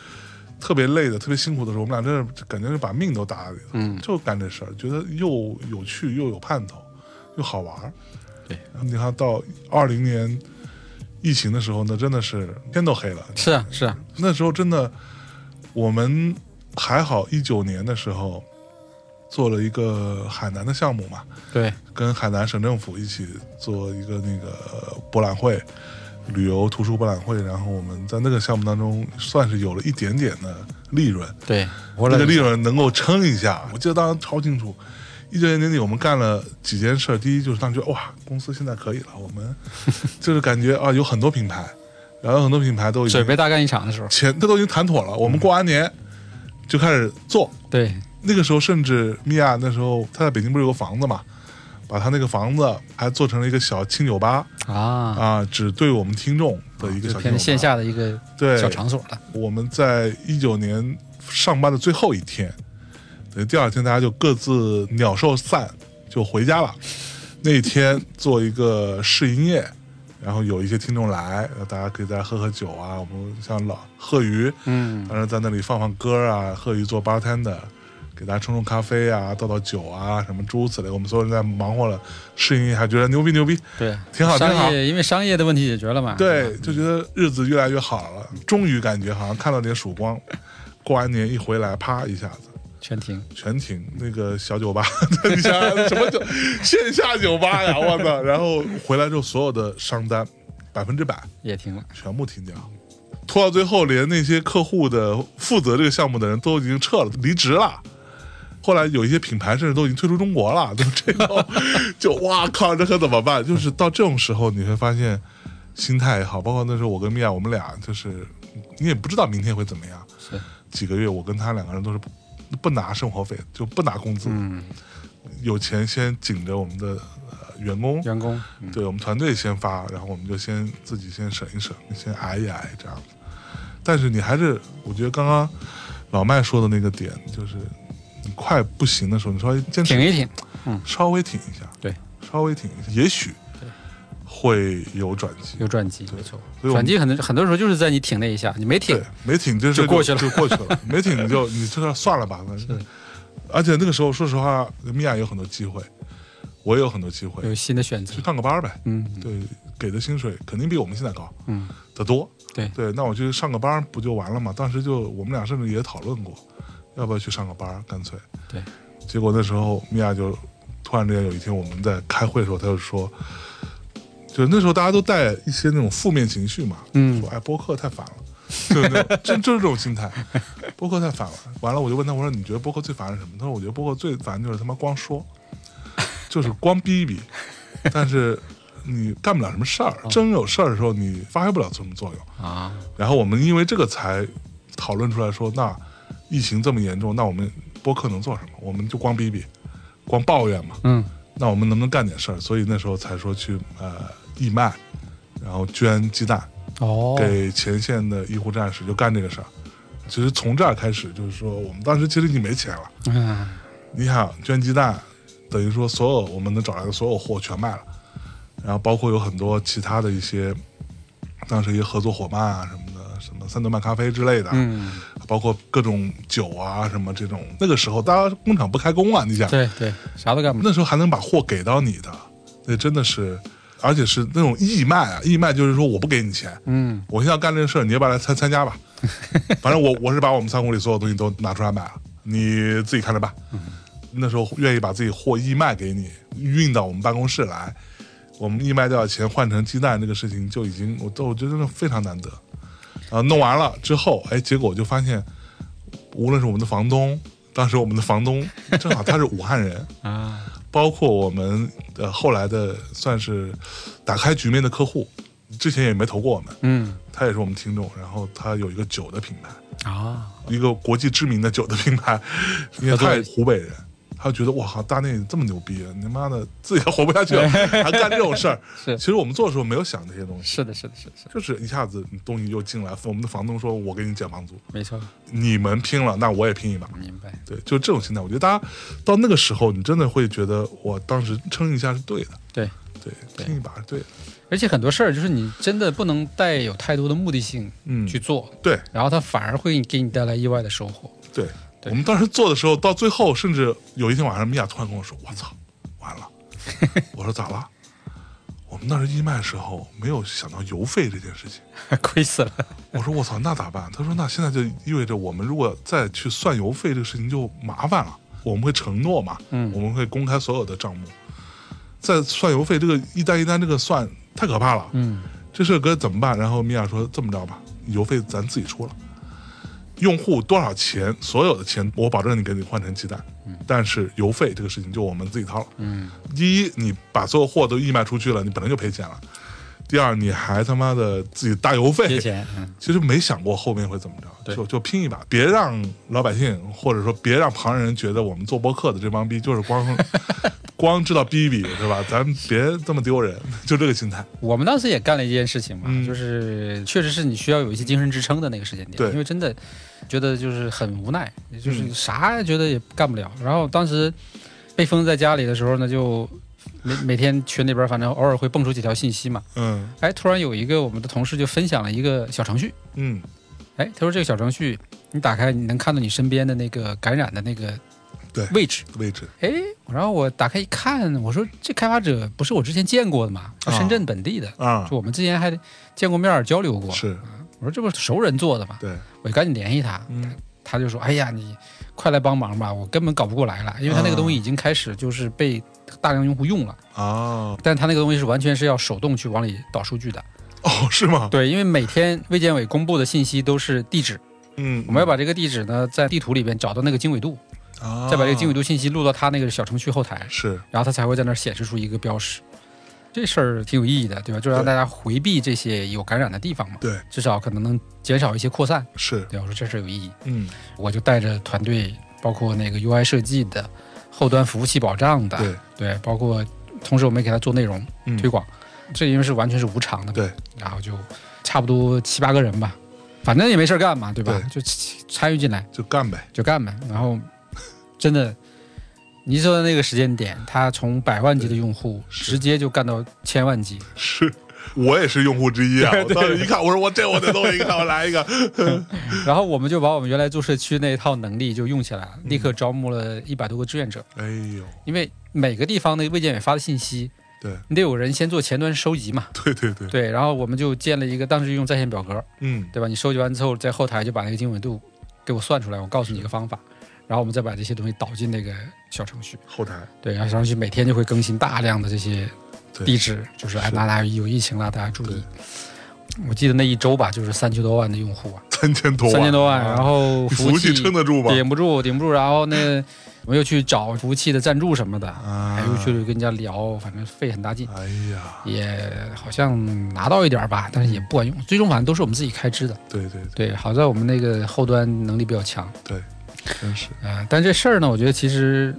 特别累的、特别辛苦的时候，我们俩真是感觉是把命都搭在里头，嗯就干这事儿，觉得又有趣又有盼头，又好玩儿。对，你看到二零年疫情的时候，那真的是天都黑了。是啊，是啊，那时候真的，我们还好，一九年的时候做了一个海南的项目嘛，对，跟海南省政府一起做一个那个博览会，旅游图书博览会，然后我们在那个项目当中算是有了一点点的利润，对，活那了个利润能够撑一下。我记得当时超清楚，一九年年底我们干了几件事儿，第一就是当时觉得哇，公司现在可以了，我们就是感觉啊有很多品牌，然后有很多品牌都已经准备大干一场的时候，前他都已经谈妥了，我们过完年就开始做，对，那个时候，甚至米娅那时候她在北京不是有个房子嘛，把她那个房子还做成了一个小清酒吧啊，啊，只对我们听众的一个就小清酒偏吧。线下的一个对小场所了。我们在一九年上班的最后一天，对，第二天大家就各自鸟兽散，就回家了。那一天做一个试营业，然后有一些听众来，大家可以再喝喝酒啊。我们像老贺鱼，嗯，当时在那里放放歌啊，贺鱼做 bartender，给大家冲冲咖啡啊，倒倒酒啊，什么诸如此类。我们所有人在忙活了，适应一下，觉得牛逼牛逼，对，挺好挺好商。业因为商业的问题解决了嘛。对，就觉得日子越来越好了，终于感觉好像看到点曙光。过完年一回来，啪一下子全停。全停。那个小酒吧， 你想想什么酒？线下酒吧呀，我操！然后回来之后，所有的商单百分之百也停了，全部停掉，拖到最后，连那些客户的负责这个项目的人都已经撤了，离职了。后来有一些品牌甚至都已经退出中国了， 就这种，就哇靠，这可怎么办？就是到这种时候，你会发现心态也好，包括那时候我跟米娅，我们俩就是你也不知道明天会怎么样。是，几个月，我跟他两个人都是不不拿生活费，就不拿工资，嗯，有钱先紧着我们的、呃、员工，员工，嗯对我们团队先发，然后我们就先自己先审一审，先挨一挨这样子。但是你还是，我觉得刚刚老麦说的那个点，就是你快不行的时候，你稍微坚挺持，一挺，稍微挺一下，对，稍微挺一下，也许会有转机。有转机，没错。所以我们转机很多很多时候就是在你挺那一下，你没挺对，，没挺这事就过去了就过去 了，没挺你就你就说算了吧。那而且那个时候，说实话，米娅有很多机会，我也有很多机会有，新的选择去。上个班儿呗。嗯对，给的薪水肯定比我们现在高嗯，得多。对对，那我去上个班儿不就完了吗？当时就我们俩甚至也讨论过，要不要去上个班儿，干脆。对，结果那时候米娅就突然之间有一天我们在开会的时候，她就说，就那时候大家都带一些那种负面情绪嘛，嗯说哎播客太烦了，就是那种就就是这种 心态，播客太烦了。完了我就问她，我说你觉得播客最烦是什么？她说我觉得播客最烦就是他妈光说，就是光逼一逼，但是。你干不了什么事儿，真有事儿的时候，你发挥不了什么作用。啊，然后我们因为这个才讨论出来说，那疫情这么严重，那我们播客能做什么？我们就光逼逼，光抱怨嘛。嗯，那我们能不能干点事儿？所以那时候才说去呃义卖，然后捐鸡蛋哦，给前线的医护战士，就干这个事儿。其实从这儿开始，就是说我们当时其实已经没钱了，啊，你想捐鸡蛋，等于说所有我们能找来的所有货全卖了，然后包括有很多其他的一些，当时一些合作伙伴啊什么的，什么三顿半咖啡之类的，嗯，包括各种酒啊什么这种。那个时候大家工厂不开工啊，你想对对，啥都干不了。那时候还能把货给到你的，那真的是，而且是那种义卖啊，义卖就是说我不给你钱，嗯，我现在要干这个事儿，你要不要来参参加吧？反正我我是把我们仓库里所有东西都拿出来买了，你自己看着办。那时候愿意把自己货义卖给你，运到我们办公室来，我们义卖掉的钱换成鸡蛋，这个事情就已经我都我觉得真的非常难得。啊，弄完了之后，哎，结果就发现，无论是我们的房东，当时我们的房东正好他是武汉人，啊，包括我们呃后来的算是打开局面的客户，之前也没投过我们。嗯他也是我们听众，然后他有一个酒的品牌，啊，一个国际知名的酒的品 牌，因为他也是湖北人，他觉得哇靠，大内这么牛逼，你妈的自己还活不下去了，还干这种事儿。 是其实我们做的时候没有想这些东西，是的，是的，是的，是的，就是一下子东西又进来，我们的房东说我给你减房租，没错，你们拼了，那我也拼一把。明白。对，就这种心态，我觉得大家到那个时候，你真的会觉得我当时撑一下是对的，对，对，对拼一把是对的，而且很多事儿就是你真的不能带有太多的目的性嗯，去做，对然后它反而会给你带来意外的收获。对，对我们当时做的时候，到最后，甚至有一天晚上，米娅突然跟我说：“我操，完了！”我说：“咋了？”我们当时义卖的时候没有想到邮费这件事情。 亏死了。我说：“我操，那咋办？”他说：“那现在就意味着我们如果再去算邮费这个事情就麻烦了。我们会承诺嘛，嗯我们会公开所有的账目。再算邮费这个一单一单这个算太可怕了，嗯，这事儿该怎么办？然后米娅说：“这么着吧，邮费咱自己出了，用户多少钱，所有的钱我保证你给你换成鸡蛋，但是邮费这个事情就我们自己掏了。嗯，第一，你把所有货都义卖出去了，你本来就赔钱了；第二，你还他妈的自己搭邮贴费，钱，嗯，其实没想过后面会怎么着，对就就拼一把，别让老百姓或者说别让旁人觉得我们做播客的这帮逼就是光 光知道逼逼是吧？咱别这么丢人， 就这个心态。我们当时也干了一件事情嘛，嗯就是确实是你需要有一些精神支撑的那个时间点，对因为真的觉得就是很无奈，就是嗯啥觉得也干不了。然后当时被封在家里的时候呢，就每每天群里边反正偶尔会蹦出几条信息嘛，嗯哎，突然有一个我们的同事就分享了一个小程序，嗯哎，他说这个小程序你打开你能看到你身边的那个感染的那个对位置，嗯位置。哎，然后我打开一看，我说这开发者不是我之前见过的嘛，就深圳本地的，啊就，我们之前还见过面儿交流过。是我说这不是熟人做的嘛，对，我就赶紧联系他，嗯他就说：“哎呀，你快来帮忙吧，我根本搞不过来了，因为他那个啊东西已经开始就是被大量用户用了，哦但他那个东西是完全是要手动去往里导数据的。 哦，是吗？对，因为每天卫健委公布的信息都是地址，嗯，我们要把这个地址呢在地图里边找到那个经纬度，啊再把这个经纬度信息录到他那个小程序后台，是然后它才会在那儿显示出一个标识。这事儿挺有意义的，对吧？就让对大家回避这些有感染的地方嘛，对至少可能能减少一些扩散。是，对，我说这事儿有意义，嗯，我就带着团队，包括那个 UI 设计的、后端服务器保障的，对，对包括同时我们也给他做内容嗯推广，这因为是完全是无偿的，对，然后就差不多七八个人吧，反正也没事儿干嘛，对吧？就参与进来就干呗，就干呗，然后真的。你说的那个时间点，他从百万级的用户是直接就干到千万 级，是。我也是用户之一啊！我当时一看，我说我这我得弄一个，我来一个。然后我们就把我们原来做社区那一套能力就用起来了，嗯立刻招募了一百多个志愿者。哎呦，因为每个地方那个卫健委发的信息，对你得有人先做前端收集嘛，对对对，对，然后我们就建了一个，当时用在线表格，嗯，对吧？你收集完之后，在后台就把那个经纬度给我算出来，我告诉你一个方法，然后我们再把这些东西导进那个小程序，后台对，然后小程序每天就会更新大量的这些对地址，就是哎，是哪哪有疫情了，大家注对意。我记得那一周吧，就是三千多万的用户啊，三千多万，三千多万，然啊后你服服务务器器撑得住吗？顶不住，顶不住，然后那我们又去找服务器的赞助什么的，啊还有哎去跟人家聊，反正费很大劲，哎呀，也好像拿到一点儿吧，但是也不管用，最终反正都是我们自己开支的。对对对，好在我们那个后端能力比较强，对，真是，呃，但这事儿呢，我觉得其实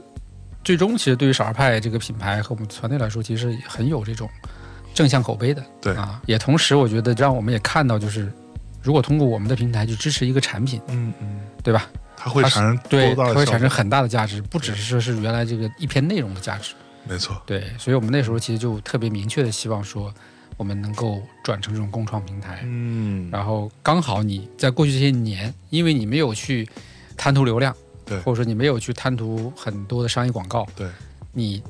最终其实对于少儿派这个品牌和我们团队来说，其实也很有这种正向口碑的。对啊，也同时我觉得让我们也看到，就是如果通过我们的平台去支持一个产品，嗯嗯，对吧？它会它是产生对，多它大的会效产果生很大的价值，不只是说是原来这个一篇内容的价值。没错，对，所以我们那时候其实就特别明确的希望说，我们能够转成这种共创平台。嗯，然后刚好你在过去这些年，因为你没有去贪图流量，对或者说你没有去贪图很多的商业广告，对，你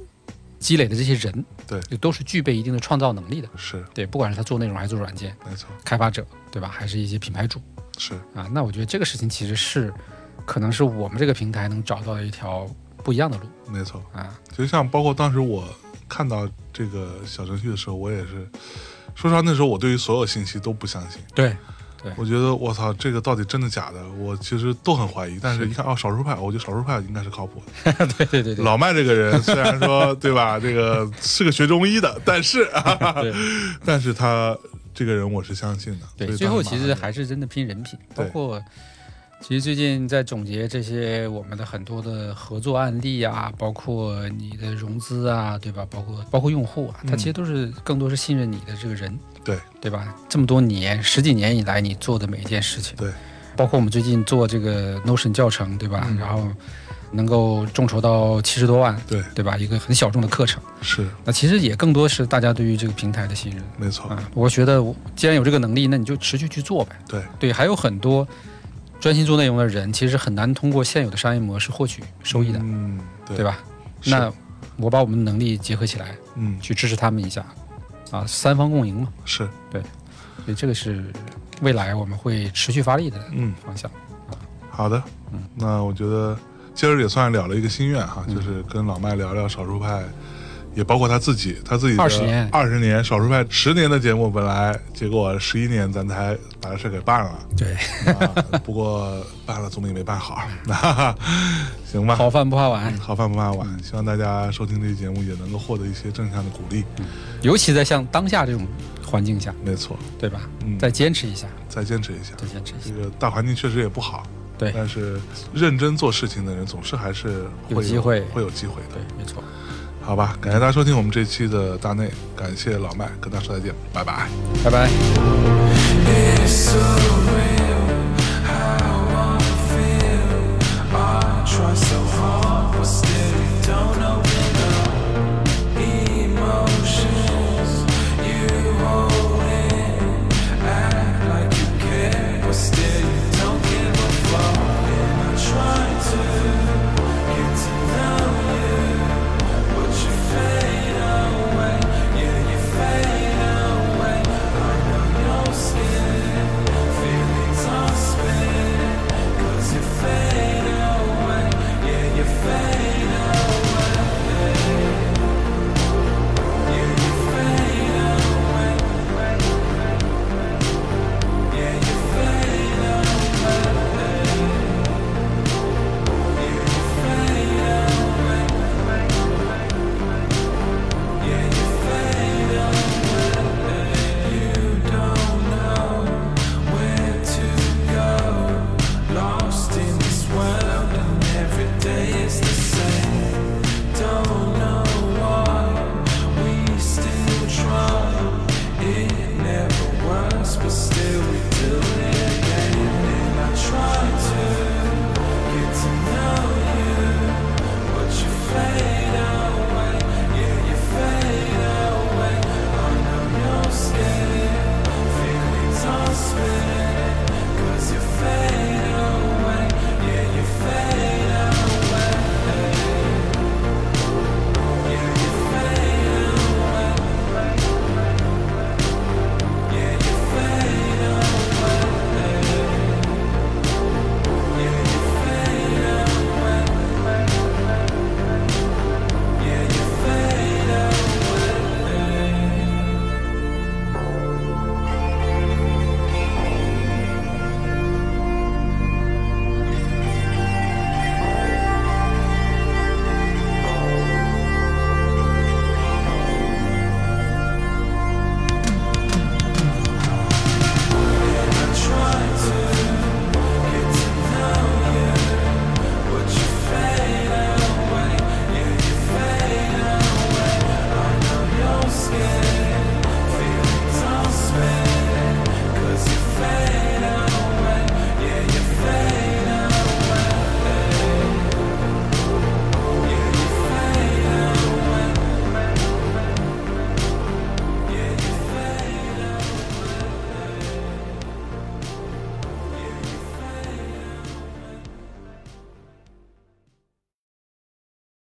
积累的这些人，对就都是具备一定的创造能力的，是对，不管是他做内容还是做软件没错，开发者，对吧？还是一些品牌主是啊，那我觉得这个事情其实是，可能是我们这个平台能找到的一条不一样的路没错。啊，其实像包括当时我看到这个小程序的时候，我也是，说实话，那时候我对于所有信息都不相信，对，我觉得我操，这个到底真的假的？我其实都很怀疑。但是是一看哦，少数派，我觉得少数派应该是靠谱的。 对对对对， 老麦这个人虽然说对吧，这个是个学中医的，但是啊，对但是他这个人我是相信的。所对，以最当后时其马实上还是真的拼人品，包对括其实最近在总结这些我们的很多的合作案例啊，包括你的融资啊，对吧？包括包括用户啊，他其实都是更多是信任你的这个人，嗯对对吧？这么多年十几年以来你做的每一件事情，对，包括我们最近做这个 Notion 教程，对吧？嗯然后能够众筹到七十多万，对对吧？一个很小众的课程，是那其实也更多是大家对于这个平台的信任。没错，啊，我觉得我既然有这个能力，那你就持续去做呗。对对，还有很多专心做内容的人，其实很难通过现有的商业模式获取收益的，嗯，对对？吧？是那我把我们的能力结合起来，嗯去支持他们一下，啊，三方共赢嘛。是所以这个是未来我们会持续发力的嗯。方向。好的，嗯那我觉得今儿也算聊了一个心愿哈，嗯就是跟老麦聊聊少数派，也包括他自己，他自己20年二十年少数派十年的节目，本来结果十一年咱才把这事给办了，对，啊、不过办了总比没办好， 哈哈，行吧。好饭不怕晚，好饭不怕嗯晚，希望大家收听这期节目也能够获得一些正向的鼓励。嗯尤其在像当下这种环境下，没错，对吧？嗯，再坚持一下，再坚持一下，再坚持一这下，个大环境确实也不好，对但是认真做事情的人总是还是会有机会会有机会的对。，没错。好吧，感谢大家收听我们这期的大内，感谢老麦，跟大家说再见，拜拜。拜拜。 Try so hard, but still